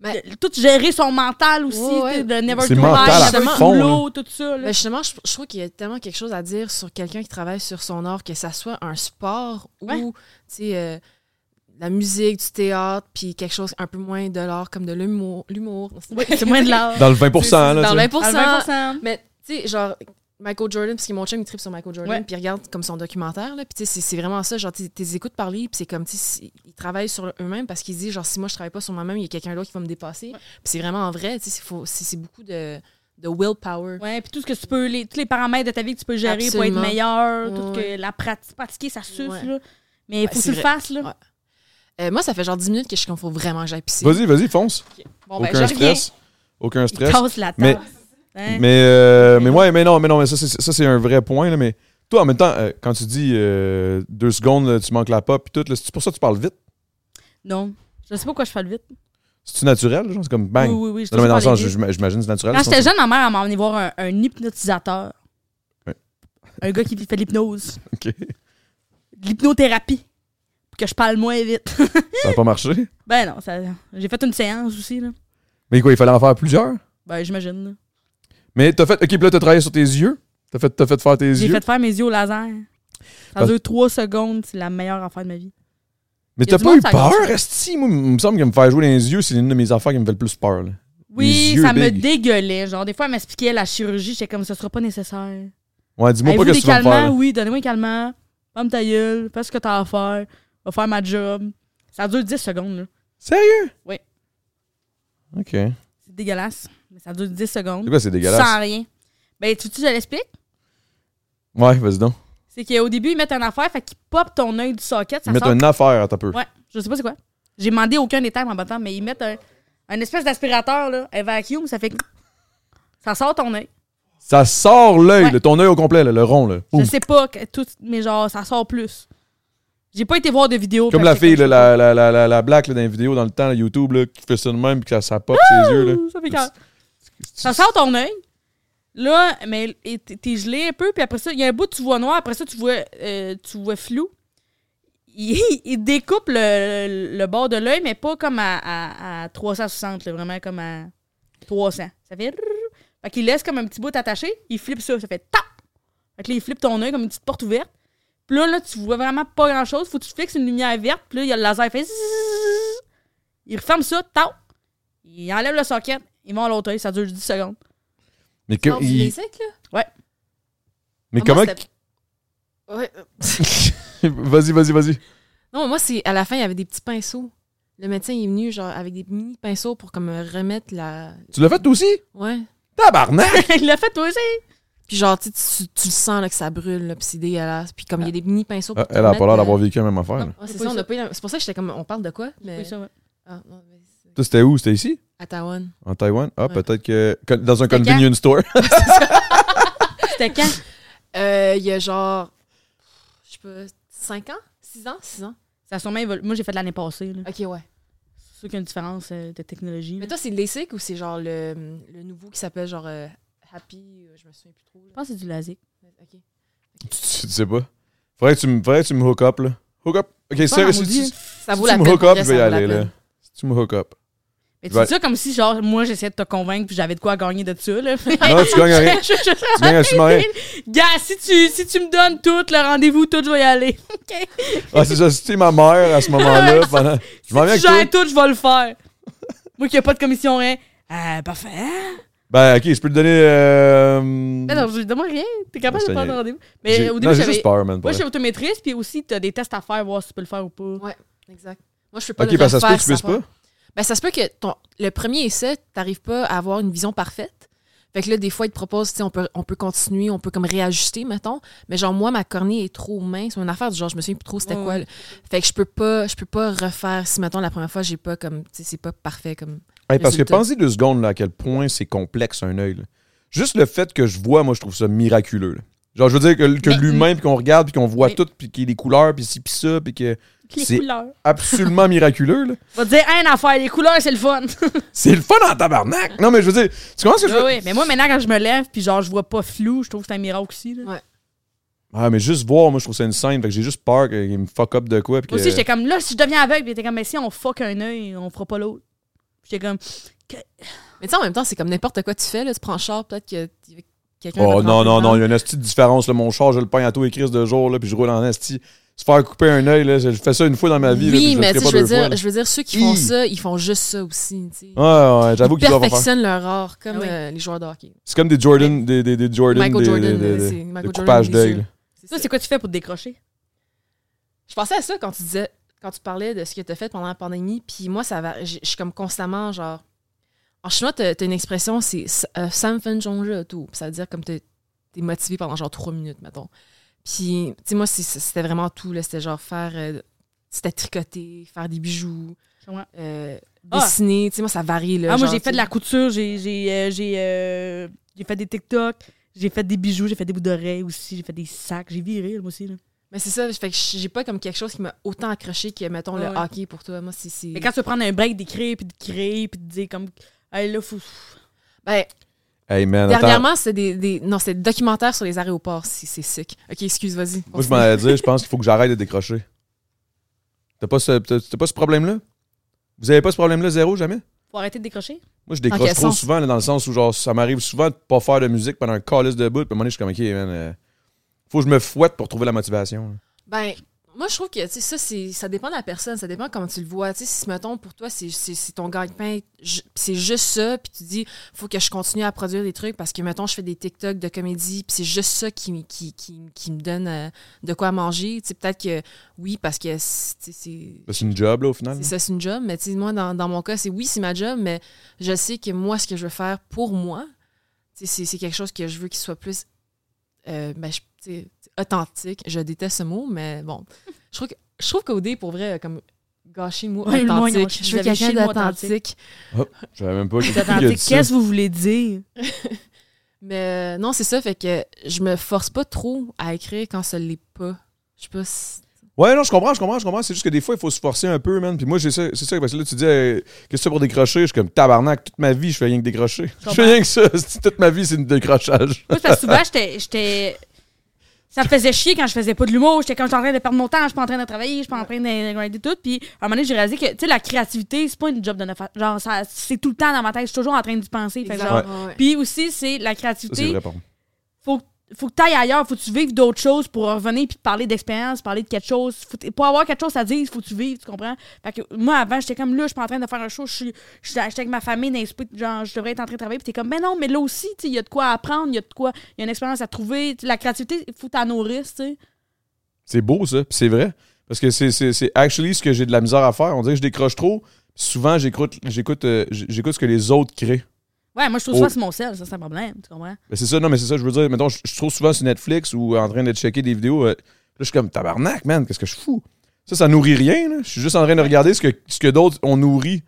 Speaker 3: Mais-
Speaker 2: de- tout gérer son mental aussi,
Speaker 3: Ouais, ouais.
Speaker 2: tu sais, de never
Speaker 1: C'est
Speaker 2: too
Speaker 1: mental
Speaker 2: high,
Speaker 3: à
Speaker 2: never
Speaker 1: fond,
Speaker 2: too
Speaker 1: là.
Speaker 2: low, tout ça, là.
Speaker 3: Ben, justement, je, je trouve qu'il y a tellement quelque chose à dire sur quelqu'un qui travaille sur son art, que ça soit un sport ou
Speaker 2: Ouais.
Speaker 3: tu sais, euh, la musique, du théâtre, puis quelque chose un peu moins de l'art, comme de l'humour. l'humour.
Speaker 2: Oui, Ah, c'est moins de l'art.
Speaker 1: Dans le 20 Ah, là, tu
Speaker 3: dans
Speaker 1: sais.
Speaker 3: 20
Speaker 2: À 20%.
Speaker 3: Mais tu sais, genre, Michael Jordan, parce que mon chum, il tripe sur Michael Jordan,
Speaker 2: Ouais.
Speaker 3: puis il regarde comme son documentaire, là, puis tu sais, c'est- c'est vraiment ça, genre, tu tu les écoutes parler, puis c'est comme, tu sais, si- ils travaillent sur eux-mêmes, parce qu'ils disent, genre, si moi je travaille pas sur moi-même, il y a quelqu'un d'autre qui va me dépasser. Puis c'est vraiment en vrai, tu sais, c'est faut- c'est c'est beaucoup de, de willpower.
Speaker 2: Ouais, puis tout ce que tu peux, les, tous les paramètres de ta vie que tu peux gérer pour
Speaker 3: Absolument.
Speaker 2: être meilleur,
Speaker 3: Ouais,
Speaker 2: tout
Speaker 3: ouais.
Speaker 2: que la prati- pratiquer, ça suffit,
Speaker 3: Ouais.
Speaker 2: là.
Speaker 3: Ouais,
Speaker 2: Mais faut que tu
Speaker 3: c'est
Speaker 2: le
Speaker 3: vrai.
Speaker 2: fasses, là.
Speaker 3: Ouais. Euh, moi, ça fait genre 10 minutes que je suis comme, faut vraiment que j'aille pisser.
Speaker 1: Vas-y, vas-y, fonce.
Speaker 2: Bon, ben,
Speaker 1: Aucun
Speaker 2: je reviens.
Speaker 1: stress. Aucun stress.
Speaker 2: Casse la
Speaker 1: Mais-
Speaker 2: table. Hein?
Speaker 1: Mais, euh, mais ouais, mais non, mais non, mais ça, c'est, ça, c'est un vrai point. Là, mais toi, en même temps, euh, quand tu dis euh, deux secondes, là, tu manques la pop puis tout, là, c'est pour ça que tu parles vite.
Speaker 2: Non. Je sais pas pourquoi je fais le vite.
Speaker 1: C'est-tu naturel? Genre, c'est comme bang.
Speaker 2: Oui, oui, oui. je
Speaker 1: non, mais dans le
Speaker 2: touche par
Speaker 1: sens,
Speaker 2: les
Speaker 1: j'im- j'imagine que c'est naturel.
Speaker 2: Quand
Speaker 1: c'est-
Speaker 2: j'étais jeune, ma mère, elle m'a emmené voir un, un hypnotisateur.
Speaker 1: Ouais.
Speaker 2: Un gars qui fait de l'hypnose.
Speaker 1: OK.
Speaker 2: De L'hypnothérapie. Pour que je parle moins vite.
Speaker 1: Ça n'a pas marché.
Speaker 2: ben non, ça- j'ai fait une séance aussi, là.
Speaker 1: Mais quoi, il fallait en faire plusieurs?
Speaker 2: Ben j'imagine. là.
Speaker 1: Mais t'as fait. OK, puis là, t'as travaillé sur tes yeux. T'as fait, t'as fait faire tes
Speaker 2: J'ai
Speaker 1: yeux.
Speaker 2: fait faire mes yeux au laser. Ça
Speaker 1: Parce-
Speaker 2: dure trois secondes, c'est la meilleure affaire de ma vie.
Speaker 1: Mais
Speaker 2: y a
Speaker 1: t'as
Speaker 2: du
Speaker 1: pas
Speaker 2: monde
Speaker 1: eu
Speaker 2: qui s'en
Speaker 1: peur, Esti? Moi, il me semble que me faire jouer dans les yeux, c'est l'une de mes affaires qui me fait le plus peur. là.
Speaker 2: Oui,
Speaker 1: yeux
Speaker 2: ça me
Speaker 1: big.
Speaker 2: dégueulait. Genre, des fois, elle m'expliquait la chirurgie, j'étais comme, ce sera pas nécessaire.
Speaker 1: Ouais, dis-moi pas
Speaker 2: Avez-vous
Speaker 1: qu'est-ce que
Speaker 2: des
Speaker 1: tu vas me faire.
Speaker 2: calmants?
Speaker 1: là.
Speaker 2: Oui, donnez-moi un calmant. Pomme ta gueule, fais ce que t'as à faire. Va faire ma job. Ça dure 10 secondes, là.
Speaker 1: Sérieux?
Speaker 2: Oui.
Speaker 1: OK. C'est
Speaker 2: C'est dégueulasse, mais ça dure 10 secondes.
Speaker 1: quoi, c'est dégueulasse?
Speaker 2: Sans rien. Ben, tu veux que je l'explique?
Speaker 1: Ouais, vas-y donc.
Speaker 2: C'est qu'au début, ils mettent une affaire, fait qu'ils popent ton œil du socket, ça
Speaker 1: Mettre
Speaker 2: sort.
Speaker 1: une affaire à ta peu.
Speaker 2: Ouais, je sais pas c'est quoi. J'ai demandé aucun détail en battant, mais ils mettent un, un espèce d'aspirateur, là, un vacuum, ça fait. Ça sort ton œil.
Speaker 1: Ça sort l'œil,
Speaker 2: Ouais.
Speaker 1: là, ton œil au complet, là, le rond. Là.
Speaker 2: Je
Speaker 1: Ouf.
Speaker 2: sais pas, que tout, mais genre, ça sort plus. J'ai pas été voir de vidéo.
Speaker 1: Comme la fille, là, la, la, la, la, la black là, dans les vidéos dans le temps, là, YouTube, là, qui fait ça de même puis que ça, ça pop ses yeux. Là.
Speaker 2: Ça fait quand- Ça sort ton œil. Là, mais et t'es t'es gelé un peu, puis après ça, il y a un bout tu vois noir, après ça, tu vois, euh, tu vois flou. Il, il découpe le, le bord de l'œil, mais pas comme à, à- à 360, là, vraiment comme à 300. Ça fait... rrrr. Fait qu'il laisse comme un petit bout attaché, il flippe ça, ça fait tap! Fait que là, il flippe ton œil comme une petite porte ouverte. Puis là, là, tu vois vraiment pas grand-chose. Faut que tu te fixes une lumière verte. Puis là, il y a le laser, il fait zzzz. Il referme ça, tap! Il enlève le socket, il va à l'autre œil, ça dure 10 secondes.
Speaker 1: Mais, que-
Speaker 3: Tu sors du
Speaker 1: il-
Speaker 3: LASIK, là?
Speaker 1: mais
Speaker 3: Ah,
Speaker 1: comment.
Speaker 3: moi, c'était- Ouais. euh.
Speaker 1: vas-y, vas-y, vas-y.
Speaker 3: Non, mais moi, c'est à la fin, il y avait des petits pinceaux. Le médecin il est venu genre avec des mini pinceaux pour comme remettre la.
Speaker 1: Tu l'as fait toi aussi?
Speaker 3: Ouais.
Speaker 1: Tabarnak!
Speaker 2: il l'a fait toi aussi.
Speaker 3: Puis genre, tu, sais, tu, tu le sens là, que ça brûle, là, puis c'est dégueulasse. Puis comme il y a des mini pinceaux pour.
Speaker 1: Ah, elle a pas l'air
Speaker 3: remettre,
Speaker 1: d'avoir
Speaker 3: euh,
Speaker 1: vécu la même affaire. là.
Speaker 3: Ouais, c'est
Speaker 2: J'ai
Speaker 3: ça,
Speaker 2: pas
Speaker 3: on
Speaker 2: eu
Speaker 3: a pas eu la- C'est pour ça que j'étais comme, on parle de quoi? Mais...
Speaker 2: Oui, ça, ouais.
Speaker 3: Ah, non, mais c'est-
Speaker 1: Toi, c'était où? C'était ici?
Speaker 3: À Taïwan.
Speaker 1: En Taïwan? Ah,
Speaker 3: Ouais.
Speaker 1: peut-être que. que- Dans un
Speaker 2: C'était
Speaker 1: convenience store.
Speaker 2: C'était quand?
Speaker 3: Euh, Il y a genre, je sais pas, 5 ans? 6 ans? 6 ans?
Speaker 2: Ça a sûrement évolu- Moi, j'ai fait l'année passée. là.
Speaker 3: Ok, ouais.
Speaker 2: C'est sûr qu'il y a une différence euh, de technologie. là.
Speaker 3: Mais toi, c'est le LASIK ou c'est genre le, le nouveau qui s'appelle genre euh, Happy? euh, Je me souviens plus trop.
Speaker 2: Je
Speaker 3: Là.
Speaker 2: pense que c'est du LASIK.
Speaker 3: Ok.
Speaker 1: tu, tu- tu sais pas. Faudrait que tu me, faudrait que tu me hook up, là. Hook up. Ok,
Speaker 2: Pas la
Speaker 1: sérieux, si
Speaker 2: maudite.
Speaker 1: tu,
Speaker 3: Ça
Speaker 1: si
Speaker 3: vaut
Speaker 1: tu
Speaker 3: la
Speaker 1: me
Speaker 3: peine.
Speaker 1: hook
Speaker 3: pour
Speaker 1: up,
Speaker 3: vrai,
Speaker 1: je
Speaker 3: ça
Speaker 1: vais y
Speaker 3: vaut la
Speaker 1: aller,
Speaker 3: peine.
Speaker 1: là. Si tu me hook up.
Speaker 2: Mais tu
Speaker 1: Ouais.
Speaker 2: dis ça comme si, genre, moi, j'essayais de te convaincre puis j'avais de quoi gagner de ça, là.
Speaker 1: Non, tu gagnes rien.
Speaker 2: Je- je- je-
Speaker 1: Tu gagnes absolument rien.
Speaker 2: Gars, si tu, si tu me donnes tout, le rendez-vous, tout, je vais y aller. OK.
Speaker 1: Ah, c'est ça, c'était ma mère à ce moment-là. pendant... Je m'en viens avec
Speaker 2: Si tu
Speaker 1: toi.
Speaker 2: gères tout, je vais le faire. Moi qui n'ai pas de commission, rien. Ah, parfait. Hein?
Speaker 1: Ben, ok, je peux te donner. Euh...
Speaker 2: Alors, je demande rien. T'es capable de
Speaker 1: Moi, je
Speaker 2: prendre
Speaker 1: te-
Speaker 2: rendez-vous.
Speaker 1: j'ai-
Speaker 2: Ben Mais au
Speaker 1: non,
Speaker 2: début,
Speaker 1: j'ai
Speaker 2: j'avais.
Speaker 1: juste peur, man. pour
Speaker 2: Moi,
Speaker 1: vrai.
Speaker 2: j'ai automatrice, puis aussi, t'as des tests à faire, voir si tu peux le faire ou pas.
Speaker 3: Exact. Moi, je peux pas
Speaker 1: Ok,
Speaker 3: le
Speaker 1: parce que ça se peut que
Speaker 3: refaire
Speaker 1: tu puisses
Speaker 3: sans
Speaker 1: pas.
Speaker 3: Ben, ça se peut que ton, le premier essai, t'arrives pas à avoir une vision parfaite. Fait que là, des fois, ils te proposent, tu sais, on peut, on peut continuer, on peut comme réajuster, mettons. Mais genre, moi, ma cornée est trop mince. Mon affaire, du genre, je me souviens plus trop c'était
Speaker 2: Ouais,
Speaker 3: quoi.
Speaker 2: ouais.
Speaker 3: là. Fait que je peux pas, je peux pas refaire. Si, mettons, la première fois, j'ai pas comme, tu sais, c'est pas parfait comme.
Speaker 1: Hey, parce que
Speaker 3: Résultat.
Speaker 1: pensez deux secondes là, à quel point c'est complexe un œil. là. Juste le fait que je vois, moi, je trouve ça miraculeux. là. Genre, je veux dire que, que
Speaker 2: Mais-
Speaker 1: l'humain, puis qu'on regarde, puis qu'on voit
Speaker 2: Mais-
Speaker 1: tout, puis qu'il y a des couleurs, puis ci, puis ça, puis que
Speaker 2: Les
Speaker 1: C'est-
Speaker 2: couleurs.
Speaker 1: absolument miraculeux. là.
Speaker 2: Va te dire, hein, affaire, les couleurs, c'est le fun.
Speaker 1: C'est le fun en tabarnak! Non, mais je veux dire, tu comprends ce que je
Speaker 2: Oui,
Speaker 1: veux
Speaker 2: Ah oui. Mais moi, maintenant, quand je me lève, puis genre, je vois pas flou, je trouve que c'est un miracle aussi. là.
Speaker 3: Ouais.
Speaker 1: Ah, mais juste voir, moi, je trouve ça une scène. Fait que j'ai juste peur qu'il me fuck up de quoi. puis
Speaker 2: Moi
Speaker 1: que-
Speaker 2: aussi, j'étais comme, là, si je deviens aveugle, puis t'es comme, mais si on fuck un œil, on fera pas l'autre. Puis J'étais comme,
Speaker 3: Mais tu sais, en même temps, c'est comme n'importe quoi tu fais, là. Tu prends le char, peut-être que t- quelqu'un. va
Speaker 1: Oh
Speaker 3: te
Speaker 1: non,
Speaker 3: rentrer
Speaker 1: non, non,
Speaker 3: dedans.
Speaker 1: il y a une petite différence. Là, mon char, je le peins à tous les crises de jour, là, puis je roule en asti. Se faire couper un œil, là, je fais ça une fois dans ma vie. là, puis
Speaker 3: Oui,
Speaker 1: je le
Speaker 3: mais
Speaker 1: ferai
Speaker 3: tu sais,
Speaker 1: pas
Speaker 3: je veux
Speaker 1: deux fois,
Speaker 3: dire,
Speaker 1: là.
Speaker 3: je veux dire, ceux qui font
Speaker 1: Hi.
Speaker 3: ça, ils font juste ça aussi, tu sais.
Speaker 1: Ouais, ouais, j'avoue
Speaker 3: Ils
Speaker 1: qu'ils doivent en faire.
Speaker 3: perfectionnent leur art, comme
Speaker 2: Ah oui.
Speaker 3: euh, les joueurs de hockey.
Speaker 1: C'est comme des Jordan, des, des, des Jordan,
Speaker 3: Michael
Speaker 1: des,
Speaker 3: Jordan, euh,
Speaker 1: des, des-
Speaker 3: c'est
Speaker 1: des-
Speaker 3: Michael
Speaker 1: des
Speaker 3: Jordan
Speaker 1: coupages
Speaker 3: des
Speaker 1: d'œil.
Speaker 3: yeux.
Speaker 1: là.
Speaker 3: C'est
Speaker 2: ça, c'est quoi tu fais pour te décrocher?
Speaker 3: Je pensais à ça quand tu disais, quand tu parlais de ce que tu as fait pendant la pandémie. Puis moi, ça va, je je suis comme constamment genre. En chinois, tu as, une expression, c'est euh, Sanfenjonge tout. Ça veut dire comme tu es motivé pendant genre trois minutes, mettons. Puis, tu sais, moi, c'est- c'était vraiment tout. là. C'était genre faire. euh, c'était tricoter, faire des bijoux.
Speaker 2: Je comprends.
Speaker 3: euh,
Speaker 2: Ah.
Speaker 3: dessiner. Tu sais, moi, ça varie. Là,
Speaker 2: Ah, moi,
Speaker 3: genre,
Speaker 2: j'ai
Speaker 3: tu
Speaker 2: fait de
Speaker 3: sais.
Speaker 2: la couture, j'ai j'ai euh, j'ai euh, j'ai fait des TikTok, j'ai fait des bijoux, j'ai fait des bouts d'oreilles aussi, j'ai fait des sacs, j'ai viré, là, moi aussi. Là.
Speaker 3: Mais c'est ça, fait que j'ai pas comme quelque chose qui m'a autant accroché que, mettons, le
Speaker 2: Ouais.
Speaker 3: hockey pour toi. Moi, c'est. c'est-
Speaker 2: Mais quand tu veux prendre un break d'écrire, puis de créer, puis de dire comme. Hey, là, faut.
Speaker 3: Ben,
Speaker 1: Hey man, attends.
Speaker 3: dernièrement, c'était des, des. Non, c'était documentaire sur les aéroports. C'est c'est sick. Ok, excuse, vas-y.
Speaker 1: Moi, je m'en allais dire, je pense qu'il faut que j'arrête de décrocher. T'as pas ce, t'as- t'as pas ce problème-là? Vous avez pas ce problème-là, zéro, jamais?
Speaker 2: Faut arrêter de décrocher.
Speaker 1: Moi, je décroche
Speaker 3: quel
Speaker 1: trop
Speaker 3: sens?
Speaker 1: souvent, là, dans le sens où genre, ça m'arrive souvent de pas faire de musique pendant un callus de bout, puis à un moment donné, je suis comme, OK, man, euh, faut que je me fouette pour trouver la motivation. là.
Speaker 3: Ben, moi, je trouve que tu sais, ça, c'est- ça dépend de la personne, ça dépend comment tu le vois. Tu sais, si, mettons, pour toi, c'est- c'est c'est ton gagne-pain, ju- pis c'est juste ça, puis tu dis, faut que je continue à produire des trucs parce que, mettons, je fais des TikTok de comédie, puis c'est juste ça qui, m- qui, qui, qui me donne euh, de quoi manger. Tu sais, peut-être que oui, parce que c'est- tu sais, c'est.
Speaker 1: C'est une job, là, au final.
Speaker 3: C'est
Speaker 1: là.
Speaker 3: ça, c'est une job. Mais tu sais, moi, dans, dans mon cas, c'est oui, c'est ma job, mais je sais que moi, ce que je veux faire pour moi, tu sais, c'est c'est quelque chose que je veux qu'il soit plus euh, ben, je- tu sais, authentique. Je déteste ce mot, mais bon. Je trouve que- je trouve qu'Odé, pour vrai, a comme gâché le mot
Speaker 2: Ouais, le mot, ils ont-
Speaker 3: authentique.
Speaker 2: ils
Speaker 3: Je veux
Speaker 2: avaient
Speaker 3: quelqu'un
Speaker 2: chié le mot
Speaker 3: d'authentique.
Speaker 1: Je savais même pas qui- qui a dit
Speaker 2: Attendez,
Speaker 1: ça.
Speaker 2: qu'est-ce que vous voulez dire?
Speaker 3: Mais euh, non, c'est ça, fait que je me force pas trop à écrire quand ça l'est pas. Je sais pas si-
Speaker 1: Ouais, non, je comprends, je comprends, je comprends. C'est juste que des fois, il faut se forcer un peu, man. Puis moi, j'ai ça- c'est ça, parce que là, tu dis, euh, qu'est-ce que c'est pour décrocher? Je suis comme tabarnak, toute ma vie, je fais rien que décrocher. Je fais
Speaker 2: comprends.
Speaker 1: rien que ça. C'est- Toute ma vie, c'est du décrochage.
Speaker 2: Moi, c'est parce que souvent, j'étais- j'étais. Ça me faisait chier quand je faisais pas de l'humour. J'étais quand j'étais en train de perdre mon temps, je suis pas en train de travailler, je suis pas en train de- de grinder tout. Puis à un moment donné, j'ai réalisé que, tu sais, la créativité, c'est pas une job de neuf à- Genre, ça- c'est tout le temps dans ma tête, je suis toujours en train d'y penser. Fait que genre-
Speaker 3: Ouais, ouais.
Speaker 2: Puis aussi, c'est
Speaker 1: Ça,
Speaker 2: la
Speaker 1: c'est
Speaker 2: créativité.
Speaker 1: vrai, par contre.
Speaker 2: faut, faut que tu ailles ailleurs, faut que tu vives d'autres choses pour revenir puis te parler d'expérience, parler de quelque chose. Faut, t- pour avoir quelque chose à dire, faut que tu vives, tu comprends? Fait que moi, avant, j'étais comme là, je suis pas en train de faire un show, je suis je suis- j'étais avec ma famille, dans les spas, genre, je devrais être en train de travailler, puis t'es comme, mais non, mais là aussi, tu sais, il y a de quoi apprendre, il y a de quoi, il y a une expérience à trouver. Tu- La créativité, il faut que t'en nourrisses, tu sais.
Speaker 1: C'est beau, ça. Puis c'est vrai. Parce que c'est- c'est c'est actually ce que j'ai de la misère à faire. On dirait que je décroche trop. Souvent, j'écoute j'écoute euh, j'écoute ce que les autres créent.
Speaker 2: Ouais, moi, je trouve
Speaker 1: Oh.
Speaker 2: ça, c'est mon sel, ça, c'est un problème, tu comprends?
Speaker 1: Ben, c'est ça, non, mais c'est ça, je veux dire. Mettons, je, je trouve souvent sur Netflix ou en train de checker des vidéos. euh, là, je suis comme tabarnak, man, qu'est-ce que je fous? Ça, ça nourrit rien, là. Je suis juste en train de regarder ce que, ce que d'autres ont nourri.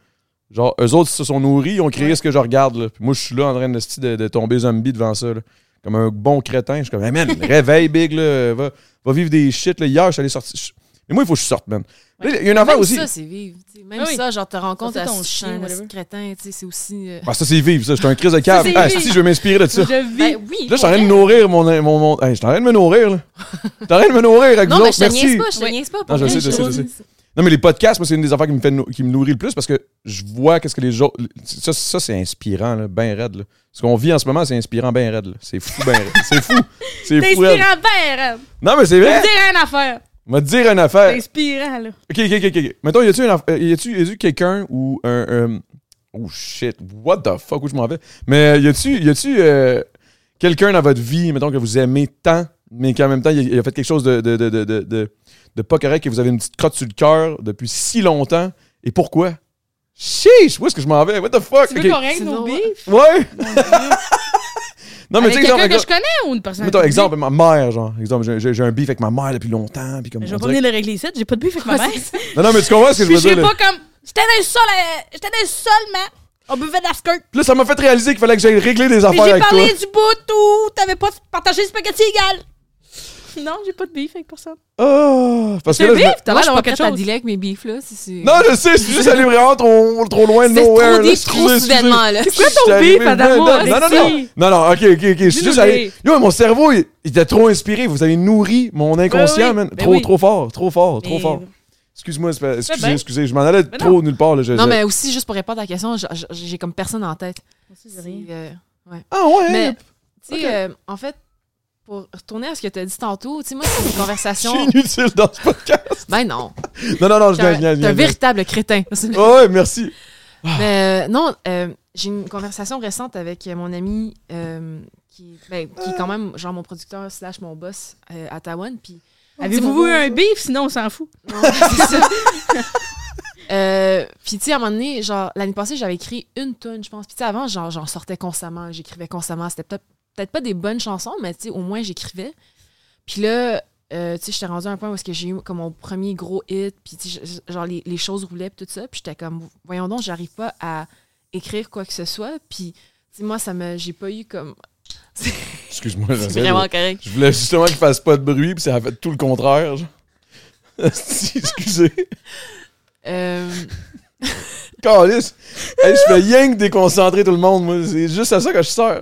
Speaker 1: Genre, eux autres, se sont nourris, ils ont créé ce que je regarde, là. Puis moi, je suis là en train de, sti- de, de tomber zombie devant ça, là. Comme un bon crétin. Je suis comme, hey, man, réveille, big, là. Va, va vivre des shit, là. Hier, je suis allé sortir. je- Mais moi, il faut que je sorte, man. Là, Il y a une affaire
Speaker 3: Même
Speaker 1: aussi.
Speaker 3: ça, c'est vivre. tu sais. Même
Speaker 2: Ah oui.
Speaker 3: ça, genre, te rends compte,
Speaker 2: c'est
Speaker 3: ah,
Speaker 2: ton
Speaker 3: si je suis un
Speaker 2: chien, whatever.
Speaker 3: crétin, tu sais, c'est aussi. euh,
Speaker 1: Ah, ça, c'est vivre, ça. J'étais un crise de cave.
Speaker 2: c'est
Speaker 1: Ah,
Speaker 2: vivre.
Speaker 1: si, je vais m'inspirer de ça. Là,
Speaker 2: Je vis.
Speaker 3: Ben oui.
Speaker 1: je suis en train de nourrir mon. mon, mon- Hey, je suis en train de me nourrir, là. Je suis en train de me nourrir avec
Speaker 3: Non,
Speaker 1: vous
Speaker 3: mais
Speaker 1: autres.
Speaker 3: je te
Speaker 1: Merci.
Speaker 3: niaise pas, je te
Speaker 2: Oui.
Speaker 3: niaise pas. pour
Speaker 1: Non, je
Speaker 3: vrai,
Speaker 1: sais, je sais, je
Speaker 3: trouve-
Speaker 1: Non, mais les podcasts, moi, c'est une des affaires qui me, fait nou- qui me nourrit le plus parce que je vois qu'est-ce que les autres. Ça, ça c'est inspirant, là, ben raide. Là. Ce qu'on vit en ce moment, c'est inspirant, ben raide. là. C'est fou, ben raide. C'est fou.
Speaker 2: T'es
Speaker 1: C'est fou, raide.
Speaker 2: inspirant, ben, Red.
Speaker 1: Non, mais c'est
Speaker 2: Je
Speaker 1: vrai.
Speaker 2: veux dire rien à faire.
Speaker 1: On va te dire une
Speaker 2: T'es
Speaker 1: affaire.
Speaker 2: inspirant, là.
Speaker 1: Ok, ok, ok. ok. Mettons, y a-tu une aff- euh, y a-tu- y a-tu quelqu'un ou un. euh, Oh shit, what the fuck, où je m'en vais? Mais y a-tu y a-tu, euh, quelqu'un dans votre vie, mettons, que vous aimez tant, mais qu'en même temps, il a, il a fait quelque chose de, de, de, de, de, de- de pas correct, que vous avez une petite crotte sur le cœur depuis si longtemps, et pourquoi? Chiche, où est-ce que je m'en vais? What the fuck?
Speaker 2: Tu veux
Speaker 1: Ok,
Speaker 2: qu'on règle
Speaker 3: Sinon-
Speaker 2: nos bifs?
Speaker 1: Ouais! non, mais
Speaker 2: Avec
Speaker 1: tu sais, exemple,
Speaker 2: quelqu'un que je
Speaker 1: exemple-
Speaker 2: connais ou une personne?
Speaker 1: mettons,
Speaker 2: que tu
Speaker 1: exemple, ma mère, genre, exemple, j'ai- j'ai j'ai un beef avec ma mère depuis longtemps, puis comme.
Speaker 2: Mais je
Speaker 1: on
Speaker 2: vais pas
Speaker 1: dirait-
Speaker 2: venir le régler ici, j'ai pas de bif avec ma mère.
Speaker 1: Non, non, mais tu comprends ce que je
Speaker 2: Puis
Speaker 1: veux
Speaker 2: je
Speaker 1: dire?
Speaker 2: serais
Speaker 1: là?
Speaker 2: pas comme. J'étais dans le sol, euh, j'étais dans le sol, mais on buvait de la skirt.
Speaker 1: Puis là, ça m'a fait réaliser qu'il fallait que j'aille régler des
Speaker 2: Puis
Speaker 1: affaires
Speaker 2: j'ai
Speaker 1: avec toi.
Speaker 2: parlé du bout où t'avais pas partagé le spaghetti égal. Non, j'ai pas de bif avec personne.
Speaker 1: Ah, parce que
Speaker 2: C'est
Speaker 1: là, je
Speaker 2: bif,
Speaker 1: me-
Speaker 3: Moi, je
Speaker 2: t'as l'air
Speaker 3: suis pas
Speaker 2: d'avoir
Speaker 3: prête
Speaker 2: quelque
Speaker 3: à
Speaker 2: chose.
Speaker 3: dealer avec mes beefs, là. si c'est-
Speaker 1: Non, je sais, je suis juste allé vraiment trop, trop loin de
Speaker 3: C'est trop
Speaker 1: nowhere.
Speaker 3: deep,
Speaker 1: là. Excusez,
Speaker 3: trop
Speaker 1: excusez.
Speaker 3: soudainement, là.
Speaker 1: Je
Speaker 3: C'est quoi
Speaker 1: suis
Speaker 2: ton
Speaker 1: arrivé
Speaker 2: beef,
Speaker 1: bien
Speaker 2: Adamo,
Speaker 1: dedans. Non, non, non.
Speaker 2: Alexis?
Speaker 1: Non, non, ok, ok, ok. Je suis
Speaker 2: Dis-nous
Speaker 1: juste allé.
Speaker 2: des.
Speaker 1: Yo, mon cerveau, il, il était trop inspiré. Vous avez nourri mon inconscient,
Speaker 2: oui,
Speaker 1: man.
Speaker 2: ben
Speaker 1: Trop,
Speaker 2: oui.
Speaker 1: trop fort, trop fort, trop
Speaker 2: Mais-
Speaker 1: fort. Excuse-moi, c'est pas- excusez,
Speaker 2: bien.
Speaker 1: excusez. Je m'en allais
Speaker 2: Mais
Speaker 1: trop nulle part, là. je-
Speaker 3: Non,
Speaker 1: je-
Speaker 3: mais aussi, juste pour répondre à la question, j- j- j'ai comme personne en tête.
Speaker 2: C'est rien.
Speaker 3: C'est, euh,
Speaker 1: Ah, ouais.
Speaker 3: Mais, tu
Speaker 1: Ok.
Speaker 3: sais, euh, en fait, pour retourner à ce que tu as dit tantôt, tu sais, moi, c'est une
Speaker 1: Je
Speaker 3: conversation.
Speaker 1: suis inutile dans ce podcast.
Speaker 3: Ben non.
Speaker 1: Non, non, non, je
Speaker 3: T'es
Speaker 1: viens, je viens, je
Speaker 3: un t'es
Speaker 1: viens,
Speaker 3: un
Speaker 1: je viens.
Speaker 3: véritable crétin.
Speaker 1: Ah Ouais, merci.
Speaker 3: Mais euh, non, euh, j'ai une conversation récente avec euh, mon ami euh, qui, ben, qui est quand même genre mon producteur slash mon boss euh, à Taïwan. Puis
Speaker 2: Avez-vous eu un bif? Sinon, on s'en fout.
Speaker 1: Ah,
Speaker 3: Non, c'est ça. Euh, puis tu sais à un moment donné genre l'année passée j'avais écrit une tonne je pense puis tu sais avant genre j'en sortais constamment j'écrivais constamment c'était peut-être peut-être pas des bonnes chansons mais tu sais au moins j'écrivais puis là euh, tu sais, j'étais rendue à un point où est-ce que j'ai eu comme mon premier gros hit, puis tu sais, je- genre les, les choses roulaient, puis tout ça, puis j'étais comme, voyons donc, j'arrive pas à écrire quoi que ce soit, puis tu sais, moi, ça me, j'ai pas eu comme,
Speaker 1: Excuse-moi,
Speaker 3: c'est
Speaker 1: j'essaie de-
Speaker 3: vraiment correct.
Speaker 1: Je voulais justement qu'il fasse pas de bruit, puis ça a fait tout le contraire. genre. Asti, Excusez.
Speaker 3: Euh,
Speaker 1: Calice. Hey, je fais rien que déconcentrer tout le monde, moi. C'est juste à ça que je sors.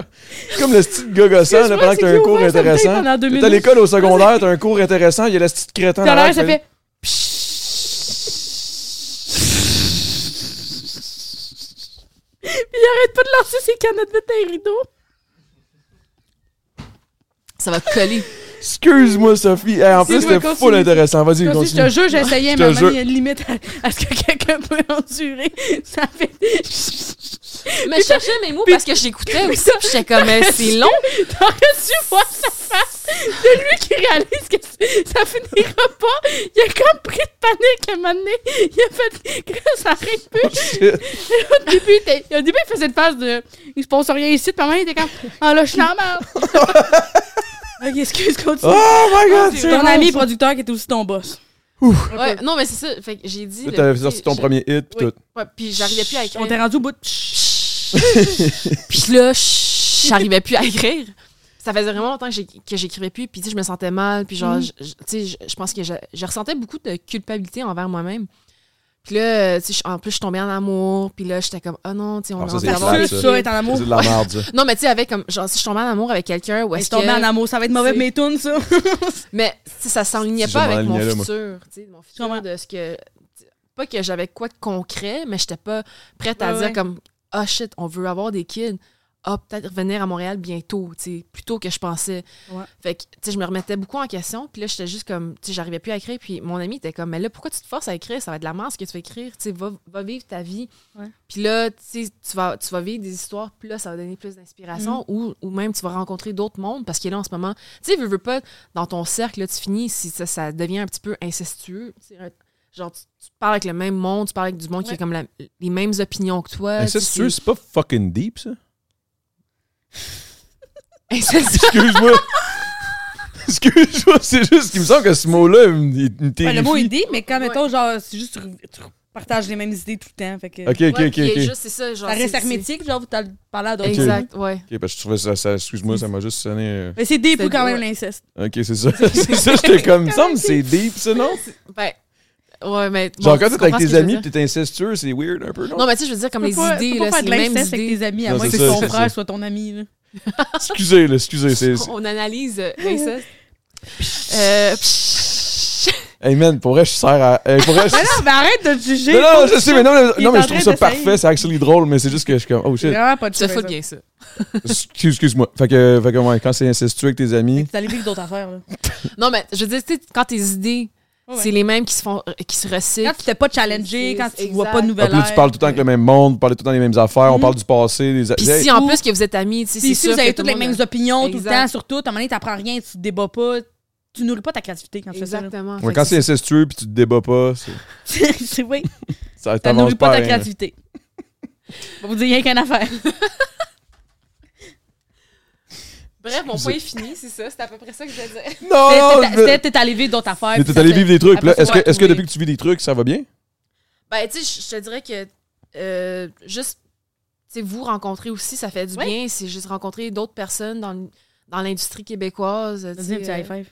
Speaker 1: C'est Comme le petit gars gossant, là,
Speaker 2: Excuse-moi,
Speaker 1: pendant que
Speaker 2: c'est
Speaker 1: t'as un
Speaker 2: qui
Speaker 1: cours
Speaker 2: ouvre sa bouteille
Speaker 1: intéressant.
Speaker 2: pendant deux
Speaker 1: T'es à
Speaker 2: minutes?
Speaker 1: l'école au secondaire, t'as un cours intéressant, il y a le petit crétin
Speaker 2: Puis à
Speaker 1: derrière
Speaker 2: l'heure, ça
Speaker 1: qui
Speaker 2: fait. Puis il arrête pas de lancer ses canettes de tes rideaux.
Speaker 3: ça va coller.
Speaker 1: Excuse-moi, Sophie. Hey, en
Speaker 2: Si
Speaker 1: plus,
Speaker 2: tu veux
Speaker 1: c'était full
Speaker 2: continuer.
Speaker 1: intéressant. Vas-y,
Speaker 2: Comme si je te
Speaker 1: continue.
Speaker 2: jure, j'essayais,
Speaker 1: Je te
Speaker 2: mais à un
Speaker 1: jure.
Speaker 2: moment donné, il y a une limite à, à ce que quelqu'un peut endurer. Ça fait.
Speaker 3: Mais je cherchais mes mots parce que j'écoutais aussi, puis j'étais comme, euh, c'est long.
Speaker 2: T'aurais su voir sa face de lui qui réalise que c- ça finira pas. Il a comme pris de panique à un moment donné. Il a fait. Chris, Ça arrête plus. Au début, il était- au début, il faisait une phase de. Il se passe rien ici. Puis à un moment, il était comme. Ah là, je suis dans la merde. Ok, excuse, continue.
Speaker 1: Oh my god,
Speaker 3: c'est
Speaker 1: c'est
Speaker 2: ton
Speaker 1: bon,
Speaker 2: ami
Speaker 1: ça.
Speaker 2: producteur qui était aussi ton boss.
Speaker 3: Ouais, non, mais c'est ça, fait que j'ai dit.
Speaker 1: Là,
Speaker 3: le-
Speaker 1: T'avais
Speaker 3: tu sais,
Speaker 1: sorti ton
Speaker 3: je-
Speaker 1: premier hit, pis
Speaker 3: Oui.
Speaker 1: tout.
Speaker 3: Ouais, puis j'arrivais plus à écrire.
Speaker 2: On t'est rendu au bout de. Chut.
Speaker 3: Puis là, ch- j'arrivais plus à écrire. Ça faisait vraiment longtemps que j'ai- que j'écrivais plus, puis tu sais, je me sentais mal, puis genre,
Speaker 2: Mhm.
Speaker 3: je- je- tu sais, je je pense que je, je ressentais beaucoup de culpabilité envers moi-même. Puis là, euh, tu sais, je- en plus, je tombais en amour, puis là, j'étais comme, oh non, tu sais, on
Speaker 1: Alors Ah,
Speaker 3: est
Speaker 1: ça,
Speaker 3: en
Speaker 1: c'est
Speaker 3: train
Speaker 1: plate,
Speaker 3: d'avoir
Speaker 1: ça.
Speaker 2: Juste ça, être en amour.
Speaker 1: C'est de la merde, ça.
Speaker 3: Non, mais tu sais, avec comme, genre, si je tombais en amour avec quelqu'un, ou
Speaker 2: Ouais,
Speaker 3: est-ce
Speaker 2: je
Speaker 3: que.
Speaker 2: tombais en amour, ça va être mauvais
Speaker 3: C'est-
Speaker 2: mes tunes, ça.
Speaker 3: Mais tu sais, ça s'enlignait
Speaker 1: Si
Speaker 3: pas
Speaker 1: je
Speaker 3: avec mon
Speaker 1: m'enlignais là, moi.
Speaker 3: futur, tu sais, mon
Speaker 2: comprends.
Speaker 3: futur de ce que. Pas que j'avais quoi de concret, mais j'étais pas prête à
Speaker 2: Ouais,
Speaker 3: dire
Speaker 2: ouais.
Speaker 3: comme, ah shit, on veut avoir des kids. Ah, peut-être revenir à Montréal bientôt, tu sais, plus tôt que je pensais.
Speaker 2: Ouais.
Speaker 3: Fait que, tu sais, je me remettais beaucoup en question, puis là, j'étais juste comme, tu sais, j'arrivais plus à écrire, puis mon ami était comme, mais là, pourquoi tu te forces à écrire? Ça va être de la merde ce que tu vas écrire, tu sais, va, va vivre ta vie.
Speaker 2: Ouais.
Speaker 3: Puis là, tu sais, tu vas, tu vas vivre des histoires, puis là, ça va donner plus
Speaker 2: Mm.
Speaker 3: d'inspiration, ou, ou même tu vas rencontrer d'autres mondes, parce que là, en ce moment, tu sais, veux, veux pas, dans ton cercle, là, tu finis, si ça, ça devient un petit peu incestueux. tu sais, un- Genre, tu, tu parles avec le même monde, tu parles avec du monde qui
Speaker 2: Ouais.
Speaker 3: a comme la- les mêmes opinions que toi.
Speaker 1: Euh,
Speaker 3: tu sais.
Speaker 1: Incestueux, c'est pas fucking deep, ça.
Speaker 3: Incestueux.
Speaker 1: Excuse-moi. Excuse-moi, c'est juste qu'il me semble que ce mot-là, il me- il me
Speaker 2: Ouais,
Speaker 1: terrifie.
Speaker 2: le mot idée, mais quand,
Speaker 3: Ouais.
Speaker 2: mettons, genre, c'est juste, tu, tu partages les mêmes idées tout le temps. Fait que
Speaker 1: Ok, ok,
Speaker 3: Ouais,
Speaker 1: ok.
Speaker 3: puis il y a
Speaker 1: ok.
Speaker 3: juste, c'est ça, genre.
Speaker 2: ça reste
Speaker 3: c'est-
Speaker 2: hermétique, genre, vous t'allez parler à
Speaker 3: c'est-
Speaker 2: d'autres.
Speaker 3: Exact, ouais.
Speaker 1: Ok, parce que je trouvais ça, ça- excuse-moi, ça m'a juste sonné. euh,
Speaker 2: Mais c'est des plus
Speaker 3: C'est-
Speaker 2: quand même
Speaker 3: ouais.
Speaker 2: l'inceste.
Speaker 1: Ok, c'est ça. c'est ça, j'étais comme, il me semble que c'est deep, ça, non?
Speaker 3: Ben, ouais, mais. bon,
Speaker 1: Genre, quand
Speaker 3: tu
Speaker 1: t'es avec
Speaker 3: comprends ce
Speaker 1: tes
Speaker 3: que je veux
Speaker 1: amis
Speaker 3: dire.
Speaker 1: pis t'es incestueux, c'est weird un peu, non?
Speaker 3: Non, mais tu sais, je veux dire, comme
Speaker 2: Tu
Speaker 3: les
Speaker 2: peux pas- tu
Speaker 3: idées,
Speaker 2: peux
Speaker 3: là,
Speaker 2: pas
Speaker 3: c'est
Speaker 2: faire de
Speaker 3: les mêmes
Speaker 2: l'inceste avec
Speaker 3: idées.
Speaker 2: tes amis, à
Speaker 1: Non,
Speaker 2: moins
Speaker 1: c'est
Speaker 2: que
Speaker 1: ça,
Speaker 2: ton
Speaker 1: c'est ça.
Speaker 2: frère soit ton ami. là.
Speaker 1: Excusez, là, excusez. C'est, c'est-
Speaker 3: On analyse euh, l'inceste. Euh, psh.
Speaker 1: Hey man, pour vrai, je sers à. hey, pour vrai, je-
Speaker 2: Mais non, mais arrête de te juger.
Speaker 1: Non, non, je sais, mais non, mais-
Speaker 2: Il
Speaker 1: non,
Speaker 2: est
Speaker 1: mais
Speaker 2: en
Speaker 1: je trouve
Speaker 2: train
Speaker 1: ça
Speaker 2: d'essayer.
Speaker 1: parfait, c'est actually drôle, mais c'est juste que je suis comme, oh
Speaker 2: C'est
Speaker 1: shit.
Speaker 2: vraiment pas de
Speaker 3: Tu te
Speaker 2: ça.
Speaker 3: fous bien ça.
Speaker 1: Excuse- Excuse-moi. Fait que, fait que, ouais, quand c'est incestueux avec tes amis.
Speaker 2: T'allais vivre d'autres affaires, là.
Speaker 3: Non, mais je veux dire, tu sais, quand tes idées,
Speaker 2: Ouais.
Speaker 3: c'est les mêmes qui se font, qui se recyclent.
Speaker 2: Quand tu t'es pas challengé, quand tu
Speaker 3: Exact.
Speaker 2: vois pas de
Speaker 1: Ah,
Speaker 2: nouvelles.
Speaker 1: puis là, tu parles tout le temps avec le même monde, vous parlez tout le temps des mêmes affaires, on
Speaker 2: Mhm.
Speaker 1: parle du passé, des.
Speaker 3: Puis
Speaker 1: Hey,
Speaker 3: si en
Speaker 2: Ou-
Speaker 3: plus que vous êtes amis, tu sais, c'est
Speaker 2: Si,
Speaker 3: sûr
Speaker 2: vous avez
Speaker 3: que tout
Speaker 2: toutes
Speaker 3: le
Speaker 2: les
Speaker 3: monde
Speaker 2: mêmes opinions tout le
Speaker 3: Exact.
Speaker 2: temps, surtout, à un moment donné, t'apprends rien, tu te débats pas, tu nourris pas ta créativité quand tu fais ça. là.
Speaker 3: Exactement.
Speaker 1: ouais,
Speaker 3: Fait
Speaker 1: quand
Speaker 3: que
Speaker 1: c'est incestueux puis tu te débats pas, c'est-
Speaker 2: C'est vrai.
Speaker 1: ça
Speaker 2: Ça
Speaker 1: t'avance
Speaker 2: nourrit
Speaker 1: pas.
Speaker 2: pas
Speaker 1: à
Speaker 2: ta
Speaker 1: rien.
Speaker 2: créativité. On vous dit rien qu'une affaire.
Speaker 3: Bref, mon point est fini, c'est ça. C'est à peu près ça que je voulais dire.
Speaker 1: Non, non, Oh, je-
Speaker 2: C'était t'es allé vivre d'autres affaires.
Speaker 1: Mais
Speaker 2: puis
Speaker 1: t'es allé
Speaker 2: ça fait-
Speaker 1: vivre des trucs.
Speaker 2: après
Speaker 1: là.
Speaker 2: ça,
Speaker 1: Est-ce
Speaker 2: on va
Speaker 1: que, est-ce que
Speaker 2: trouver.
Speaker 1: depuis que tu vis des trucs, ça va bien?
Speaker 3: Ben, tu sais, je- je te dirais que euh, juste, tu sais, vous rencontrer aussi, ça fait du
Speaker 2: Ouais.
Speaker 3: bien. C'est juste rencontrer d'autres personnes dans, le- dans l'industrie québécoise. tu
Speaker 2: Vas-y, un
Speaker 3: sais,
Speaker 2: petit
Speaker 3: euh,
Speaker 2: high five.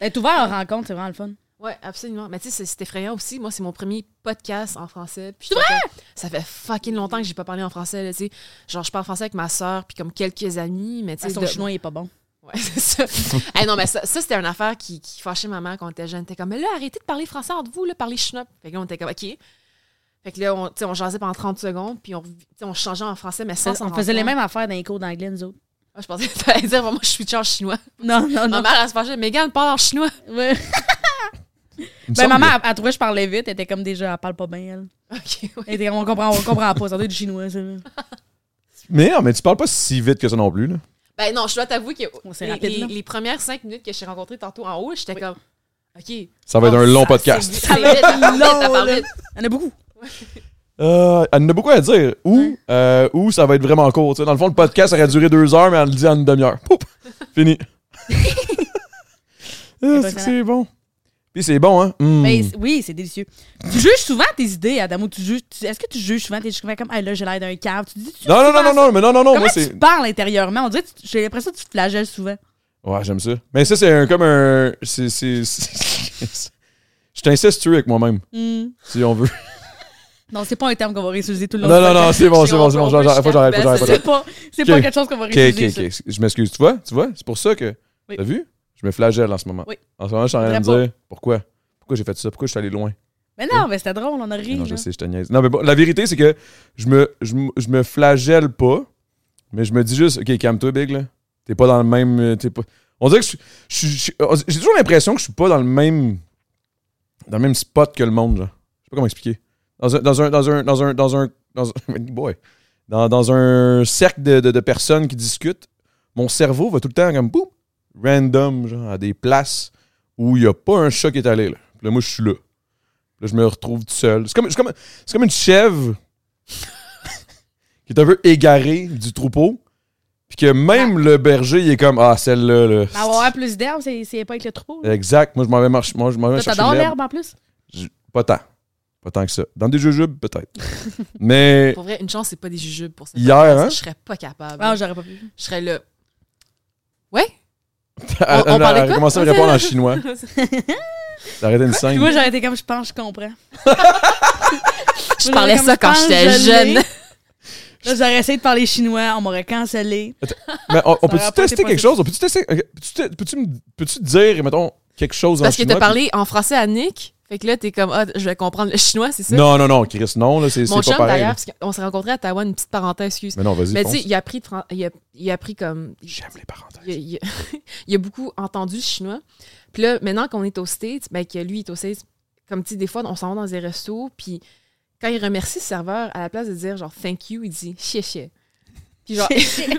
Speaker 2: Être ouvert en rencontre, c'est vraiment le fun.
Speaker 3: Ouais, absolument. Mais tu sais, c'est- c'est effrayant aussi. Moi, c'est mon premier podcast en français. Puis ça fait- Ça fait fucking longtemps que j'ai pas parlé en français, là, tu sais. Genre, je parle français avec ma sœur, puis comme quelques amis, mais tu sais...
Speaker 2: Son
Speaker 3: de-
Speaker 2: chinois, il est pas bon.
Speaker 3: Ouais, c'est ça. Hey, non, mais ça, ça, c'était une affaire qui, qui fâchait ma mère quand on était jeune. T'es comme, mais là, arrêtez de parler français entre vous, là, parlez chinois. Fait que là, on était comme, OK. Fait que là, on, tu sais, on jasait pendant 30 secondes, puis on, tu sais, on changeait en français, mais sans s'en
Speaker 2: On
Speaker 3: rendre
Speaker 2: faisait les
Speaker 3: compte.
Speaker 2: mêmes affaires dans les cours d'anglais, nous autres.
Speaker 3: Ah, je pensais que t'allais dire, vraiment, je suis en chinois.
Speaker 2: Non, non,
Speaker 3: Ma
Speaker 2: non.
Speaker 3: mère, elle se fâchait, Mégane, parle en chinois.
Speaker 2: Ouais.
Speaker 1: Il me
Speaker 2: Ben,
Speaker 1: semble
Speaker 2: maman, elle, elle trouvait que je parlais vite. Elle était comme déjà, elle parle pas bien, elle.
Speaker 3: OK, ouais.
Speaker 2: Elle était, on comprend, on comprend pas. Ça doit être du chinois, ça. là.
Speaker 1: que- Mais non, mais tu parles pas si vite que ça non plus. Là.
Speaker 3: Ben non, je dois t'avouer que
Speaker 2: On s'est
Speaker 3: les,
Speaker 2: rapide,
Speaker 3: les-
Speaker 2: là.
Speaker 3: les premières cinq minutes que je t'ai rencontrées tantôt en haut, j'étais comme, OK.
Speaker 1: Ça va être
Speaker 3: Oh,
Speaker 1: un long
Speaker 3: ça,
Speaker 1: podcast.
Speaker 3: c'est- c'est vite, ça parle vite, ça parle vite.
Speaker 2: Il y en a beaucoup.
Speaker 1: Euh, elle en a beaucoup à dire. Ou,
Speaker 2: Ouais.
Speaker 1: euh, ou ça va être vraiment court. tu sais. Dans le fond, le podcast aurait duré deux heures, mais elle le dit en une demi-heure. Poup! Fini. Ah, c'est que c'est bon. Puis c'est bon, hein? Mm.
Speaker 2: Mais Ben, c'est- oui, c'est délicieux. Tu juges souvent tes idées, Adamo. Tu juges, tu- est-ce que tu juges souvent tes souvent comme, hey, là, j'ai l'air d'un cave. Tu dis, tu
Speaker 1: Non, non, non, non, non, mais non, non, non,
Speaker 2: Comment
Speaker 1: moi
Speaker 2: tu
Speaker 1: c'est.
Speaker 2: parles intérieurement? On dirait, que tu- j'ai l'impression que tu te flagelles souvent.
Speaker 1: Ouais, j'aime ça. Mais ça, c'est un- comme un. C'est. c'est- c'est- Je suis incestueux avec moi-même, si on veut.
Speaker 2: Hmm. Non, c'est pas un terme qu'on va réutiliser tout le long.
Speaker 1: Non,
Speaker 2: du
Speaker 1: non,
Speaker 2: podcast.
Speaker 1: non, c'est bon, c'est
Speaker 3: on
Speaker 1: bon,
Speaker 3: peut-
Speaker 1: c'est bon.
Speaker 3: on
Speaker 1: j'en-
Speaker 3: peut
Speaker 1: j'en- Faut que j'arrête, faut que j'arrête, faut que j'arrête.
Speaker 2: C'est pas, c'est
Speaker 1: Ok.
Speaker 2: pas quelque chose qu'on va
Speaker 1: Ok, ok,
Speaker 2: réutiliser. ça.
Speaker 1: ok. Ex- Je m'excuse, tu vois? Tu vois? C'est pour ça que.
Speaker 2: Oui.
Speaker 1: T'as vu? Je me flagelle en ce moment.
Speaker 2: Oui.
Speaker 1: En ce moment, je suis en train de me
Speaker 2: Faudrait
Speaker 1: dire pourquoi? Pourquoi j'ai fait ça? Pourquoi je suis allé loin?
Speaker 2: Mais non, mais c'était drôle, on a ri.
Speaker 1: non, je
Speaker 2: là.
Speaker 1: sais, je te niaise. Non, mais bon, la vérité, c'est que je me, je, me- je me flagelle pas, mais je me dis juste, OK, calme-toi, Big, là. T'es pas dans le même. euh, t'es pas... On dirait que je, je- je- je- j'ai toujours l'impression que je suis pas dans le même. dans le même spot que le monde, là. Je sais pas comment expliquer. Dans un. Dans un. Dans un. Dans un. Dans un. Dans un- boy. Dans, dans un cercle de, de- de personnes qui discutent, mon cerveau va tout le temps comme boum, random, genre, à des places où il n'y a pas un chat qui est allé, là. Puis là, moi, je suis là. Là, je me retrouve tout seul. C'est comme, c'est comme, c'est comme une chèvre qui est un peu égarée du troupeau. Puis que même
Speaker 3: Ah.
Speaker 1: le berger, il est comme Ah, celle-là. Là.
Speaker 2: Mais avoir plus d'herbe, c'est, c'est pas avec le troupeau. là.
Speaker 1: Exact. Moi, je m'en vais marcher. Moi, Euh, je m'en vais
Speaker 2: Toi,
Speaker 1: chercher
Speaker 2: t'adores
Speaker 1: de l'herbe.
Speaker 2: l'herbe en plus?
Speaker 1: Pas tant. Pas tant que ça. Dans des jujubes, peut-être. Mais
Speaker 3: Pour vrai, une chance, c'est pas des jujubes pour ça.
Speaker 1: Hier, hein?
Speaker 3: Je serais pas capable.
Speaker 2: Ah, j'aurais pas pu.
Speaker 3: Je serais là.
Speaker 1: elle,
Speaker 3: on
Speaker 1: elle
Speaker 3: parlait
Speaker 1: a
Speaker 3: quoi?
Speaker 1: commencé à me répondre en chinois. T'as arrêté une
Speaker 2: Puis
Speaker 1: scène.
Speaker 2: moi, j'aurais été comme, je pense, je comprends.
Speaker 3: Je parlais ça quand j'étais jeune.
Speaker 2: Là, j'aurais essayé de parler chinois, on m'aurait cancellé.
Speaker 1: Mais on, on
Speaker 2: aurait
Speaker 1: peut-tu
Speaker 2: pas été
Speaker 1: tester quelque
Speaker 2: possible.
Speaker 1: chose? On peut-tu tester. ok, Peux-tu te- peux-tu me- peux-tu dire, mettons, quelque chose en
Speaker 3: Parce que
Speaker 1: chinois?
Speaker 3: t'as parlé en français à Nick. Fait que là, t'es comme, ah, je vais comprendre le chinois, c'est ça?
Speaker 1: Non, non, non, Chris, non, là, c'est
Speaker 3: Mon
Speaker 1: c'est
Speaker 3: chum,
Speaker 1: pas pareil.
Speaker 3: d'ailleurs,
Speaker 1: là.
Speaker 3: parce qu'on s'est rencontrés à Taïwan, une petite parenthèse, excuse.
Speaker 1: Mais non, vas-y.
Speaker 3: Mais tu sais,
Speaker 1: fonce.
Speaker 3: il a appris, de fran- il a, il a appris comme.
Speaker 1: J'aime les parenthèses.
Speaker 3: Il, a- il a- il a beaucoup entendu le chinois. Puis là, maintenant qu'on est aux States, ben, que lui est aux States, comme tu dis, des fois, on s'en va dans des restos, puis quand il remercie le serveur, à la place de dire genre thank you, il dit chie chie. Puis genre, tu sais,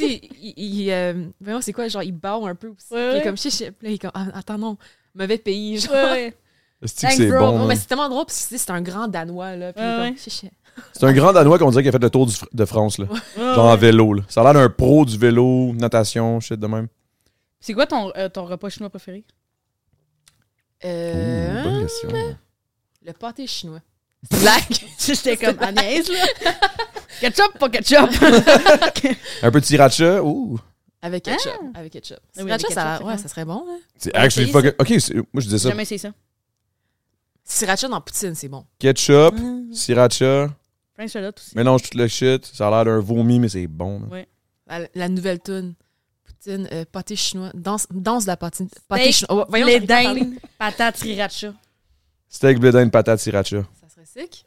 Speaker 3: il. il, euh, vraiment, c'est quoi? Genre, il bat un peu aussi. Puis
Speaker 2: Ouais,
Speaker 3: il est
Speaker 2: ouais.
Speaker 3: comme chie chie. Puis là, il est comme, Ah, attends, non, mauvais pays. Genre.
Speaker 2: Ouais.
Speaker 1: Est-ce que
Speaker 2: Thanks,
Speaker 1: C'est
Speaker 2: bro.
Speaker 3: Non,
Speaker 1: bon.
Speaker 3: mais
Speaker 1: hein?
Speaker 3: c'est tellement drôle, parce que tu sais, c'est un grand Danois, là. Puis il est
Speaker 2: Ouais,
Speaker 3: comme,
Speaker 2: ouais.
Speaker 3: Chie, chie.
Speaker 1: C'est un grand Danois qu'on dirait qu'il a fait le tour du fr- de France, là. Genre en
Speaker 2: Ouais.
Speaker 1: vélo, là. Ça a l'air d'un pro du vélo, natation, shit de même.
Speaker 2: C'est quoi ton, euh, ton repas chinois préféré?
Speaker 3: Euh,
Speaker 1: Bonne question.
Speaker 3: Le pâté chinois. Blague.
Speaker 2: J'étais comme, Agnès, là. ketchup, pas ketchup.
Speaker 1: Un peu de sriracha, ouh.
Speaker 3: Avec ketchup. Avec ketchup.
Speaker 2: Ah oui,
Speaker 3: Sriracha,
Speaker 2: avec
Speaker 3: ça,
Speaker 2: ketchup,
Speaker 3: ouais,
Speaker 2: c'est
Speaker 3: ça serait bon. Hein?
Speaker 1: C'est
Speaker 2: Ouais,
Speaker 1: actually
Speaker 2: c'est-
Speaker 1: fucking. Ok, c'est- moi je disais
Speaker 2: J'ai
Speaker 1: ça.
Speaker 2: jamais essayé ça.
Speaker 3: Sriracha dans poutine, c'est bon.
Speaker 1: Ketchup,
Speaker 3: Mm.
Speaker 1: sriracha,
Speaker 2: French salad aussi.
Speaker 1: mélange tout le shit. Ça a l'air d'un vomi, mais c'est bon. là.
Speaker 2: Ouais.
Speaker 3: La, la nouvelle tune. Poutine, euh, pâté chinois. Danse, danse de la poutine. Pâté
Speaker 2: Steak,
Speaker 3: chinois. Oh, voyons,
Speaker 2: Les
Speaker 3: j'arrive pas à parler.
Speaker 2: dingues, patates,
Speaker 3: Euh?
Speaker 2: sriracha.
Speaker 1: Steak, blé d'Inde, patate, sriracha.
Speaker 3: Ça serait sick.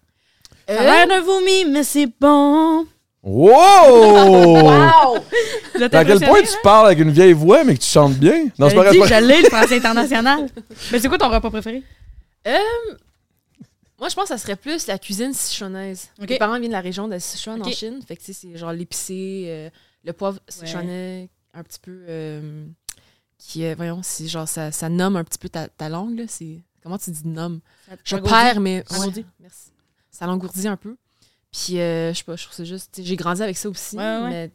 Speaker 2: Ça
Speaker 3: Euh,
Speaker 2: a l'air d'un vomi, mais c'est bon.
Speaker 1: Wow!
Speaker 2: Vous êtes
Speaker 1: À quel point
Speaker 2: impressionnés,
Speaker 1: tu parles avec une vieille voix, mais que tu chantes bien? Non, c'est pas
Speaker 2: J'allais
Speaker 1: vrai.
Speaker 2: dire,
Speaker 1: c'est pas-
Speaker 2: j'allais le français international. Mais c'est quoi ton repas préféré?
Speaker 3: moi, je pense que ça serait plus la cuisine sichuanaise.
Speaker 2: Ok.
Speaker 3: Mes parents viennent de la région de Sichuan en
Speaker 2: Ok.
Speaker 3: Chine. Fait que, tu sais, c'est genre l'épicé, euh, le poivre sichuanais, un petit peu. euh, qui est, voyons, c'est genre, ça, ça nomme un petit peu ta, ta langue, là. C'est, comment tu dis nomme? Je perds, mais.
Speaker 2: Ça engourdit.
Speaker 3: merci. Ça l'engourdit un peu. Puis, euh, je sais pas, je trouve ça juste. tu sais, J'ai grandi avec ça aussi.
Speaker 2: Ouais, ouais, ouais.
Speaker 3: Mais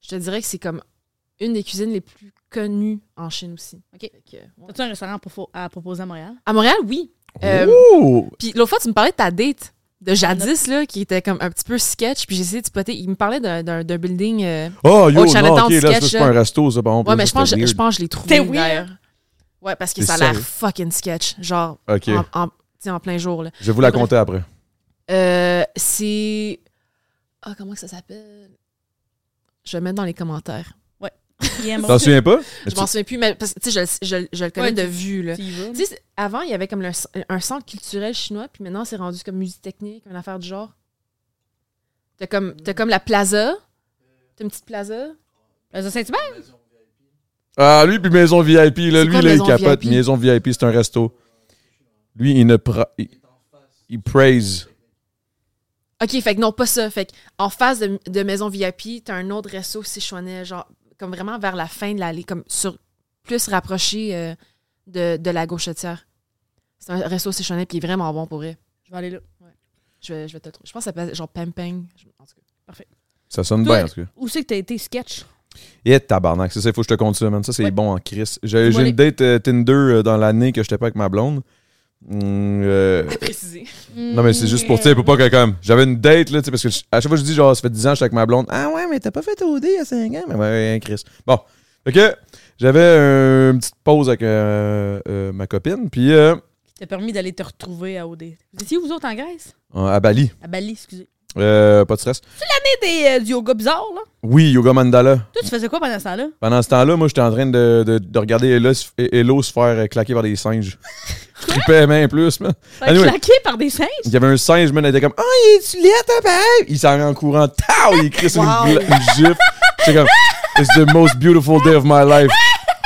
Speaker 3: je te dirais que c'est comme une des cuisines les plus connues en Chine aussi.
Speaker 2: Ok.
Speaker 3: Fait que, ouais.
Speaker 2: As-tu un restaurant à propos- à proposer à Montréal?
Speaker 3: À Montréal, oui. Euh,
Speaker 1: Ouh!
Speaker 3: Puis, l'autre fois, tu me parlais de ta date de jadis, là, qui était comme un petit peu sketch. Puis, j'ai essayé de spotter. Il me parlait d'un- d'un d'un building. euh,
Speaker 1: Oh, yo, non,
Speaker 3: au Chinatown
Speaker 1: ok, là,
Speaker 3: sketch,
Speaker 1: c'est pas
Speaker 3: là.
Speaker 1: un resto, ça, par contre.
Speaker 3: Ouais,
Speaker 1: là,
Speaker 3: mais
Speaker 1: ça,
Speaker 3: je pense,
Speaker 1: c'était
Speaker 3: je
Speaker 1: weird.
Speaker 3: pense que je l'ai trouvé
Speaker 2: C'était weird.
Speaker 3: d'ailleurs. Ouais, parce que
Speaker 1: C'est
Speaker 3: ça a l'air
Speaker 1: sérieux.
Speaker 3: fucking sketch. Genre,
Speaker 1: Ok,
Speaker 3: en, en- tu sais, en plein jour, là.
Speaker 1: je vais vous la
Speaker 3: Bref.
Speaker 1: compter après.
Speaker 3: Euh, c'est. Ah, comment que ça s'appelle? Je vais mettre dans les commentaires.
Speaker 2: Guillemets.
Speaker 1: T'en souviens pas?
Speaker 3: Je m'en souviens plus, mais parce que, tu sais, je, le- je le- je le connais
Speaker 2: Ouais,
Speaker 3: de
Speaker 2: tu-
Speaker 3: vue. Là.
Speaker 2: Tu y vas,
Speaker 3: Tu sais, c'est- avant, il y avait comme le- un centre culturel chinois, puis maintenant, c'est rendu comme musique technique, une affaire du genre. T'as comme, t'as comme la plaza. T'as une petite plaza.
Speaker 2: là? Ça, c'est bien.
Speaker 1: Ah, lui, puis Maison VIP, là,
Speaker 3: C'est
Speaker 1: lui,
Speaker 3: quoi,
Speaker 1: là, il
Speaker 3: Maison
Speaker 1: capote.
Speaker 3: VIP?
Speaker 1: Maison VIP, c'est un resto. Lui, il ne pra... il... il praise.
Speaker 3: Ok, fait que non, pas ça. Fait que en face de, de Maison VIP, t'as un autre resto sichuanais, genre, comme vraiment vers la fin de l'allée, comme sur plus rapproché euh, de, de la gauchetière. C'est un resto sichuanais, puis il est vraiment bon pour vrai.
Speaker 2: Je vais aller là.
Speaker 3: Je vais, je vais te le trouver. Je pense que ça s'appelle genre Pempeng. Je- en tout cas.
Speaker 1: Ça sonne
Speaker 2: Toi-
Speaker 1: bien, en tout cas.
Speaker 2: Où c'est que t'as été sketch?
Speaker 1: Et tabarnak, c'est ça, il faut que je te compte ça, man. Ça, c'est
Speaker 2: Ouais.
Speaker 1: bon en crise. J'ai j'ai
Speaker 2: Moi, les-
Speaker 1: une date euh, Tinder euh, dans l'année que j'étais pas avec ma blonde. Hum, euh,
Speaker 3: Précisé.
Speaker 1: Mm. non, mais c'est juste pour, tu sais, pour pas que, comme, j'avais une date, là, tu sais, parce que je- à chaque fois, je dis, genre, ça fait 10 ans que je suis avec ma blonde. Ah ouais, mais t'as pas fait OD il y a 5 ans. Mais ouais, hein, Chris. Bon. Fait que j'avais euh, une petite pause avec euh, euh, ma copine, puis euh,
Speaker 2: Qui t'a permis d'aller te retrouver à OD. Vous étiez où, vous autres, en Grèce?
Speaker 1: à Bali.
Speaker 2: À Bali, excusez.
Speaker 1: Euh, pas de stress.
Speaker 2: T'es des, euh, du yoga bizarre, là.
Speaker 1: Oui, Yoga Mandala.
Speaker 2: Toi, tu faisais quoi pendant ce temps-là?
Speaker 1: Pendant ce temps-là, moi, j'étais en train de, de, de regarder Elo, se- Elo se faire euh, claquer par des singes. Je trippais même plus, man.
Speaker 2: Faire
Speaker 1: Anyway.
Speaker 2: claquer par des singes?
Speaker 1: Il y avait un singe, man, il était comme Ah, il est-tu laid, ta babe? Il s'en allait en courant, tao, il crie sur une,
Speaker 3: Wow.
Speaker 1: gla- une gifle. J'étais comme It's the most beautiful day of my life.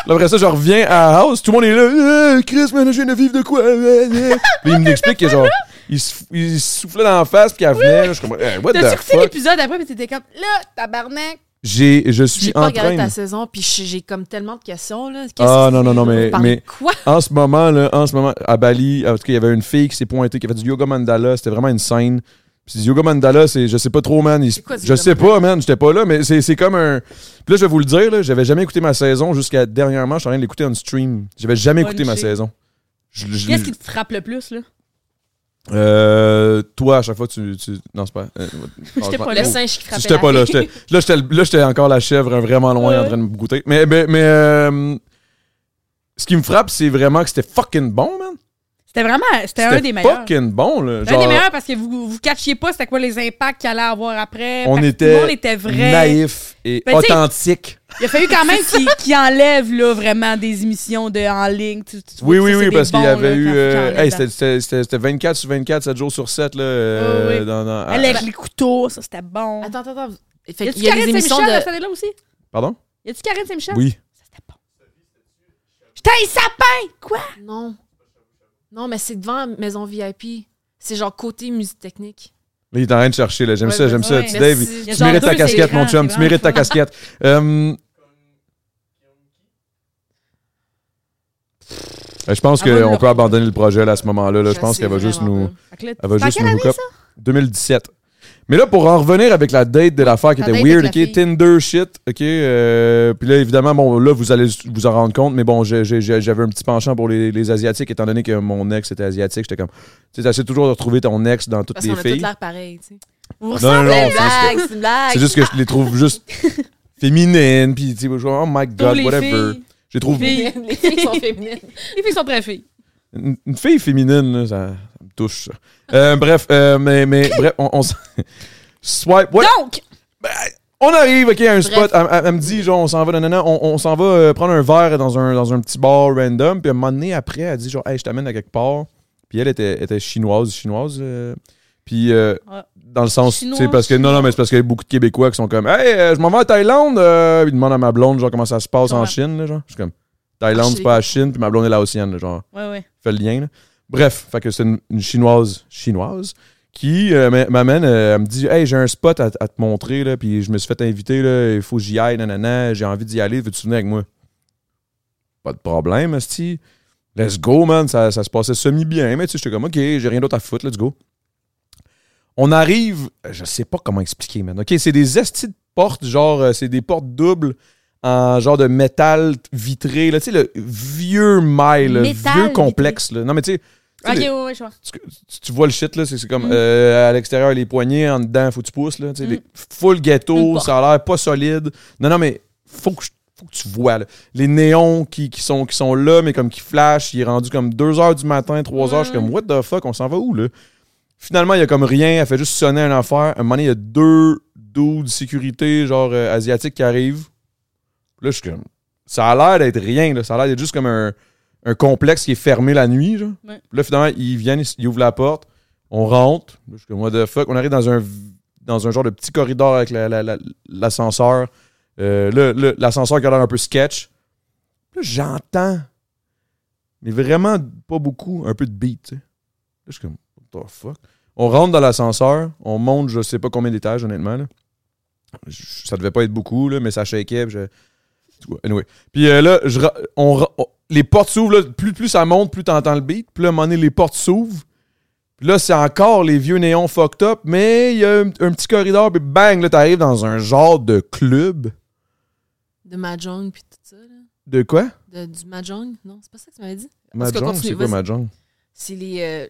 Speaker 1: Là, après ça, je reviens à la house, tout le monde est là, Eh, Chris, man, je viens de vivre de quoi? Eh, eh. Puis il m'explique que genre, il, se- il se soufflait dans la face, puis elle venait, là, je suis comme, Eh, what
Speaker 2: T'as
Speaker 1: the
Speaker 2: sorti
Speaker 1: fuck?
Speaker 2: l'épisode après, puis t'étais comme, là, tabarnak.
Speaker 1: J'ai, je suis
Speaker 3: J'ai pas
Speaker 1: en
Speaker 3: regardé
Speaker 1: train.
Speaker 3: ta saison, puis j'ai j'ai comme tellement de questions, là. Qu'est-ce
Speaker 1: Ah,
Speaker 3: que-
Speaker 1: non, non, non, mais-
Speaker 3: vous parlez
Speaker 1: mais-
Speaker 3: de quoi?
Speaker 1: En ce moment, là, en ce moment, à Bali, en tout cas, il y avait une fille qui s'est pointée, qui a fait du yoga mandala. C'était vraiment une scène. Puis du yoga mandala, c'est, je sais pas trop, man. il-
Speaker 3: C'est quoi du
Speaker 1: je
Speaker 3: yoga
Speaker 1: sais pas, man. J'étais pas là, mais c'est, c'est comme un. Puis là, je vais vous le dire, là, j'avais jamais écouté ma saison jusqu'à dernièrement. Je suis en train de l'écouter en stream. J'avais jamais écouté ma
Speaker 2: Punché.
Speaker 1: saison. Je- je-
Speaker 2: Qu'est-ce qui te frappe le plus,
Speaker 1: Ah,
Speaker 2: là?
Speaker 1: Euh, toi, à chaque fois, tu. tu- Non, c'est pas. euh, non, je-
Speaker 2: pas
Speaker 3: Le
Speaker 2: Oh.
Speaker 3: singe qui frappait
Speaker 1: J'étais
Speaker 3: la
Speaker 1: pas là.
Speaker 3: fille.
Speaker 1: j'étais- Là, j'étais le- là, j'étais encore la chèvre hein, vraiment loin en
Speaker 2: Ouais.
Speaker 1: train de me goûter. Mais, mais, mais, euh, ce qui me frappe, c'est vraiment que c'était fucking bon, man.
Speaker 2: C'était vraiment, c'était un
Speaker 1: C'était
Speaker 2: des meilleurs.
Speaker 1: fucking bon, là.
Speaker 2: C'était un
Speaker 1: Genre,
Speaker 2: des meilleurs parce que vous, vous cachiez pas c'était quoi les impacts qu'il allait avoir après.
Speaker 1: On
Speaker 2: Fait que
Speaker 1: était
Speaker 2: Tout le monde était vrai.
Speaker 1: naïf et
Speaker 2: Ben, tu sais-
Speaker 1: authentique.
Speaker 2: Il a fallu quand même qu'il qu'il enlève, là, vraiment des émissions de, en ligne. Tu- tu- tu
Speaker 1: Oui,
Speaker 2: vois
Speaker 1: oui,
Speaker 2: que ça,
Speaker 1: oui,
Speaker 2: c'est des
Speaker 1: parce qu'il y
Speaker 2: bons,
Speaker 1: avait
Speaker 2: là,
Speaker 1: eu.
Speaker 2: quand-
Speaker 1: euh,
Speaker 2: quand on est
Speaker 1: hey,
Speaker 2: dedans.
Speaker 1: c'était- c'était c'était- c'était 24 sur 24, 7 jours sur 7, là.
Speaker 2: Oui,
Speaker 1: euh,
Speaker 2: Oh, oui.
Speaker 1: dans- dans-
Speaker 2: Elle avec les couteaux, ça, c'était bon.
Speaker 3: Attends, attends, attends.
Speaker 2: Y
Speaker 3: Fait
Speaker 2: a-tu
Speaker 3: qu'il y a
Speaker 2: Karen
Speaker 3: des
Speaker 2: Saint-Michel
Speaker 3: émissions
Speaker 2: de... cette
Speaker 3: de.
Speaker 2: année-là aussi?
Speaker 1: Pardon?
Speaker 2: Y a-tu Karen Saint-Michel?
Speaker 1: Oui.
Speaker 2: Ça, c'était bon. J'étais un sapin! Quoi?
Speaker 3: Non. Non, mais c'est devant Maison VIP. C'est genre côté musique technique.
Speaker 1: Là, il est en train de chercher, là. J'aime
Speaker 3: Ouais,
Speaker 1: ça, j'aime
Speaker 3: vas-y.
Speaker 1: ça.
Speaker 2: Ouais.
Speaker 1: Tu,
Speaker 3: Merci.
Speaker 1: Dave,
Speaker 3: Il y a
Speaker 1: tu
Speaker 2: genre
Speaker 1: mérites ta
Speaker 2: deux, c'est
Speaker 1: casquette, mon
Speaker 2: grand,
Speaker 1: chum.
Speaker 2: c'est
Speaker 1: Tu mérites ta
Speaker 2: vraiment
Speaker 1: casquette. Hum, euh, Je pense
Speaker 2: Elle va nous
Speaker 1: qu'on
Speaker 2: le
Speaker 1: peut abandonner le projet là, à ce moment-là. là. Je pense
Speaker 3: sais
Speaker 1: qu'elle va juste
Speaker 3: vraiment
Speaker 1: nous.
Speaker 3: pas.
Speaker 2: Fait que là,
Speaker 1: Elle va
Speaker 2: c'est en
Speaker 1: juste
Speaker 2: quelle
Speaker 1: nous
Speaker 2: année,
Speaker 1: hook up.
Speaker 2: ça?
Speaker 1: 2017. Mais là, pour en revenir avec la date de l'affaire qui
Speaker 2: La
Speaker 1: était
Speaker 2: date
Speaker 1: weird,
Speaker 2: avec la
Speaker 1: ok,
Speaker 2: fille.
Speaker 1: Tinder shit, ok. euh, puis là, évidemment, bon, là, vous allez vous en rendre compte, mais bon, j'ai- j'ai- j'ai- j'avais un petit penchant pour les, les Asiatiques, étant donné que mon ex était asiatique, j'étais comme, tu sais, t'essaies toujours de retrouver ton ex dans toutes
Speaker 3: Parce
Speaker 1: les
Speaker 3: qu'on a toutes
Speaker 1: filles.
Speaker 3: l'air pareil, tu sais.
Speaker 2: Vous
Speaker 1: Non, non, non,
Speaker 2: ressemblez,
Speaker 1: c'est juste que-
Speaker 3: c'est une blague.
Speaker 1: C'est juste que je les trouve juste féminines, puis tu sais, genre, oh my
Speaker 2: tous
Speaker 1: god,
Speaker 2: les
Speaker 1: whatever.
Speaker 2: filles.
Speaker 1: Je les trouve.
Speaker 2: Filles.
Speaker 3: Les filles sont féminines.
Speaker 2: Les filles sont très filles.
Speaker 1: Une, une fille féminine, là, ça, ça me touche, ça. Euh, bref, euh, mais, mais, bref, on, on s- Swipe, what?
Speaker 2: Donc,
Speaker 1: On arrive, OK, à un
Speaker 3: Bref.
Speaker 1: spot. Elle, elle- elle me dit, genre, on s'en va, nanana, on, on s'en va euh, prendre un verre dans un, dans un petit bar random. Puis à un moment donné, après, elle dit, genre, hey, je t'amène à quelque part. Puis elle était, était chinoise, chinoise. euh, puis euh,
Speaker 2: Ouais.
Speaker 1: dans le sens, tu
Speaker 2: Chinois,
Speaker 1: sais, parce que non, non, mais c'est parce qu'il y a beaucoup de Québécois qui sont comme, hey, euh, je m'en vais en Thaïlande. euh, ils demandent à ma blonde, genre, comment ça se passe en
Speaker 2: Ouais.
Speaker 1: Chine, là, genre. Je suis comme, Thaïlande,
Speaker 3: Ah,
Speaker 1: c'est pas la Chine, puis ma blonde est laotienne, là, genre
Speaker 2: ouais, ouais.
Speaker 1: fait le lien. là. Bref, fait que c'est une, une chinoise chinoise qui euh, m'a- m'amène, euh, elle me dit Hey, j'ai un spot à, à te montrer, là, puis je me suis fait inviter, là, il faut que j'y aille, nanana, j'ai envie d'y aller, veux-tu venir avec moi Pas de problème, Asti. Let's go, man, ça, ça se passait semi-bien, mais tu sais, j'étais comme Ok, j'ai rien d'autre à foutre, let's go. On arrive, je sais pas comment expliquer, man. Ok, c'est des estis de portes, genre, euh, c'est des portes doubles en genre de métal vitré, là, tu sais, le vieux mail, le
Speaker 2: Métal
Speaker 1: vieux
Speaker 2: vitré.
Speaker 1: complexe, là. Non, mais tu sais, tu sais,
Speaker 2: Ok,
Speaker 1: les-
Speaker 2: ouais, ouais, je vois.
Speaker 1: tu, tu- tu vois le shit, là, c'est c'est comme
Speaker 2: Mm.
Speaker 1: euh, à l'extérieur, les poignets, en dedans, faut que tu pousses, là. tu sais,
Speaker 2: Mm.
Speaker 1: les- Full
Speaker 2: Une
Speaker 1: ghetto,
Speaker 2: porte.
Speaker 1: ça a l'air pas solide. Non, non, mais faut que, je- faut que tu vois, là. Les néons qui, qui sont, qui sont là, mais comme qui flashent, il est rendu comme 2 h du matin, 3 h, je suis
Speaker 2: Ouais.
Speaker 1: comme, what the fuck, on s'en va où, là? Finalement, il y a comme rien, elle fait juste sonner un affaire. À un moment donné, il y a deux dudes de sécurité, genre euh, asiatiques, qui arrivent. Là, je suis comme. Ça a l'air d'être rien, là. Ça a l'air d'être juste comme un, un complexe qui est fermé la nuit, genre.
Speaker 2: Ouais.
Speaker 1: Là, finalement, ils viennent, ils, ils ouvrent la porte, on rentre. Là, je suis comme, what the fuck. On arrive dans un, v- dans un genre de petit corridor avec la- la- la- l'ascenseur. Euh, là, là, l'ascenseur qui a l'air un peu sketch. Là, j'entends, mais vraiment pas beaucoup, un peu de beat, tu sais. Là, je suis comme, what the fuck. On rentre dans l'ascenseur, on monte, je sais pas combien d'étages, honnêtement. là. Je- ça devait pas être beaucoup, là, mais ça shakeait. puis je- Anyway. Puis euh, là, je ra- on ra- on- les portes s'ouvrent. là. Plus, plus ça monte, plus t'entends le beat. Puis là, à un moment donné, les portes s'ouvrent. Puis là, c'est encore les vieux néons fucked up, mais il y a un, un petit corridor. Puis bang, là, t'arrives dans un genre de club.
Speaker 3: de Mahjong puis tout ça. Là.
Speaker 1: De quoi?
Speaker 3: De- du Mahjong? Non, c'est pas ça que tu m'avais dit? En tout cas,
Speaker 1: Mahjong,
Speaker 3: continue,
Speaker 1: c'est quoi
Speaker 3: vas-y.
Speaker 1: Mahjong?
Speaker 3: C'est les. euh,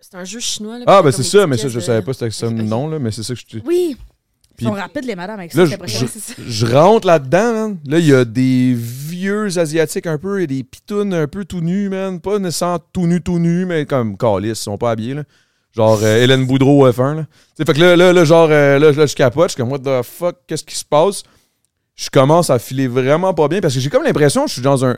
Speaker 3: c'est un jeu chinois. là, puis
Speaker 1: Ah,
Speaker 3: il y a
Speaker 1: ben
Speaker 3: comme
Speaker 1: c'est
Speaker 3: des
Speaker 1: ça, mais ça,
Speaker 3: pièces
Speaker 1: je
Speaker 3: de-
Speaker 1: savais pas c'était ça le
Speaker 3: Ok.
Speaker 1: nom, là, mais c'est ça que je.
Speaker 3: Oui!
Speaker 2: Ils sont rapides, les madames, avec ça.
Speaker 1: Là,
Speaker 2: c'est
Speaker 1: je-
Speaker 3: Ouais,
Speaker 2: impressionnant.
Speaker 3: c'est ça.
Speaker 1: Je rentre là-dedans, man. Là, il y a des vieux Asiatiques un peu, il y a des pitounes un peu tout nus, man. Pas nécessairement tout nus, tout nus, mais comme calice, ils sont pas habillés, là. Genre euh, Hélène Boudreau F1, là. Tu sais, fait que là, là, là, genre, euh, là, là, je capote, je suis comme, what the fuck, qu'est-ce qui se passe? Je commence à filer vraiment pas bien parce que j'ai comme l'impression, que je suis dans un.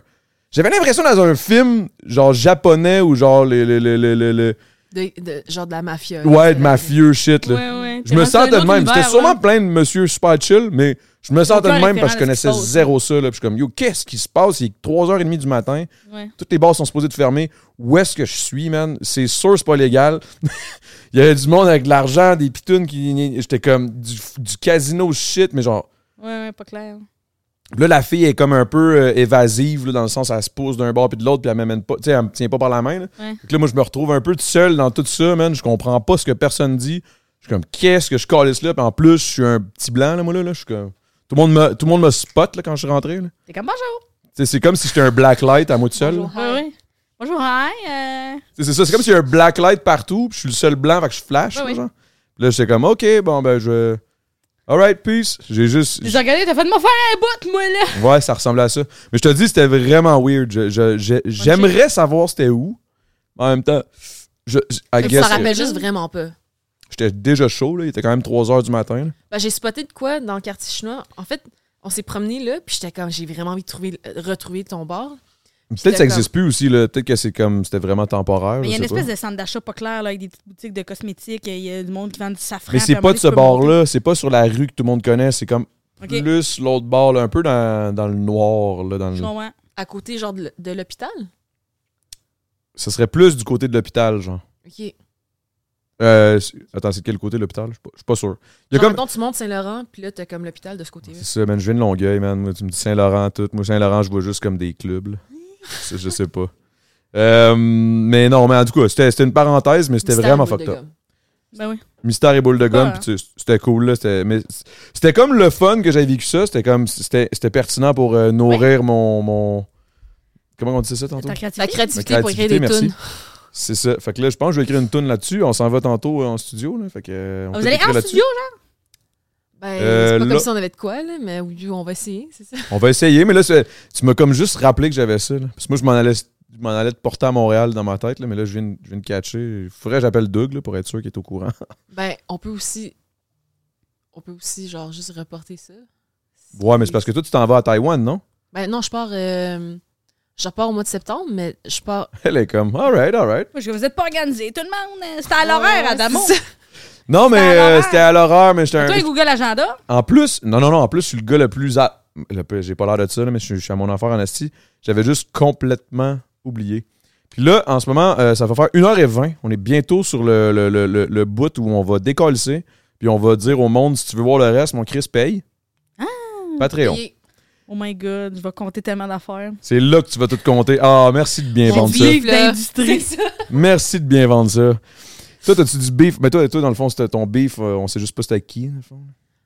Speaker 1: J'avais l'impression dans un film, genre japonais ou genre le. le, le, le, le- le-
Speaker 3: De- de- genre de la mafia. là,
Speaker 1: Ouais,
Speaker 3: c'est-
Speaker 1: de mafieux shit, là.
Speaker 2: Ouais, ouais.
Speaker 1: Je me sentais de même. C'était
Speaker 2: C'était
Speaker 1: sûrement plein de monsieur super chill, mais je me sentais de
Speaker 2: Aucun
Speaker 1: même parce que je
Speaker 2: référent à ce qui
Speaker 1: connaissais
Speaker 2: se passe.
Speaker 1: zéro ça. Là. Puis je suis comme, yo, qu'est-ce qui se passe? Il est 3h30 du matin.
Speaker 2: Ouais.
Speaker 1: Toutes les bars sont supposées de fermer. Où est-ce que je suis, man? C'est sûr, c'est pas légal. Il y avait du monde avec de l'argent, des pitounes qui. J'étais comme du, du casino shit, mais genre.
Speaker 2: Ouais, ouais, pas clair.
Speaker 1: Là, la fille est comme un peu euh, évasive, là, dans le sens, elle se pousse d'un bord puis de l'autre, puis elle m'amène pas, tu sais, elle me tient pas par la main. Là.
Speaker 2: Ouais.
Speaker 1: Fait que là, moi, je me retrouve un peu tout seul dans tout ça, man. Je comprends pas ce que personne dit. Je suis comme, qu'est-ce que je calisse là? Puis en plus, je suis un petit blanc, là, moi, là. là. je suis comme. Tout le monde me, tout le monde me spot, là, quand je suis rentré, là.
Speaker 2: T'es comme bonjour.
Speaker 1: Tu sais, C'est comme si j'étais un black light à moi tout seul. là.
Speaker 3: Bonjour.
Speaker 2: Ouais, ouais. Bonjour, hi. euh,
Speaker 1: Tu sais, C'est ça, c'est comme s'il y a un black light partout, puis je suis le seul blanc, fait que je flash,
Speaker 2: Ouais,
Speaker 1: là,
Speaker 2: ouais.
Speaker 1: genre. Puis là, j'étais comme, OK, bon, ben, je. Alright, peace. J'ai juste.
Speaker 2: J'ai regardé, t'as fait de me faire un bout, moi, là.
Speaker 1: Ouais, ça ressemblait à ça. Mais je te dis, c'était vraiment weird. Je- je- je- J'aimerais savoir c'était où. En même temps, je, je- I
Speaker 3: Tu
Speaker 1: guess
Speaker 3: t'en
Speaker 1: que
Speaker 3: rappelles juste vraiment pas.
Speaker 1: j'étais déjà chaud. Là. Il était quand même 3 heures du matin. là.
Speaker 3: Ben, j'ai spoté de quoi dans le quartier chinois. En fait, on s'est promené là, puis j'étais comme, j'ai vraiment envie de trouver, euh, retrouver ton bar.
Speaker 1: Peut-être que ça
Speaker 3: c'était
Speaker 1: n'existe plus aussi. là. Peut-être que c'est comme c'était vraiment temporaire.
Speaker 2: Mais il y
Speaker 1: je
Speaker 2: a une
Speaker 1: sais pas.
Speaker 2: espèce de centre d'achat pas clair, là, avec des petites boutiques de cosmétiques. Il y a du monde qui vend du safran.
Speaker 1: Mais
Speaker 2: puis
Speaker 1: c'est
Speaker 2: à un
Speaker 1: pas
Speaker 2: moment
Speaker 1: de
Speaker 2: donné,
Speaker 1: ce
Speaker 2: tu peux monter.
Speaker 1: bord-là. C'est pas sur la rue que tout le monde connaît. C'est comme
Speaker 2: Ok.
Speaker 1: plus l'autre bord, là, un peu dans, dans le noir. Là, dans le-
Speaker 2: Je comprends.
Speaker 3: À côté, genre, de, l- de l'hôpital.
Speaker 1: Ça serait plus du côté de l'hôpital, genre.
Speaker 3: OK. Genre,
Speaker 1: Euh, c'est- attends, c'est de quel côté de l'hôpital? Je suis pas- je suis pas sûr. Il y a comme...
Speaker 3: mettons, tu montes Saint-Laurent, puis là, t'as comme l'hôpital de ce côté-là.
Speaker 1: C'est ça, man. Je viens de Longueuil, man. Moi, tu me dis Saint-Laurent, tout. Moi, Saint-Laurent, je vois juste comme des clubs. là. Ça, je sais pas. Euh, mais non, mais en tout cas, c'était c'était une parenthèse, mais c'était
Speaker 3: Mystère
Speaker 1: vraiment
Speaker 3: et boule
Speaker 1: fucked
Speaker 3: de
Speaker 1: up.
Speaker 3: gomme.
Speaker 2: Ben oui.
Speaker 1: Mystère et boule de gomme,
Speaker 2: Ouais.
Speaker 1: puis tu sais, c'était cool, là. C'était mais c- c'était comme le fun que j'avais vécu ça. C'était comme, c'était c'était pertinent pour euh, nourrir mon, mon- Comment on dit ça tantôt?
Speaker 2: Ta
Speaker 3: La
Speaker 2: créativité.
Speaker 3: créativité,
Speaker 1: Ma
Speaker 3: pour écrire des
Speaker 1: créativité,
Speaker 3: tunes.
Speaker 1: C'est ça. Fait que là, je pense que je vais écrire une tune là-dessus. On s'en va tantôt euh, en studio, là. Fait que, euh, on
Speaker 2: Ah,
Speaker 1: peut
Speaker 2: vous allez
Speaker 1: écrire
Speaker 2: en
Speaker 1: là-dessus.
Speaker 2: studio,
Speaker 3: Ben,
Speaker 1: Euh,
Speaker 3: c'est pas
Speaker 1: là-
Speaker 3: comme si on avait de quoi, là, mais oui, on va essayer, c'est ça.
Speaker 1: On va essayer, mais là, c'est- tu m'as comme juste rappelé que j'avais ça. là. Parce que moi, je m'en allais, je m'en allais te porter à Montréal dans ma tête, là, mais là, je viens, de- je viens de catcher. Il faudrait que j'appelle Doug là, pour être sûr qu'il est au courant.
Speaker 3: Ben, on peut aussi. On peut aussi, genre, juste reporter ça.
Speaker 1: ouais, mais c'est parce que toi, tu t'en vas à Taïwan, non?
Speaker 3: Ben, non, je pars. euh, je repars au mois de septembre, mais je pars.
Speaker 1: Elle est comme, alright, alright.
Speaker 2: là? Je- Vous êtes pas organisé. Tout le monde, euh, c'était à l'horaire, Adamo.
Speaker 3: Ouais, Oh, c'est ça.
Speaker 1: Non, mais
Speaker 2: à
Speaker 1: euh,
Speaker 2: l'horaire.
Speaker 1: c'était à l'horreur, mais j'étais
Speaker 2: Toi,
Speaker 1: un.
Speaker 2: avec Google Agenda,
Speaker 1: En plus, non, non, non, en plus, je suis le gars le plus. À... le peu- J'ai pas l'air de ça, là, mais je, suis- je suis à mon affaire en Asti. J'avais juste complètement oublié. Puis là, en ce moment, euh, ça va faire 1h20. On est bientôt sur le, le, le, le- le bout où on va décoller. Puis on va dire au monde si tu veux voir le reste, mon Chris paye. Patreon.
Speaker 3: Et-
Speaker 2: oh my god, je vais compter tellement d'affaires.
Speaker 1: C'est là que tu vas tout compter. Ah, merci de bien
Speaker 3: Mon
Speaker 1: vendre ça.
Speaker 3: Dieu.
Speaker 2: Vive
Speaker 3: là.
Speaker 2: l'industrie.
Speaker 1: Merci de bien vendre ça. Toi, t'as-tu du beef? Mais toi, toi, dans le fond, c'était ton beef. euh, on sait juste pas c'était avec qui, dans le fond.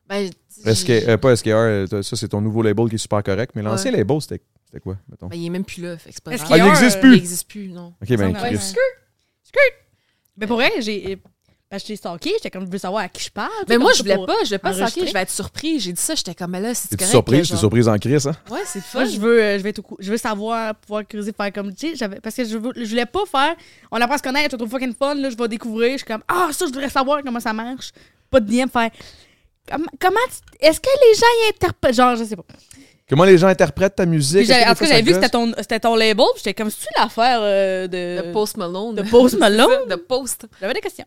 Speaker 3: Ben,
Speaker 1: SK,
Speaker 3: j'ai-
Speaker 1: euh, pas SKR, euh, t'as- ça, c'est ton nouveau label qui est super correct. Mais l'ancien label, c'était c'était quoi, mettons?
Speaker 3: ben, il est même plus là, fait que c'est pas
Speaker 2: Est-ce
Speaker 3: grave.
Speaker 1: Ah, il
Speaker 2: SKR,
Speaker 1: n'existe
Speaker 2: euh, Ah,
Speaker 3: Il
Speaker 1: plus!
Speaker 3: n'existe plus, non.
Speaker 1: Ok, ben,
Speaker 2: Ouais,
Speaker 1: Chris.
Speaker 2: Skirt! Skirt! Mais pour vrai, j'ai. Ben, je t'ai stalké, j'étais comme, je veux savoir à qui je parle. tu sais,
Speaker 3: Mais moi,
Speaker 2: comme
Speaker 3: je
Speaker 2: ça
Speaker 3: voulais
Speaker 2: pour-
Speaker 3: pas, je voulais pas
Speaker 2: enregistrer.
Speaker 3: saquer, je vais être surpris. J'ai dit ça, j'étais comme, mais là, c'est
Speaker 1: T'es-tu
Speaker 3: correct.
Speaker 1: surprise?
Speaker 3: là,
Speaker 1: T'es
Speaker 3: genre.
Speaker 1: surprise en Chris, hein?
Speaker 3: Ouais, c'est fun.
Speaker 2: Moi, je veux, euh, je, vais être au cou- je veux savoir, pouvoir creuser, faire comme. Tu sais, j'avais- parce que je, veux- je voulais pas faire. On apprend à se connaître, je trouve fucking fun, là, je vais découvrir. Je suis comme, ah, ça, je voudrais savoir comment ça marche. Pas de lien, faire. Comme- comment. tu- Est-ce que les gens y interprètent. Genre, je sais pas.
Speaker 1: Comment les gens interprètent ta musique?
Speaker 2: Puis j'avais-
Speaker 1: Est-ce
Speaker 2: en tout
Speaker 1: que
Speaker 2: cas,
Speaker 1: des
Speaker 2: j'avais vu que
Speaker 1: fois, ça
Speaker 2: c'était ton, c'était ton label, puis j'étais comme, c'est-tu l'affaire euh, de.
Speaker 3: De Post Malone.
Speaker 2: de Post Malone?
Speaker 3: De Post.
Speaker 2: J'avais des questions.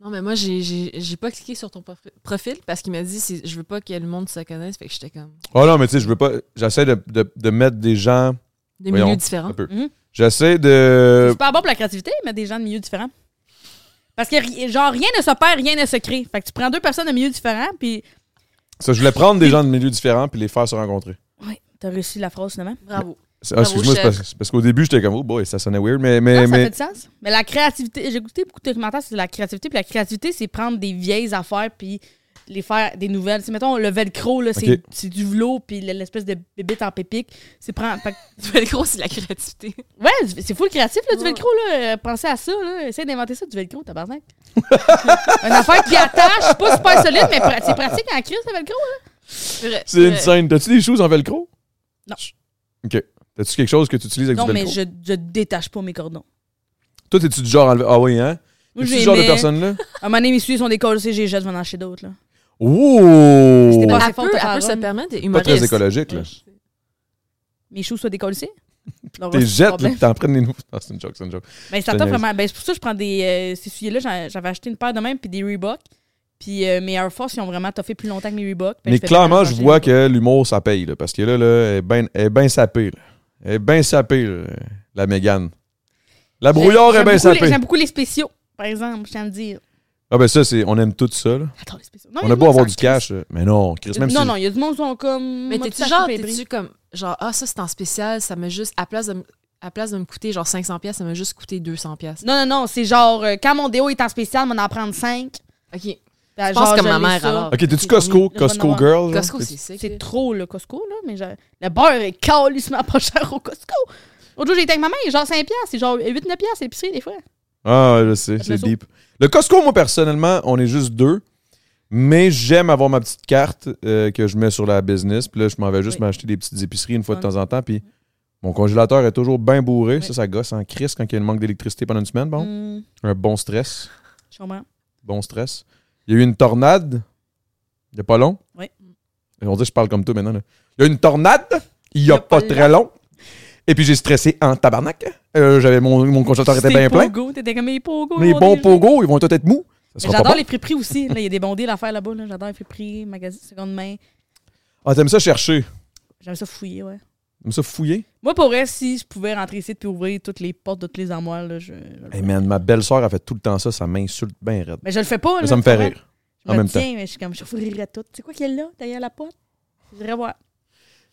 Speaker 3: Non, mais moi, j'ai- j'ai j'ai pas cliqué sur ton profi- profil parce qu'il m'a dit, c'est- je veux pas que le monde se connaisse. Fait que j'étais comme,
Speaker 1: gosse? Oh non, mais tu sais, je veux pas. J'essaie de, de- de mettre des gens.
Speaker 3: des
Speaker 1: Voyons.
Speaker 3: milieux
Speaker 1: Un
Speaker 3: différents.
Speaker 1: peu.
Speaker 2: Mhm.
Speaker 1: J'essaie de.
Speaker 2: C'est super bon pour la créativité, mais des gens de milieux différents. Parce que, ri- genre, rien ne se perd, rien ne se crée. Fait que tu prends deux personnes de milieux différents, puis.
Speaker 1: Ça, je voulais prendre des gens de milieux différents puis les faire se rencontrer.
Speaker 2: Ouais, t'as réussi la phrase finalement.
Speaker 3: Bravo.
Speaker 1: C'est- Ah, excuse-moi, c'est
Speaker 3: chef.
Speaker 1: parce, c'est parce qu'au début, j'étais comme, oh boy, ça sonnait weird, mais. mais,
Speaker 2: Non, Ah, ça
Speaker 1: mais-
Speaker 2: fait du sens. Mais la créativité, j'ai écouté beaucoup de documentaires sur la créativité, puis la créativité, c'est prendre des vieilles affaires puis les faire des nouvelles. C'est mettons, le velcro, là, c'est
Speaker 1: Ok.
Speaker 2: c'est du velours, puis l'espèce de bébite en pépique. C'est prendre. fait que-
Speaker 3: Tu fais le gros, c'est de la créativité.
Speaker 2: Ouais, c'est full créatif, là, du
Speaker 3: Ouais.
Speaker 2: velcro, là. Euh, Pensez à ça, là. Essayez d'inventer ça, du velcro, tabarnak. Une affaire qui attache, pas super solide, mais pra- c'est pratique en crise, le velcro, là.
Speaker 1: C'est une scène. T'as-tu des choses en velcro?
Speaker 2: Non.
Speaker 1: OK. T'as-tu quelque chose que tu utilises avec
Speaker 2: Non,
Speaker 1: du
Speaker 2: mais
Speaker 1: velcro?
Speaker 2: je, je détache pas mes cordons.
Speaker 1: Toi, t'es-tu du genre enlevé? Ah oui, hein?
Speaker 2: Moi,
Speaker 1: T'es-tu
Speaker 2: j'ai
Speaker 1: du genre de
Speaker 2: aimé-
Speaker 1: personne-là?
Speaker 2: À un moment donné, mes souliers sont décollés, j'ai jette, je vais en acheter d'autres, là.
Speaker 1: Oh. Ouh!
Speaker 2: C'était pas-
Speaker 3: Elle
Speaker 2: c'est fort,
Speaker 3: peut,
Speaker 2: t'as
Speaker 3: elle
Speaker 2: pas
Speaker 3: peut
Speaker 2: la
Speaker 3: se
Speaker 2: ronde.
Speaker 3: permettre d'être
Speaker 1: Pas
Speaker 3: humoriste.
Speaker 1: très écologique, là.
Speaker 2: Mes choux soient décollés, c'est?
Speaker 1: T'es jettes, là, pis t'en prends des nouveaux. Non, c'est une joke, c'est une joke.
Speaker 2: Ben, ça
Speaker 1: Je te
Speaker 2: top
Speaker 1: niaise.
Speaker 2: vraiment. Ben, c'est pour ça que je prends des. euh, ces souliers-là, j'en- j'avais acheté une paire de même, puis des Reebok. Puis euh, mes Air Force, ils ont vraiment toffé plus longtemps que mes Reebok. Fait que
Speaker 1: Mais
Speaker 2: fais
Speaker 1: clairement,
Speaker 2: bien
Speaker 1: je
Speaker 2: changer
Speaker 1: vois
Speaker 2: les Reebok.
Speaker 1: que l'humour, ça paye, là, parce que là, là, elle est bien ben sapée. Là. Elle est bien sapée, là, la Mégane. La brouillard
Speaker 2: J'aime
Speaker 1: est bien
Speaker 2: beaucoup les-
Speaker 1: sapée.
Speaker 2: J'aime beaucoup les spéciaux, par exemple, je tiens à me dire.
Speaker 1: Ah ben ça, c'est, on aime tout ça. là.
Speaker 2: Attends, les spéciaux. Non, il
Speaker 1: on
Speaker 2: y
Speaker 1: a
Speaker 2: du
Speaker 1: beau
Speaker 2: monde
Speaker 1: avoir
Speaker 2: qui
Speaker 1: du
Speaker 2: s'en crisse.
Speaker 1: cash. euh, Mais non, Chris, même
Speaker 2: non,
Speaker 1: si...
Speaker 2: non, il y a du monde qui sont comme.
Speaker 3: Mais
Speaker 2: Moi,
Speaker 3: t'es-tu
Speaker 2: ça,
Speaker 3: genre,
Speaker 2: je suis pas ébrie.
Speaker 3: t'es-tu comme, genre, ah, ça c'est en spécial, ça m'a juste, à place de, m- à place de me coûter genre 500$, piastres, ça m'a juste coûté 200$. piastres.
Speaker 2: Non, non, non, c'est genre, euh, quand mon déo est en spécial, m'en en prendre 5.
Speaker 3: Ok.
Speaker 2: Je
Speaker 3: pense comme ma mère, alors.
Speaker 1: OK, t'es-tu
Speaker 3: Ok,
Speaker 1: Costco,
Speaker 2: je vais en
Speaker 1: Costco
Speaker 2: avoir.
Speaker 1: Girl? genre?
Speaker 3: Costco,
Speaker 1: T'es-tu-
Speaker 3: c'est sick.
Speaker 2: C'est trop le Costco, là, mais j'ai- le beurre est calissement pas cher au Costco. L'autre jour, j'étais avec ma mère, il est genre 5$, c'est genre 8-9$ piastres, l'épicerie, des fois.
Speaker 1: Ah, je sais, c'est
Speaker 2: Faites-le
Speaker 1: deep. Le Costco, moi, personnellement, on est juste deux. Mais j'aime avoir ma petite carte euh, que je mets sur la business. Puis là, je m'en vais juste
Speaker 2: Oui.
Speaker 1: m'acheter des petites épiceries une fois de
Speaker 2: Fun.
Speaker 1: temps en temps. Puis mon congélateur est toujours bien bourré.
Speaker 2: Oui.
Speaker 1: Ça, ça gosse en crise quand il y a un manque d'électricité pendant une semaine. Bon,
Speaker 2: Hum,
Speaker 1: un bon stress.
Speaker 2: je comprends.
Speaker 1: Bon stress. Il y a eu une tornade. Il n'y a pas long.
Speaker 2: Oui.
Speaker 1: Et On dit que je parle comme toi maintenant. là. Il y a eu une tornade. Il n'y a, pas, très long. Et puis j'ai stressé en tabarnak. Euh, J'avais mon, mon congélateur était
Speaker 2: C'était
Speaker 1: bien plein.
Speaker 2: Pogo, t'étais comme les Pogo.
Speaker 1: Les
Speaker 2: on
Speaker 1: bons
Speaker 2: est-
Speaker 1: pogos, ils vont tous être mous. Ça sera pas
Speaker 2: J'adore
Speaker 1: bon.
Speaker 2: les prix aussi. Là, il y a des bons deals à faire là-bas. Là. J'adore les prix magasin seconde main.
Speaker 1: Ah, t'aimes ça chercher?
Speaker 2: J'aime ça fouiller, ouais.
Speaker 1: T'aimes ça fouiller?
Speaker 2: Moi, pour vrai, si je pouvais rentrer ici et ouvrir toutes les portes de toutes les armoires, là, je. je le
Speaker 1: Hey
Speaker 2: ferais.
Speaker 1: man, ma belle-sœur a fait tout le temps ça, ça m'insulte bien raide.
Speaker 2: Mais je Ah, le fais pas.
Speaker 1: Ça,
Speaker 2: là,
Speaker 1: ça me
Speaker 2: tu
Speaker 1: fait
Speaker 2: vois.
Speaker 1: rire.
Speaker 2: Je
Speaker 1: en
Speaker 2: me
Speaker 1: même
Speaker 2: tiens, mais je suis comme, je ouvrirais tout. C'est quoi qu'il y a là, derrière la porte? Je voudrais voir.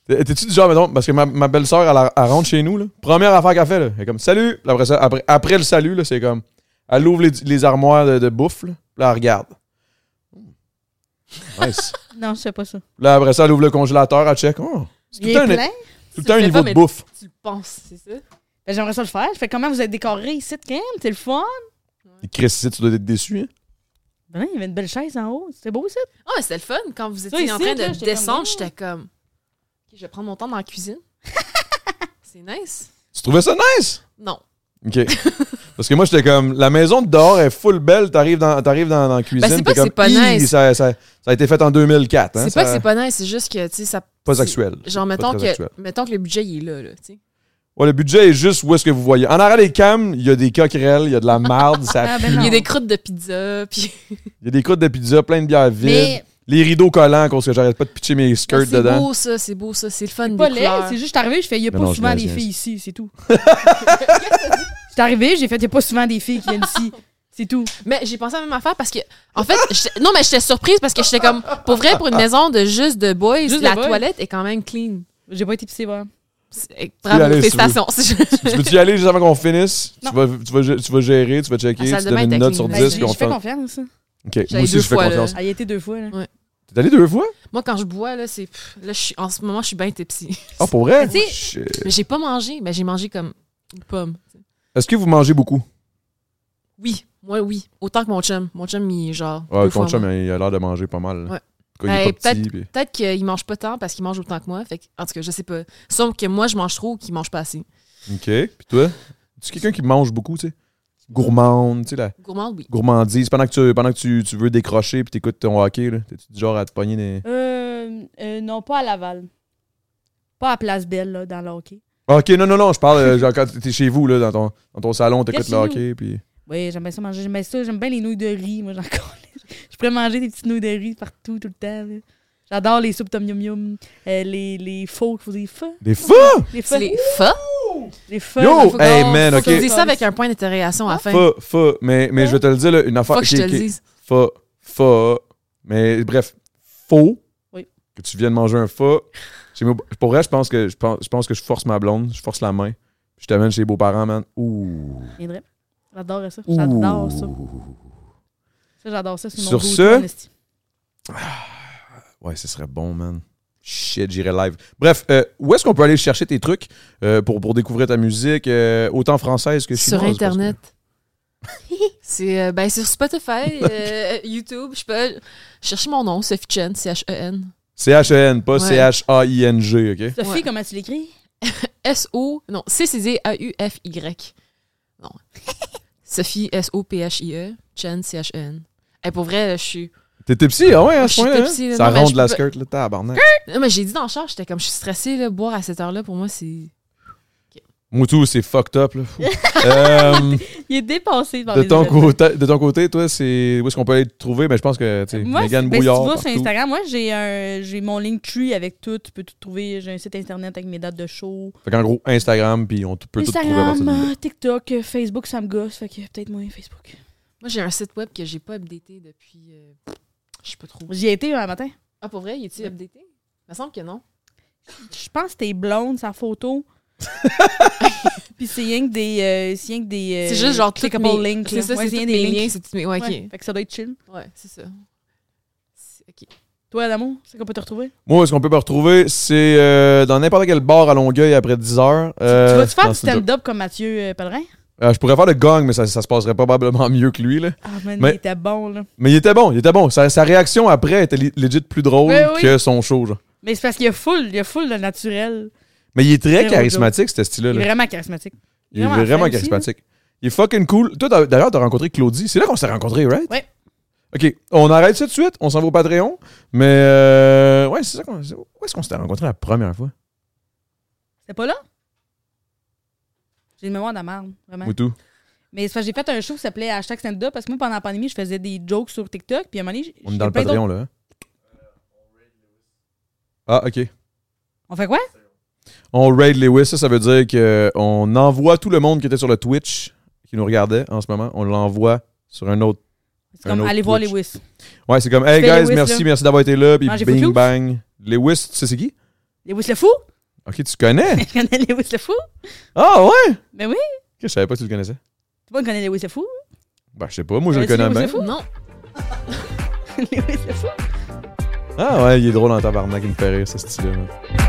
Speaker 1: T'es- T'es-tu du genre, mettons, parce que ma, ma belle-sœur, elle, elle rentre chez nous, là. Première affaire qu'elle fait, là, elle est comme « Salut! » Puis Après, ça, après, après le salut, là, c'est comme... Elle ouvre les, les armoires de, de bouffe, là, Puis là, elle regarde. Hmm. Nice.
Speaker 2: Non, je sais pas ça.
Speaker 1: Là, après ça, elle ouvre le congélateur, elle check. Oh, c'est tout le
Speaker 2: Il est
Speaker 1: temps un,
Speaker 2: plein.
Speaker 1: tout le temps un
Speaker 3: Tu le fais
Speaker 1: niveau
Speaker 3: pas,
Speaker 1: de
Speaker 3: mais-
Speaker 1: bouffe.
Speaker 3: Tu le penses, c'est ça?
Speaker 2: Ben, J'aimerais ça le faire. Je fais comment vous êtes décoré ici, quand même? C'est le fun.
Speaker 1: Et Chris, ici, tu dois être déçu, hein?
Speaker 2: Ben, il y avait une belle chaise en haut. C'est beau, ça.
Speaker 3: Ah, mais c'était le fun. Quand vous
Speaker 2: Ça,
Speaker 3: étiez
Speaker 2: ici,
Speaker 3: en train
Speaker 2: là,
Speaker 3: de
Speaker 2: j'étais comme,
Speaker 3: descendre,
Speaker 2: oh.
Speaker 3: j'étais comme, OK, je vais prendre mon temps dans la cuisine. c'est nice.
Speaker 1: Tu trouvais ça nice?
Speaker 3: Non.
Speaker 1: OK. Parce que moi, j'étais comme, la maison de dehors est full belle. T'arrives dans, t'arrives dans, dans la cuisine.
Speaker 3: Ben, c'est pas
Speaker 1: t'es
Speaker 3: que c'est
Speaker 1: comme,
Speaker 3: pas
Speaker 1: Hi,
Speaker 3: nice.
Speaker 1: Ça, ça- ça a été fait en 2004. hein,
Speaker 3: c'est pas que
Speaker 1: ça-
Speaker 3: c'est pas nice, c'est juste que, tu sais, ça.
Speaker 1: pas
Speaker 3: c'est-
Speaker 1: actuel.
Speaker 3: Genre,
Speaker 1: Pas
Speaker 3: mettons
Speaker 1: très actuel.
Speaker 3: que, mettons que le budget, il est là, là, tu sais.
Speaker 1: Ouais, le budget est juste où est-ce que vous voyez. En arrêt des cams, il y a des coquerelles, il y a de la marde, ça
Speaker 2: Ah,
Speaker 1: pue.
Speaker 2: ben
Speaker 1: Il
Speaker 3: Il y a
Speaker 2: Non.
Speaker 3: des croûtes de pizza, puis.
Speaker 1: y a des croûtes de pizza, plein de bières vides.
Speaker 2: Mais
Speaker 1: Les rideaux collants, parce que j'arrête pas de pitcher mes skirts
Speaker 3: Ben, C'est
Speaker 1: dedans.
Speaker 3: beau, ça, c'est beau, ça. C'est le fun des
Speaker 2: pas laid,
Speaker 3: couleurs.
Speaker 2: c'est juste arrivé, je fais, il n'y a
Speaker 1: Non,
Speaker 2: pas
Speaker 1: non, je
Speaker 2: souvent
Speaker 1: niaise,
Speaker 2: des
Speaker 1: niaise.
Speaker 2: filles ici, c'est tout. J'étais arrivé, j'ai fait, il n'y a pas souvent des filles qui viennent ici, c'est tout.
Speaker 3: Mais j'ai pensé à la même affaire parce que, en fait, j'étais- non, mais j'étais surprise parce que j'étais comme, pour vrai,
Speaker 1: Ah.
Speaker 3: pour une maison de juste de boys,
Speaker 2: Juste de
Speaker 3: la
Speaker 2: boys.
Speaker 3: toilette est quand même clean.
Speaker 2: J'ai pas été pissée, voir.
Speaker 3: C'est- eh, Bravo,
Speaker 1: allez, si
Speaker 3: félicitations.
Speaker 1: Tu peux-tu y aller juste avant qu'on finisse? Tu
Speaker 2: Non.
Speaker 1: vas, tu, vas, gé- tu vas gérer, tu vas
Speaker 3: La
Speaker 1: checker,
Speaker 3: salle
Speaker 1: tu
Speaker 3: de
Speaker 1: donnes
Speaker 3: bain
Speaker 1: une
Speaker 3: était
Speaker 1: note sur
Speaker 3: clean.
Speaker 2: Ben,
Speaker 1: 10
Speaker 2: j'ai
Speaker 1: qu'on
Speaker 2: je fais
Speaker 1: fait.
Speaker 2: confiance. Là.
Speaker 1: OK, moi
Speaker 3: J'allais
Speaker 1: aussi,
Speaker 3: deux
Speaker 1: je fais
Speaker 3: fois, là.
Speaker 1: confiance.
Speaker 2: Elle y a été deux fois. Là.
Speaker 3: Ouais.
Speaker 1: T'es allé deux fois?
Speaker 3: Moi, quand je bois, là, c'est. pff, Là, je suis- en ce moment, je suis bien tipsy.
Speaker 1: Ah, pour vrai?
Speaker 2: Mais tu sais-
Speaker 1: Shit.
Speaker 3: Mais j'ai pas mangé. Mais j'ai mangé comme une pomme.
Speaker 1: Est-ce que vous mangez beaucoup?
Speaker 3: Oui, moi, oui. Autant que mon chum. Mon chum, il est genre.
Speaker 1: Ouais,
Speaker 3: deux
Speaker 1: ton
Speaker 3: fois
Speaker 1: chum,
Speaker 3: moins.
Speaker 1: il a l'air de manger pas mal. là.
Speaker 3: Ouais.
Speaker 1: En tout cas, il est
Speaker 3: Ben,
Speaker 1: pas
Speaker 3: peut-être-
Speaker 1: petit. puis-
Speaker 3: Peut-être qu'il mange pas tant parce qu'il mange autant que moi. Fait que, en tout cas, je sais pas. Sauf que moi, je mange trop ou qu'il mange pas assez.
Speaker 1: OK. Puis toi? Tu es quelqu'un qui mange beaucoup, tu sais? Gourmande, tu sais, la,
Speaker 3: Gourmand, oui.
Speaker 1: gourmandise. Pendant que tu, pendant que tu, tu veux décrocher puis t'écoutes ton hockey, là, t'es-tu du genre à te pogner des.
Speaker 2: Euh, euh, non, pas à Laval. Pas à Place Belle, là, dans le hockey.
Speaker 1: Ah, Ok, non, non, non, je parle euh, genre quand t'es chez vous, là, dans ton, dans ton salon, t'écoutes
Speaker 2: Yes,
Speaker 1: le
Speaker 2: you.
Speaker 1: hockey, puis.
Speaker 2: Oui, j'aime bien ça manger. J'aime bien ça. J'aime bien les nouilles de riz. Moi, j'en connais. Je pourrais manger des petites nouilles de riz partout, tout le temps. là. J'adore les soupes tom yum yum. Euh, les, les faux, vous dites fa-
Speaker 1: Des fous!
Speaker 2: Les faux.
Speaker 3: C'est
Speaker 2: Les,
Speaker 3: les fa.
Speaker 2: fa-
Speaker 1: Yo!
Speaker 3: Faut
Speaker 1: Hey
Speaker 3: qu'on-
Speaker 1: man,
Speaker 3: faut
Speaker 1: ok.
Speaker 3: que Je dis ça avec un point d'interrogation à la fin.
Speaker 1: Fa, fa. Mais, mais je vais te le dire, là, une affaire.
Speaker 3: Hein? Faut que je
Speaker 1: ok,
Speaker 3: te le
Speaker 1: ok.
Speaker 3: dise.
Speaker 1: Fa, fa. Mais bref, faux.
Speaker 2: Oui.
Speaker 1: Que tu viennes manger un fa. J'ai mis- Pour vrai, je pense que je pense, je pense que je force ma blonde, je force la main. Je t'amène chez les beaux-parents, man. Ouh.
Speaker 2: Viendrait. J'adore ça.
Speaker 1: Ouh.
Speaker 2: J'adore ça. Ça, j'adore ça. c'est mon
Speaker 1: Sur
Speaker 2: goût,
Speaker 1: ce,
Speaker 2: honesty.
Speaker 1: Ouais, ce serait bon, man. Shit, j'irai live. Bref, euh, où est-ce qu'on peut aller chercher tes trucs euh, pour, pour découvrir ta musique, euh, autant française que chinoise?
Speaker 3: Sur
Speaker 1: parce que-
Speaker 3: Internet. c'est euh, ben, sur Spotify, euh, YouTube. Je peux chercher mon nom, Sophie Chen, E C-H-E-N.
Speaker 1: C-H-E-N, E pas
Speaker 3: Ouais.
Speaker 1: C-H-A-I-N-G, OK?
Speaker 2: Sophie,
Speaker 3: Ouais.
Speaker 2: comment tu l'écris?
Speaker 3: S-O. Non, C-C-D-A-U-F-Y. Non. Sophie, S-O-P-H-I-E. E, Chen, C-H-E-N. Hey, pour vrai, je suis.
Speaker 1: T'es tipsy, ah ouais, à ce
Speaker 3: Moi, je suis
Speaker 1: point-là?
Speaker 3: tipsy,
Speaker 1: hein?
Speaker 3: là.
Speaker 1: Ça
Speaker 3: Non, mais
Speaker 1: ronde
Speaker 3: je
Speaker 1: la
Speaker 3: peux-
Speaker 1: skirt, le tabarnak.
Speaker 3: Non, mais j'ai dit dans le char, j'étais comme, je suis stressée, là, boire à cette heure-là, pour moi, c'est.
Speaker 1: Moutou, c'est fucked up, là. Fou. Euh,
Speaker 2: Il est dépassé par
Speaker 1: de,
Speaker 2: les
Speaker 1: ton
Speaker 2: événements.
Speaker 1: côté, de ton côté, toi, c'est où est-ce qu'on peut aller te trouver? Ben, je pense que, tu sais,
Speaker 2: Moi,
Speaker 1: Megan
Speaker 2: c'est- ben,
Speaker 1: Bouillard
Speaker 2: si tu vas sur
Speaker 1: partout.
Speaker 2: Instagram, moi, j'ai un, j'ai mon Linktree avec tout. Tu peux tout trouver. J'ai un site internet avec mes dates de show.
Speaker 1: Fait qu'en gros, Instagram, puis on t- peut tout trouver à partir de là.
Speaker 2: Instagram, TikTok, euh, Facebook, ça me gosse. Fait que peut-être moins Facebook.
Speaker 3: Moi, j'ai un site web que j'ai pas updaté depuis. euh, Je sais pas trop.
Speaker 2: J'y ai été un matin.
Speaker 3: Ah, pour vrai, il est-il updaté? Il me semble que non.
Speaker 2: Je pense que t'es blonde, sa photo. Puis c'est rien que des. euh, c'est rien que des. euh,
Speaker 3: C'est juste genre toutes
Speaker 2: clickable
Speaker 3: mes
Speaker 2: links.
Speaker 3: C'est
Speaker 2: là.
Speaker 3: ça,
Speaker 2: Ouais,
Speaker 3: c'est tous
Speaker 2: rien des
Speaker 3: mes
Speaker 2: links.
Speaker 3: liens, c'est tous mes. Ouais,
Speaker 2: Ouais,
Speaker 3: ok.
Speaker 2: Fait que ça doit être chill.
Speaker 3: Ouais, c'est ça. C'est- Ok.
Speaker 2: Toi, Adamo, c'est qu'on peut te retrouver?
Speaker 1: Moi, où est-ce qu'on peut me retrouver? C'est euh, dans n'importe quel bar à Longueuil après 10 heures.
Speaker 2: tu
Speaker 1: Euh,
Speaker 2: vas-tu faire
Speaker 1: non,
Speaker 2: du
Speaker 1: c'est une joke.
Speaker 2: stand-up comme Mathieu euh, Pellerin?
Speaker 1: Euh, je pourrais faire le gong, mais ça, ça se passerait probablement mieux que lui, là.
Speaker 2: Ah, man,
Speaker 1: Mais-
Speaker 2: il était bon, là.
Speaker 1: Mais il était bon, il était bon. Sa, sa réaction après était li- legit plus drôle
Speaker 2: Ben oui.
Speaker 1: que son show, genre.
Speaker 2: Mais c'est parce qu'il y a full, il y a full de naturel.
Speaker 1: Mais il est très
Speaker 2: Zéro
Speaker 1: charismatique, ce style-là.
Speaker 2: Il
Speaker 1: là.
Speaker 2: est vraiment charismatique.
Speaker 1: Il est vraiment
Speaker 2: fin aussi,
Speaker 1: charismatique.
Speaker 2: hein?
Speaker 1: il est fucking cool. Toi, t'as- d'ailleurs, t'as rencontré Claudie. C'est là qu'on s'est rencontrés, right?
Speaker 2: Ouais.
Speaker 1: OK, on arrête ça de suite. On s'en va au Patreon. Mais, euh, ouais, c'est ça qu'on... c'est- Où est-ce qu'on s'était rencontrés la première fois?
Speaker 2: là. C'est pas là? J'ai une mémoire de la merde, vraiment.
Speaker 1: Moutou.
Speaker 2: Mais c'est parce que j'ai fait un show qui s'appelait hashtag stand-up parce que moi, pendant la pandémie, je faisais des jokes sur TikTok. Puis à un moment donné,
Speaker 1: On est
Speaker 2: j'ai
Speaker 1: dans le
Speaker 2: plein d'autres-
Speaker 1: Patreon, là. hein? Ah, OK.
Speaker 2: On fait quoi?
Speaker 1: On raid Lewis. Ça, ça veut dire qu'on envoie tout le monde qui était sur le Twitch, qui nous regardait en ce moment, on l'envoie sur un autre
Speaker 2: C'est
Speaker 1: Un
Speaker 2: comme
Speaker 1: autre
Speaker 2: aller voir
Speaker 1: Twitch.
Speaker 2: Lewis.
Speaker 1: Ouais, c'est comme Hey
Speaker 2: fais
Speaker 1: guys,
Speaker 2: Lewis,
Speaker 1: merci,
Speaker 2: là.
Speaker 1: merci d'avoir été là. Puis
Speaker 2: Non, j'ai fait
Speaker 1: bing
Speaker 2: Lewis.
Speaker 1: bang. Lewis, tu sais c'est qui
Speaker 2: Lewis le fou?
Speaker 1: Ok, tu connais
Speaker 2: Je connais Lewis le fou?
Speaker 1: Ah ouais
Speaker 2: Ben oui,
Speaker 1: Ok, Je savais pas que tu le connaissais.
Speaker 2: tout le monde connaît Lewis le fou.
Speaker 1: Ben, je sais pas, moi je le
Speaker 2: Connais-tu
Speaker 1: connais
Speaker 2: Lewis
Speaker 1: bien.
Speaker 2: le fou?
Speaker 3: Non.
Speaker 2: Lewis le fou.
Speaker 1: Ah ouais, il est drôle en tabarnak, il me fait rire ce style-là. man.